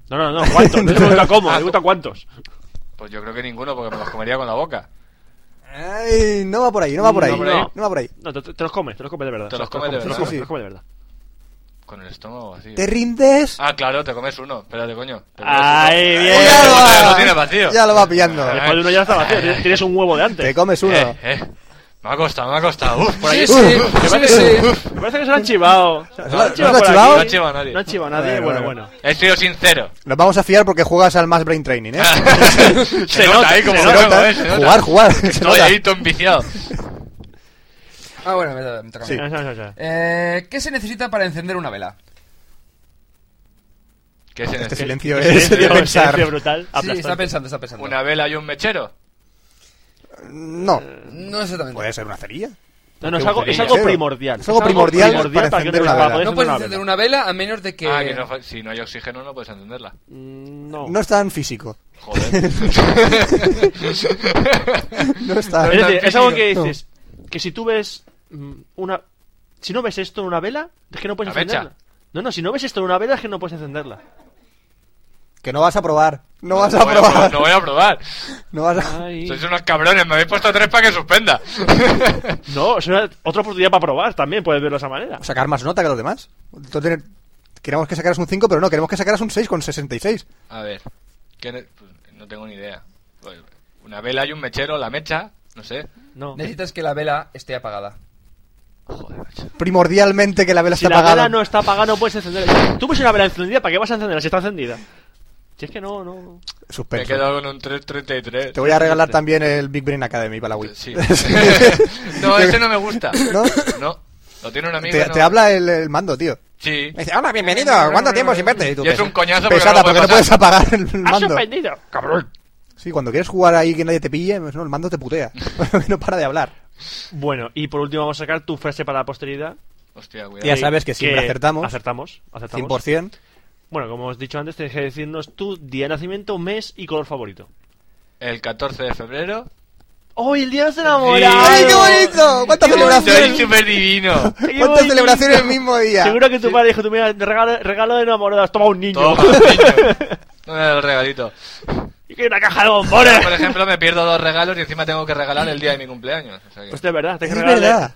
[SPEAKER 2] No, no, no, ¿cuántos? No te pregunta cómo,
[SPEAKER 5] Ah,
[SPEAKER 2] te pregunta cuántos.
[SPEAKER 5] Pues yo creo que ninguno, porque me los comería con la boca.
[SPEAKER 3] Ay, no va por ahí, no va por
[SPEAKER 5] No
[SPEAKER 3] ahí,
[SPEAKER 5] por ahí.
[SPEAKER 3] no va por ahí.
[SPEAKER 2] No, te, te los comes, te los comes de verdad.
[SPEAKER 5] Te
[SPEAKER 2] O sea,
[SPEAKER 5] los comes de
[SPEAKER 2] te
[SPEAKER 3] verdad. Sí, sí,
[SPEAKER 2] Te
[SPEAKER 3] sí.
[SPEAKER 2] los comes de verdad.
[SPEAKER 5] Con el estómago vacío.
[SPEAKER 3] ¿Te rindes?
[SPEAKER 5] Ah, claro, te comes uno. Espérate, coño. Te comes
[SPEAKER 2] ¡Ay,
[SPEAKER 5] uno.
[SPEAKER 2] bien!
[SPEAKER 5] Eh,
[SPEAKER 3] Ya
[SPEAKER 5] eh,
[SPEAKER 3] va.
[SPEAKER 5] lo tienes vacío.
[SPEAKER 3] ah,
[SPEAKER 5] Ah,
[SPEAKER 3] Ya lo va pillando.
[SPEAKER 2] Después de uno ya está vacío, tienes- tienes un huevo de
[SPEAKER 3] Te
[SPEAKER 2] antes.
[SPEAKER 3] comes uno.
[SPEAKER 5] Eh, eh. Me ha costado, me ha costado. Uf, por ahí.
[SPEAKER 4] Sí, sí, sí, sí.
[SPEAKER 2] Me parece que se lo han chivado. Se
[SPEAKER 3] lo-
[SPEAKER 2] lo han
[SPEAKER 3] no
[SPEAKER 2] chivado
[SPEAKER 3] lo ha
[SPEAKER 2] por aquí.
[SPEAKER 3] chivado?
[SPEAKER 5] No ha chivado nadie.
[SPEAKER 2] No ha chivado nadie,
[SPEAKER 3] Bueno,
[SPEAKER 2] bueno,
[SPEAKER 3] bueno.
[SPEAKER 2] bueno.
[SPEAKER 5] He sido sincero.
[SPEAKER 3] Nos vamos a fiar porque juegas al más brain training, ¿eh?
[SPEAKER 5] Ah, se, nota, ahí como
[SPEAKER 2] se
[SPEAKER 5] se
[SPEAKER 2] nota,
[SPEAKER 5] nota,
[SPEAKER 3] ¿eh?
[SPEAKER 5] eh, se nota.
[SPEAKER 3] Jugar, jugar, se
[SPEAKER 5] Estoy
[SPEAKER 3] nota.
[SPEAKER 5] ahí todo enviciado.
[SPEAKER 4] Ah, bueno, me da- me toca.
[SPEAKER 3] Sí.
[SPEAKER 2] Eso, eso, eso.
[SPEAKER 4] Eh, ¿Qué se necesita para encender una vela?
[SPEAKER 5] ¿Qué es en
[SPEAKER 3] Este
[SPEAKER 5] este?
[SPEAKER 3] silencio
[SPEAKER 2] Sí,
[SPEAKER 3] es de
[SPEAKER 2] sí,
[SPEAKER 3] pensar.
[SPEAKER 2] sí, brutal.
[SPEAKER 4] Sí, está
[SPEAKER 2] aplastante.
[SPEAKER 4] pensando, está pensando.
[SPEAKER 5] ¿Una vela y un mechero?
[SPEAKER 3] No,
[SPEAKER 4] No exactamente.
[SPEAKER 3] puede ser una cerilla.
[SPEAKER 2] No, no, es algo, es algo
[SPEAKER 3] Cero.
[SPEAKER 2] primordial.
[SPEAKER 3] Es algo primordial para encender
[SPEAKER 2] que-
[SPEAKER 3] una vela.
[SPEAKER 2] poder
[SPEAKER 4] no puedes
[SPEAKER 2] vela.
[SPEAKER 4] encender una vela a menos de que...
[SPEAKER 5] Ah, que no fa- si no hay oxígeno no puedes encenderla.
[SPEAKER 2] Mm, No.
[SPEAKER 3] No es tan físico.
[SPEAKER 5] Joder.
[SPEAKER 3] No es tan...
[SPEAKER 2] Es decir, es algo que
[SPEAKER 3] No.
[SPEAKER 2] dices que si tú ves mm, una. Si no ves esto en una vela, es que no puedes
[SPEAKER 5] La mecha.
[SPEAKER 2] encenderla. No, no, si no ves esto en una vela, es que no puedes encenderla.
[SPEAKER 3] Que no vas a probar. No vas a
[SPEAKER 5] No voy a probar,
[SPEAKER 3] probar.
[SPEAKER 5] no voy a probar.
[SPEAKER 3] No vas a...
[SPEAKER 2] Ay.
[SPEAKER 5] Sois unos cabrones, me habéis puesto tres para que suspenda.
[SPEAKER 2] No, es una- otra oportunidad para probar también, puedes verlo de esa manera.
[SPEAKER 3] Sacar más nota que los demás. Entonces, queremos que sacaras un 5, pero no, queremos que sacaras un 6 con 66.
[SPEAKER 5] A ver, ¿qué ne- pues, no tengo ni idea. Pues, Una vela y un mechero, la mecha, no sé.
[SPEAKER 2] No.
[SPEAKER 4] Necesitas que la vela esté apagada.
[SPEAKER 5] Joder, macho.
[SPEAKER 3] Primordialmente que la vela
[SPEAKER 2] Si
[SPEAKER 3] está
[SPEAKER 2] la
[SPEAKER 3] apagada.
[SPEAKER 2] vela no está apagada, no puedes encenderla. Tú ves una vela encendida, ¿para qué vas a encenderla si está encendida? Si es que no, no.
[SPEAKER 5] Me he
[SPEAKER 3] Suspenso.
[SPEAKER 5] quedado con un 333.
[SPEAKER 3] Te voy a regalar también el Big Brain Academy para la Wii.
[SPEAKER 5] Sí. no, ese no me gusta.
[SPEAKER 3] ¿No?
[SPEAKER 5] No, lo tiene un amigo.
[SPEAKER 3] Te,
[SPEAKER 5] y no-
[SPEAKER 3] te habla el, el mando, tío.
[SPEAKER 5] Sí.
[SPEAKER 3] Me dice, hola, bienvenido. ¿Cuánto tiempo sin verte? tú,
[SPEAKER 5] Y es
[SPEAKER 3] pesa-
[SPEAKER 5] un coñazo porque
[SPEAKER 3] pesada,
[SPEAKER 5] no lo
[SPEAKER 3] porque no
[SPEAKER 5] puedes
[SPEAKER 3] puedes apagar el
[SPEAKER 2] ¡Has
[SPEAKER 3] mando.
[SPEAKER 2] suspendido! ¡Cabrón!
[SPEAKER 3] Sí, cuando quieres jugar ahí que nadie te pille, pues no, el mando te putea. no para de hablar.
[SPEAKER 2] Bueno, y por último vamos a sacar tu frase para la posteridad. eh,
[SPEAKER 5] Hostia, cuidado.
[SPEAKER 3] Ya sabes que siempre acertamos.
[SPEAKER 2] Acertamos, acertamos.
[SPEAKER 3] 100%.
[SPEAKER 2] Bueno, como os he dicho antes, tenéis que decirnos tu día de nacimiento, mes y color favorito.
[SPEAKER 5] El 14 de febrero.
[SPEAKER 2] ¡Oh, el día de los
[SPEAKER 5] Sí.
[SPEAKER 2] enamorados!
[SPEAKER 5] ¡Ay, qué
[SPEAKER 3] ¡Cuántas
[SPEAKER 5] Soy súper divino.
[SPEAKER 2] Qué
[SPEAKER 3] ¿Cuántas
[SPEAKER 2] bonito!
[SPEAKER 3] celebraciones el mismo día?
[SPEAKER 2] Seguro que tu padre dijo, tú mira, te regalo, regalo de enamorados, toma un niño.
[SPEAKER 5] Toma, niño. No me da el regalito.
[SPEAKER 2] y que una caja de
[SPEAKER 5] Yo,
[SPEAKER 2] bombones.
[SPEAKER 5] por ejemplo, me pierdo dos regalos y encima tengo que regalar el día de mi cumpleaños. O sea
[SPEAKER 2] Hostia,
[SPEAKER 5] que-
[SPEAKER 2] Pues es verdad, te
[SPEAKER 3] Es
[SPEAKER 2] que regalarle-
[SPEAKER 3] verdad.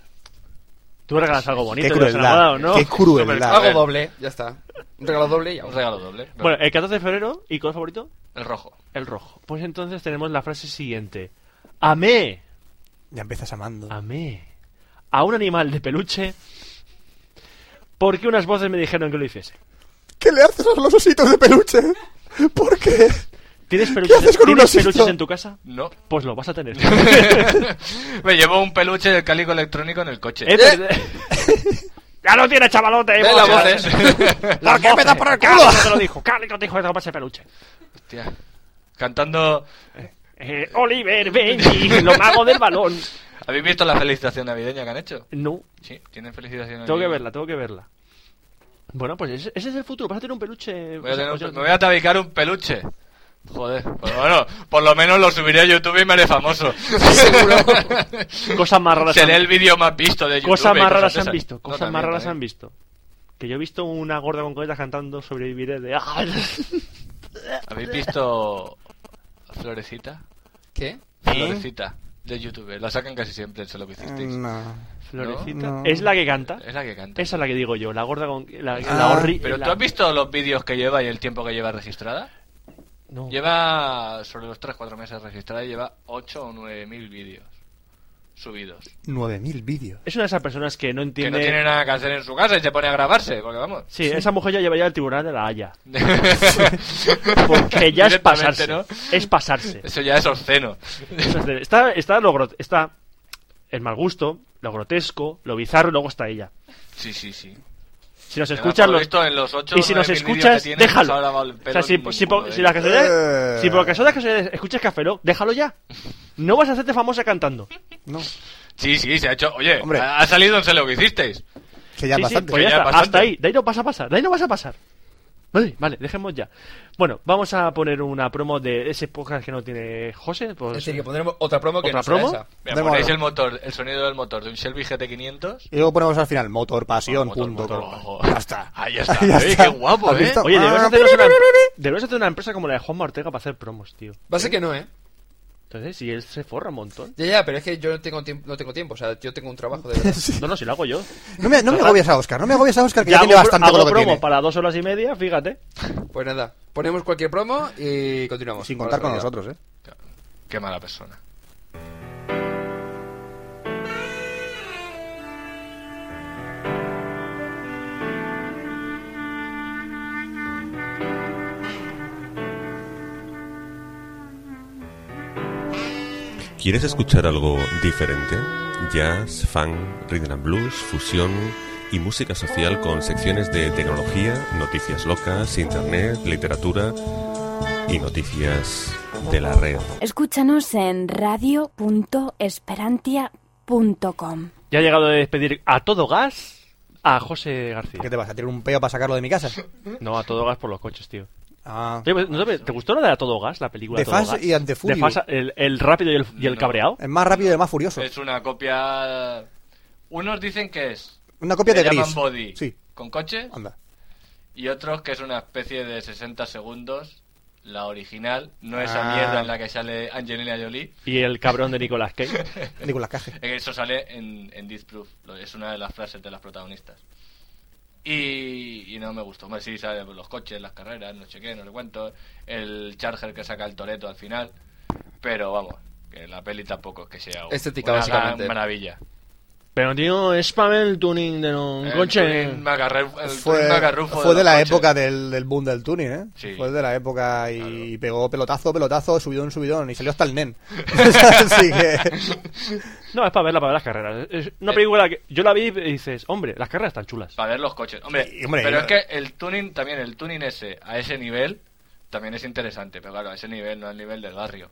[SPEAKER 2] Tú regalas algo bonito, el
[SPEAKER 3] Qué
[SPEAKER 2] día de los
[SPEAKER 3] crueldad.
[SPEAKER 2] enamorados, ¿no?
[SPEAKER 3] Qué
[SPEAKER 5] Súper-
[SPEAKER 3] crueldad.
[SPEAKER 5] A ver.
[SPEAKER 4] Algo doble, ya está. Un regalo doble y
[SPEAKER 5] Un
[SPEAKER 4] ahora.
[SPEAKER 5] regalo doble.
[SPEAKER 2] Bueno, el 14 de febrero, ¿y color favorito?
[SPEAKER 5] el rojo.
[SPEAKER 2] El rojo. Pues entonces tenemos la frase siguiente. Amé,
[SPEAKER 3] Ya empiezas amando.
[SPEAKER 2] amé a un animal de peluche porque unas voces me dijeron que lo hiciese.
[SPEAKER 3] ¿Qué le haces a los ositos de peluche? ¿Por qué?
[SPEAKER 2] ¿Tienes peluches,
[SPEAKER 3] haces con un
[SPEAKER 2] ¿tienes
[SPEAKER 3] osito?
[SPEAKER 2] peluches en tu casa?
[SPEAKER 5] No.
[SPEAKER 2] Pues lo vas a tener.
[SPEAKER 5] me llevo un peluche del cálico electrónico en el coche.
[SPEAKER 2] Eh, pero- este. ¡Ya lo tiene, chavalote!
[SPEAKER 4] Ve las
[SPEAKER 2] chaval.
[SPEAKER 4] voces.
[SPEAKER 2] Las
[SPEAKER 3] ¿eh? ¿Por qué me
[SPEAKER 2] voces.
[SPEAKER 3] das por el
[SPEAKER 2] Cálico
[SPEAKER 3] culo?
[SPEAKER 2] te lo dijo! Cálico te dijo que te compras el peluche!
[SPEAKER 5] Hostia. Cantando.
[SPEAKER 2] Eh, Oliver, Benji, lo mago del balón.
[SPEAKER 5] ¿Habéis visto la felicitación navideña que han hecho?
[SPEAKER 2] No,
[SPEAKER 5] Sí, tienen
[SPEAKER 2] tengo
[SPEAKER 5] felicitación
[SPEAKER 2] que
[SPEAKER 5] navideña.
[SPEAKER 2] verla, tengo que verla. Bueno, pues ese, ese es el futuro. Vas a tener un peluche.
[SPEAKER 5] Voy a
[SPEAKER 2] o sea,
[SPEAKER 5] tener un-
[SPEAKER 2] o sea,
[SPEAKER 5] me voy a tabicar un peluche. Joder, pues bueno, por lo menos lo subiré a YouTube y me haré famoso.
[SPEAKER 2] Cosas más raras.
[SPEAKER 5] Seré
[SPEAKER 2] han-
[SPEAKER 5] el vídeo más visto de YouTube.
[SPEAKER 2] Cosas
[SPEAKER 5] y
[SPEAKER 2] más raras
[SPEAKER 5] de
[SPEAKER 2] han
[SPEAKER 5] esas.
[SPEAKER 2] visto.
[SPEAKER 5] No,
[SPEAKER 2] Cosas
[SPEAKER 5] también,
[SPEAKER 2] más raras
[SPEAKER 5] también.
[SPEAKER 2] han visto. Que yo he visto una gorda con coletas cantando Sobreviviré de.
[SPEAKER 5] ¿Habéis visto Florecita?
[SPEAKER 4] ¿Qué?
[SPEAKER 5] Florecita, de YouTube. La sacan casi siempre, eso es lo que hicisteis.
[SPEAKER 3] Mm, No.
[SPEAKER 2] Florecita.
[SPEAKER 3] No.
[SPEAKER 2] Es la que canta.
[SPEAKER 5] Es la que canta.
[SPEAKER 2] Esa es la que digo yo, la gorda con. La,
[SPEAKER 3] Ah.
[SPEAKER 2] la horri-
[SPEAKER 5] Pero
[SPEAKER 2] la-
[SPEAKER 5] ¿tú has visto los vídeos que lleva y el tiempo que lleva registrada?
[SPEAKER 2] No.
[SPEAKER 5] Lleva sobre los 3-4 meses registrada y lleva 8 o 9 mil vídeos. subidos.
[SPEAKER 3] 9.000 vídeos.
[SPEAKER 2] Es una de esas personas que no
[SPEAKER 5] Que
[SPEAKER 2] entiende.
[SPEAKER 5] no tiene nada que hacer en su casa y se pone a grabarse, porque vamos.
[SPEAKER 2] Sí, esa mujer ya llevaría al tribunal de la Haya. Porque Pues ya es
[SPEAKER 5] Directamente,
[SPEAKER 2] pasarse.
[SPEAKER 5] ¿no?
[SPEAKER 2] Es pasarse.
[SPEAKER 5] Eso ya es obsceno.
[SPEAKER 2] Eso es de- Está, está, lo gro- está el mal gusto, lo grotesco, lo bizarro, y luego está ella.
[SPEAKER 5] Sí, sí, sí.
[SPEAKER 2] Si nos
[SPEAKER 5] Además,
[SPEAKER 2] escuchas,
[SPEAKER 5] por lo
[SPEAKER 2] los-
[SPEAKER 5] visto, en los ocho
[SPEAKER 2] y si
[SPEAKER 5] o
[SPEAKER 2] nos
[SPEAKER 5] nueve mil
[SPEAKER 2] escuchas,
[SPEAKER 5] vídeos que tiene,
[SPEAKER 2] déjalo.
[SPEAKER 5] no se ha grabado el
[SPEAKER 2] o
[SPEAKER 5] pelo
[SPEAKER 2] sea, si,
[SPEAKER 5] ninguno
[SPEAKER 2] si po-
[SPEAKER 5] de
[SPEAKER 2] si la
[SPEAKER 5] ellos.
[SPEAKER 2] casualidad-
[SPEAKER 3] Eh.
[SPEAKER 2] si por casualidad casualidad escuchas Café Lock, déjalo ya. No vas a hacerte famosa cantando.
[SPEAKER 3] No.
[SPEAKER 5] Sí, sí, se ha hecho. Oye,
[SPEAKER 3] Hombre.
[SPEAKER 5] ha ha salido en sé lo que hicisteis.
[SPEAKER 3] Que
[SPEAKER 2] Sí,
[SPEAKER 3] ya es
[SPEAKER 2] sí,
[SPEAKER 3] bastante.
[SPEAKER 2] pues ya
[SPEAKER 5] Ya
[SPEAKER 2] está,
[SPEAKER 5] bastante.
[SPEAKER 2] hasta ahí. De ahí no vas a pasar, de ahí no vas a pasar. Vale, vale, dejemos ya. Bueno, vamos a poner una promo de ese podcast que no tiene José.
[SPEAKER 4] Es
[SPEAKER 2] Pues,
[SPEAKER 4] decir, que pondremos otra promo que
[SPEAKER 2] ¿Otra
[SPEAKER 4] no será
[SPEAKER 2] promo?
[SPEAKER 4] esa.
[SPEAKER 5] Mira,
[SPEAKER 3] Da
[SPEAKER 5] ponéis
[SPEAKER 3] igual.
[SPEAKER 5] el motor, el sonido del motor de un Shelby GT500.
[SPEAKER 3] Y luego ponemos al final motorpasión.com.
[SPEAKER 5] Motor, motor, ojo.
[SPEAKER 3] Ya está.
[SPEAKER 5] Ahí está.
[SPEAKER 3] Ya
[SPEAKER 5] Oye,
[SPEAKER 3] está.
[SPEAKER 5] qué guapo,
[SPEAKER 3] ¿Has
[SPEAKER 5] ¿eh?
[SPEAKER 3] visto?
[SPEAKER 2] Oye, debemos
[SPEAKER 3] Ah,
[SPEAKER 2] hacer, una,
[SPEAKER 3] piriri.
[SPEAKER 2] debemos hacer una empresa como la de Juan Ortega para hacer promos, tío.
[SPEAKER 4] Va a ser que no, ¿eh?
[SPEAKER 2] Entonces, si él se forra un montón.
[SPEAKER 4] Ya, ya, pero es que yo no tengo, tiemp- no tengo tiempo. O sea, yo tengo un trabajo de verdad.
[SPEAKER 2] No, no, si lo hago yo.
[SPEAKER 3] No me, no me agobias a Oscar, no me agobias a Oscar, que
[SPEAKER 2] Ya
[SPEAKER 3] ya, tiene
[SPEAKER 2] hago, pro-
[SPEAKER 3] bastante con
[SPEAKER 2] hago
[SPEAKER 3] lo que
[SPEAKER 2] promo
[SPEAKER 3] tiene.
[SPEAKER 2] para dos horas y media, fíjate.
[SPEAKER 4] Pues nada, ponemos cualquier promo y continuamos.
[SPEAKER 3] Sin contar con
[SPEAKER 4] la actualidad.
[SPEAKER 3] nosotros, ¿eh?
[SPEAKER 5] Qué mala persona.
[SPEAKER 7] ¿Quieres escuchar algo diferente? Jazz, funk, rhythm and blues, fusión y música social con secciones de tecnología, noticias locas, internet, literatura y noticias de la red.
[SPEAKER 8] Escúchanos en radio.esperantia.com.
[SPEAKER 2] Ya ha llegado a despedir a todo gas a José García.
[SPEAKER 3] ¿Qué te vas a tirar un peo para sacarlo de mi casa?
[SPEAKER 2] No, a todo gas por los coches, tío.
[SPEAKER 3] Ah.
[SPEAKER 2] Oye, pues, ¿no te, te gustó la de a todo gas, la película?
[SPEAKER 3] The
[SPEAKER 2] a todo
[SPEAKER 3] Fast
[SPEAKER 2] gas?
[SPEAKER 3] y and the Furious.
[SPEAKER 2] Fast, el, el rápido y el, y el
[SPEAKER 5] No.
[SPEAKER 2] cabreado.
[SPEAKER 3] Es más rápido y es más furioso.
[SPEAKER 5] Es una copia. Unos dicen que es.
[SPEAKER 3] Una copia
[SPEAKER 5] le
[SPEAKER 3] de
[SPEAKER 5] llaman
[SPEAKER 3] Gris.
[SPEAKER 5] Body
[SPEAKER 3] Sí,
[SPEAKER 5] con coche
[SPEAKER 3] anda.
[SPEAKER 5] y otros que es una especie de 60 segundos. La original, no
[SPEAKER 3] Ah.
[SPEAKER 5] esa mierda en la que sale Angelina Jolie.
[SPEAKER 2] Y el cabrón de Nicolas Cage.
[SPEAKER 3] Digo, las cajas.
[SPEAKER 5] Es que Eso sale en, en Disproof, lo- es una de las frases de las protagonistas. Y, y no me gustó. Hombre, sí, sale los coches, las carreras, no sé qué, no sé cuánto. El Charger que saca el Toreto al final. Pero vamos, que la peli tampoco es que sea una
[SPEAKER 4] Estética,
[SPEAKER 5] gran
[SPEAKER 4] básicamente.
[SPEAKER 5] maravilla.
[SPEAKER 2] Pero, tío, es para el tuning de un
[SPEAKER 5] El
[SPEAKER 2] coche.
[SPEAKER 5] Turing Magarruf- el
[SPEAKER 3] Fue,
[SPEAKER 5] Turing Magarrufo
[SPEAKER 3] fue de
[SPEAKER 5] los
[SPEAKER 3] la
[SPEAKER 5] coches.
[SPEAKER 3] época del, del boom del tuning, ¿eh?
[SPEAKER 5] Sí.
[SPEAKER 3] Fue de la época y pegó pelotazo, pelotazo, subidón, subidón y salió hasta el nen. Así que...
[SPEAKER 2] No, es para verla, para ver las carreras. Es una película que yo la vi y dices, hombre, las carreras están chulas.
[SPEAKER 5] Para ver los coches. Hombre,
[SPEAKER 3] Y, hombre,
[SPEAKER 5] pero
[SPEAKER 3] y-
[SPEAKER 5] es que el tuning también, el tuning ese, a ese nivel, también es interesante. Pero claro, a ese nivel, no al nivel del barrio.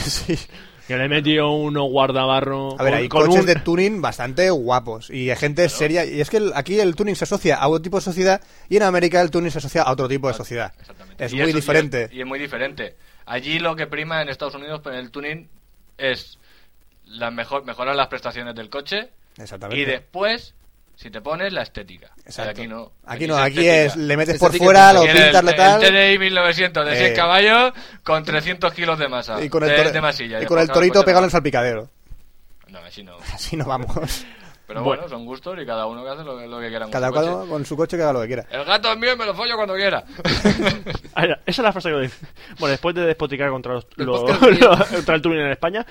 [SPEAKER 3] sí.
[SPEAKER 2] Que le he metido uno guardabarro.
[SPEAKER 3] A ver,
[SPEAKER 2] con-
[SPEAKER 3] hay
[SPEAKER 2] con
[SPEAKER 3] coches
[SPEAKER 2] un-
[SPEAKER 3] de tuning bastante guapos y hay gente seria. Y es que el- aquí el tuning se asocia a otro tipo de sociedad y en América el tuning se asocia a otro tipo de sociedad.
[SPEAKER 5] Ah, Exactamente.
[SPEAKER 3] Es
[SPEAKER 5] Y
[SPEAKER 3] muy
[SPEAKER 5] eso- y
[SPEAKER 3] diferente.
[SPEAKER 5] es- Y es, muy diferente. Allí lo que prima en Estados Unidos en el tuning es la mejor, mejorar las prestaciones del coche
[SPEAKER 3] Exactamente.
[SPEAKER 5] y después, si te pones, la estética. O sea,
[SPEAKER 3] Exacto.
[SPEAKER 5] aquí no.
[SPEAKER 3] Aquí no,
[SPEAKER 5] se
[SPEAKER 3] aquí
[SPEAKER 5] estética.
[SPEAKER 3] es, le metes
[SPEAKER 4] Es
[SPEAKER 3] por
[SPEAKER 4] decir, que
[SPEAKER 3] fuera, lo
[SPEAKER 5] Aquí era
[SPEAKER 3] pintas
[SPEAKER 5] el,
[SPEAKER 3] letal.
[SPEAKER 5] el TDI 1900 de 6
[SPEAKER 3] Eh.
[SPEAKER 5] caballos con 300 kilos de masa.
[SPEAKER 3] Y con el,
[SPEAKER 5] de-
[SPEAKER 3] tore-
[SPEAKER 5] de masilla,
[SPEAKER 3] y
[SPEAKER 5] de
[SPEAKER 3] con el
[SPEAKER 5] forjar
[SPEAKER 3] torito
[SPEAKER 5] coche
[SPEAKER 3] pegado en el
[SPEAKER 5] más.
[SPEAKER 3] salpicadero.
[SPEAKER 5] No, así no.
[SPEAKER 3] Así no vamos.
[SPEAKER 5] Pero bueno,
[SPEAKER 2] Bueno.
[SPEAKER 5] son gustos y cada uno que hace lo, que- lo que quiera. con
[SPEAKER 3] Cada
[SPEAKER 5] su coche.
[SPEAKER 3] uno con su coche que haga lo que quiera.
[SPEAKER 5] El gato es mío y me lo follo cuando quiera.
[SPEAKER 2] Ah, era- Esa es la frase que dice. Bueno, después de despoticar contra, los,
[SPEAKER 4] El
[SPEAKER 2] lo-
[SPEAKER 4] podcast del día.
[SPEAKER 2] lo- contra el túnel en España.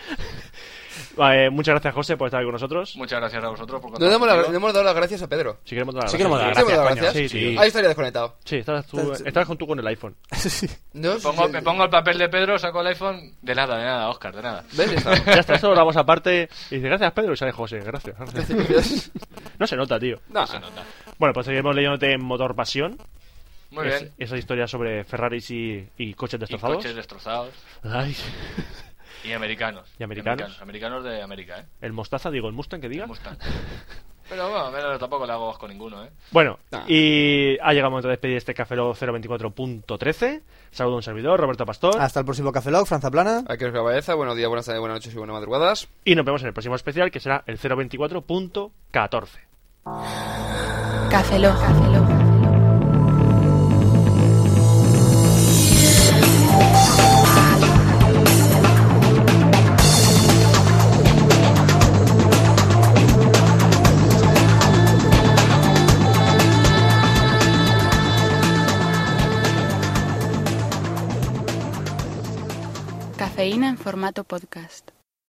[SPEAKER 2] Vale, muchas gracias, José, por estar con nosotros.
[SPEAKER 5] Muchas gracias a vosotros por
[SPEAKER 4] No
[SPEAKER 5] contar
[SPEAKER 4] damos la-
[SPEAKER 5] conmigo.
[SPEAKER 4] le hemos dado las gracias a Pedro.
[SPEAKER 2] Si queremos dar las
[SPEAKER 3] Sí, queremos dar
[SPEAKER 2] gracias.
[SPEAKER 3] las
[SPEAKER 4] ¿Sí, hemos dado
[SPEAKER 3] coño,
[SPEAKER 2] Sí,
[SPEAKER 3] sí.
[SPEAKER 2] sí.
[SPEAKER 4] Ahí estaría desconectado.
[SPEAKER 2] Sí, estarás, tú,
[SPEAKER 3] Estás-
[SPEAKER 2] estarás con tú con el iPhone.
[SPEAKER 3] Sí.
[SPEAKER 4] No, sí,
[SPEAKER 5] Pongo-
[SPEAKER 4] sí,
[SPEAKER 5] me pongo el papel de Pedro, saco el iPhone. De nada, de nada, Oscar, de nada.
[SPEAKER 4] ¿Ves? Ya está.
[SPEAKER 2] Ya está, eso lo damos aparte. Y dice, gracias, Pedro, y sale José. Gracias. gracias. No se nota, tío.
[SPEAKER 4] No,
[SPEAKER 2] Bueno, pues seguiremos leyéndote en Motor Pasión.
[SPEAKER 5] Muy
[SPEAKER 2] es-
[SPEAKER 5] bien.
[SPEAKER 2] Esa historia sobre Ferraris y, y coches
[SPEAKER 5] Y
[SPEAKER 2] destrozados.
[SPEAKER 5] coches destrozados.
[SPEAKER 2] Ay,
[SPEAKER 5] Y americanos.
[SPEAKER 2] Y americanos.
[SPEAKER 5] Americanos, americanos de América, ¿eh?
[SPEAKER 2] el Mostaza, digo, el Mustang que diga.
[SPEAKER 5] Mustang. Pero bueno, menos tampoco le hago con ninguno, ¿eh?
[SPEAKER 2] Bueno,
[SPEAKER 4] Ah.
[SPEAKER 2] y ha llegado el momento de despedir este Café Lock 024.13. Saludo a un servidor, Roberto Pastor.
[SPEAKER 3] Hasta el próximo Café Log, Franza Plana.
[SPEAKER 4] Aquí os cabeza. Buenos días, buenas tardes, buenas noches y buenas madrugadas.
[SPEAKER 2] Y nos vemos en el próximo especial, que será el 024.14.
[SPEAKER 9] Café Lock. Cafeína en formato podcast.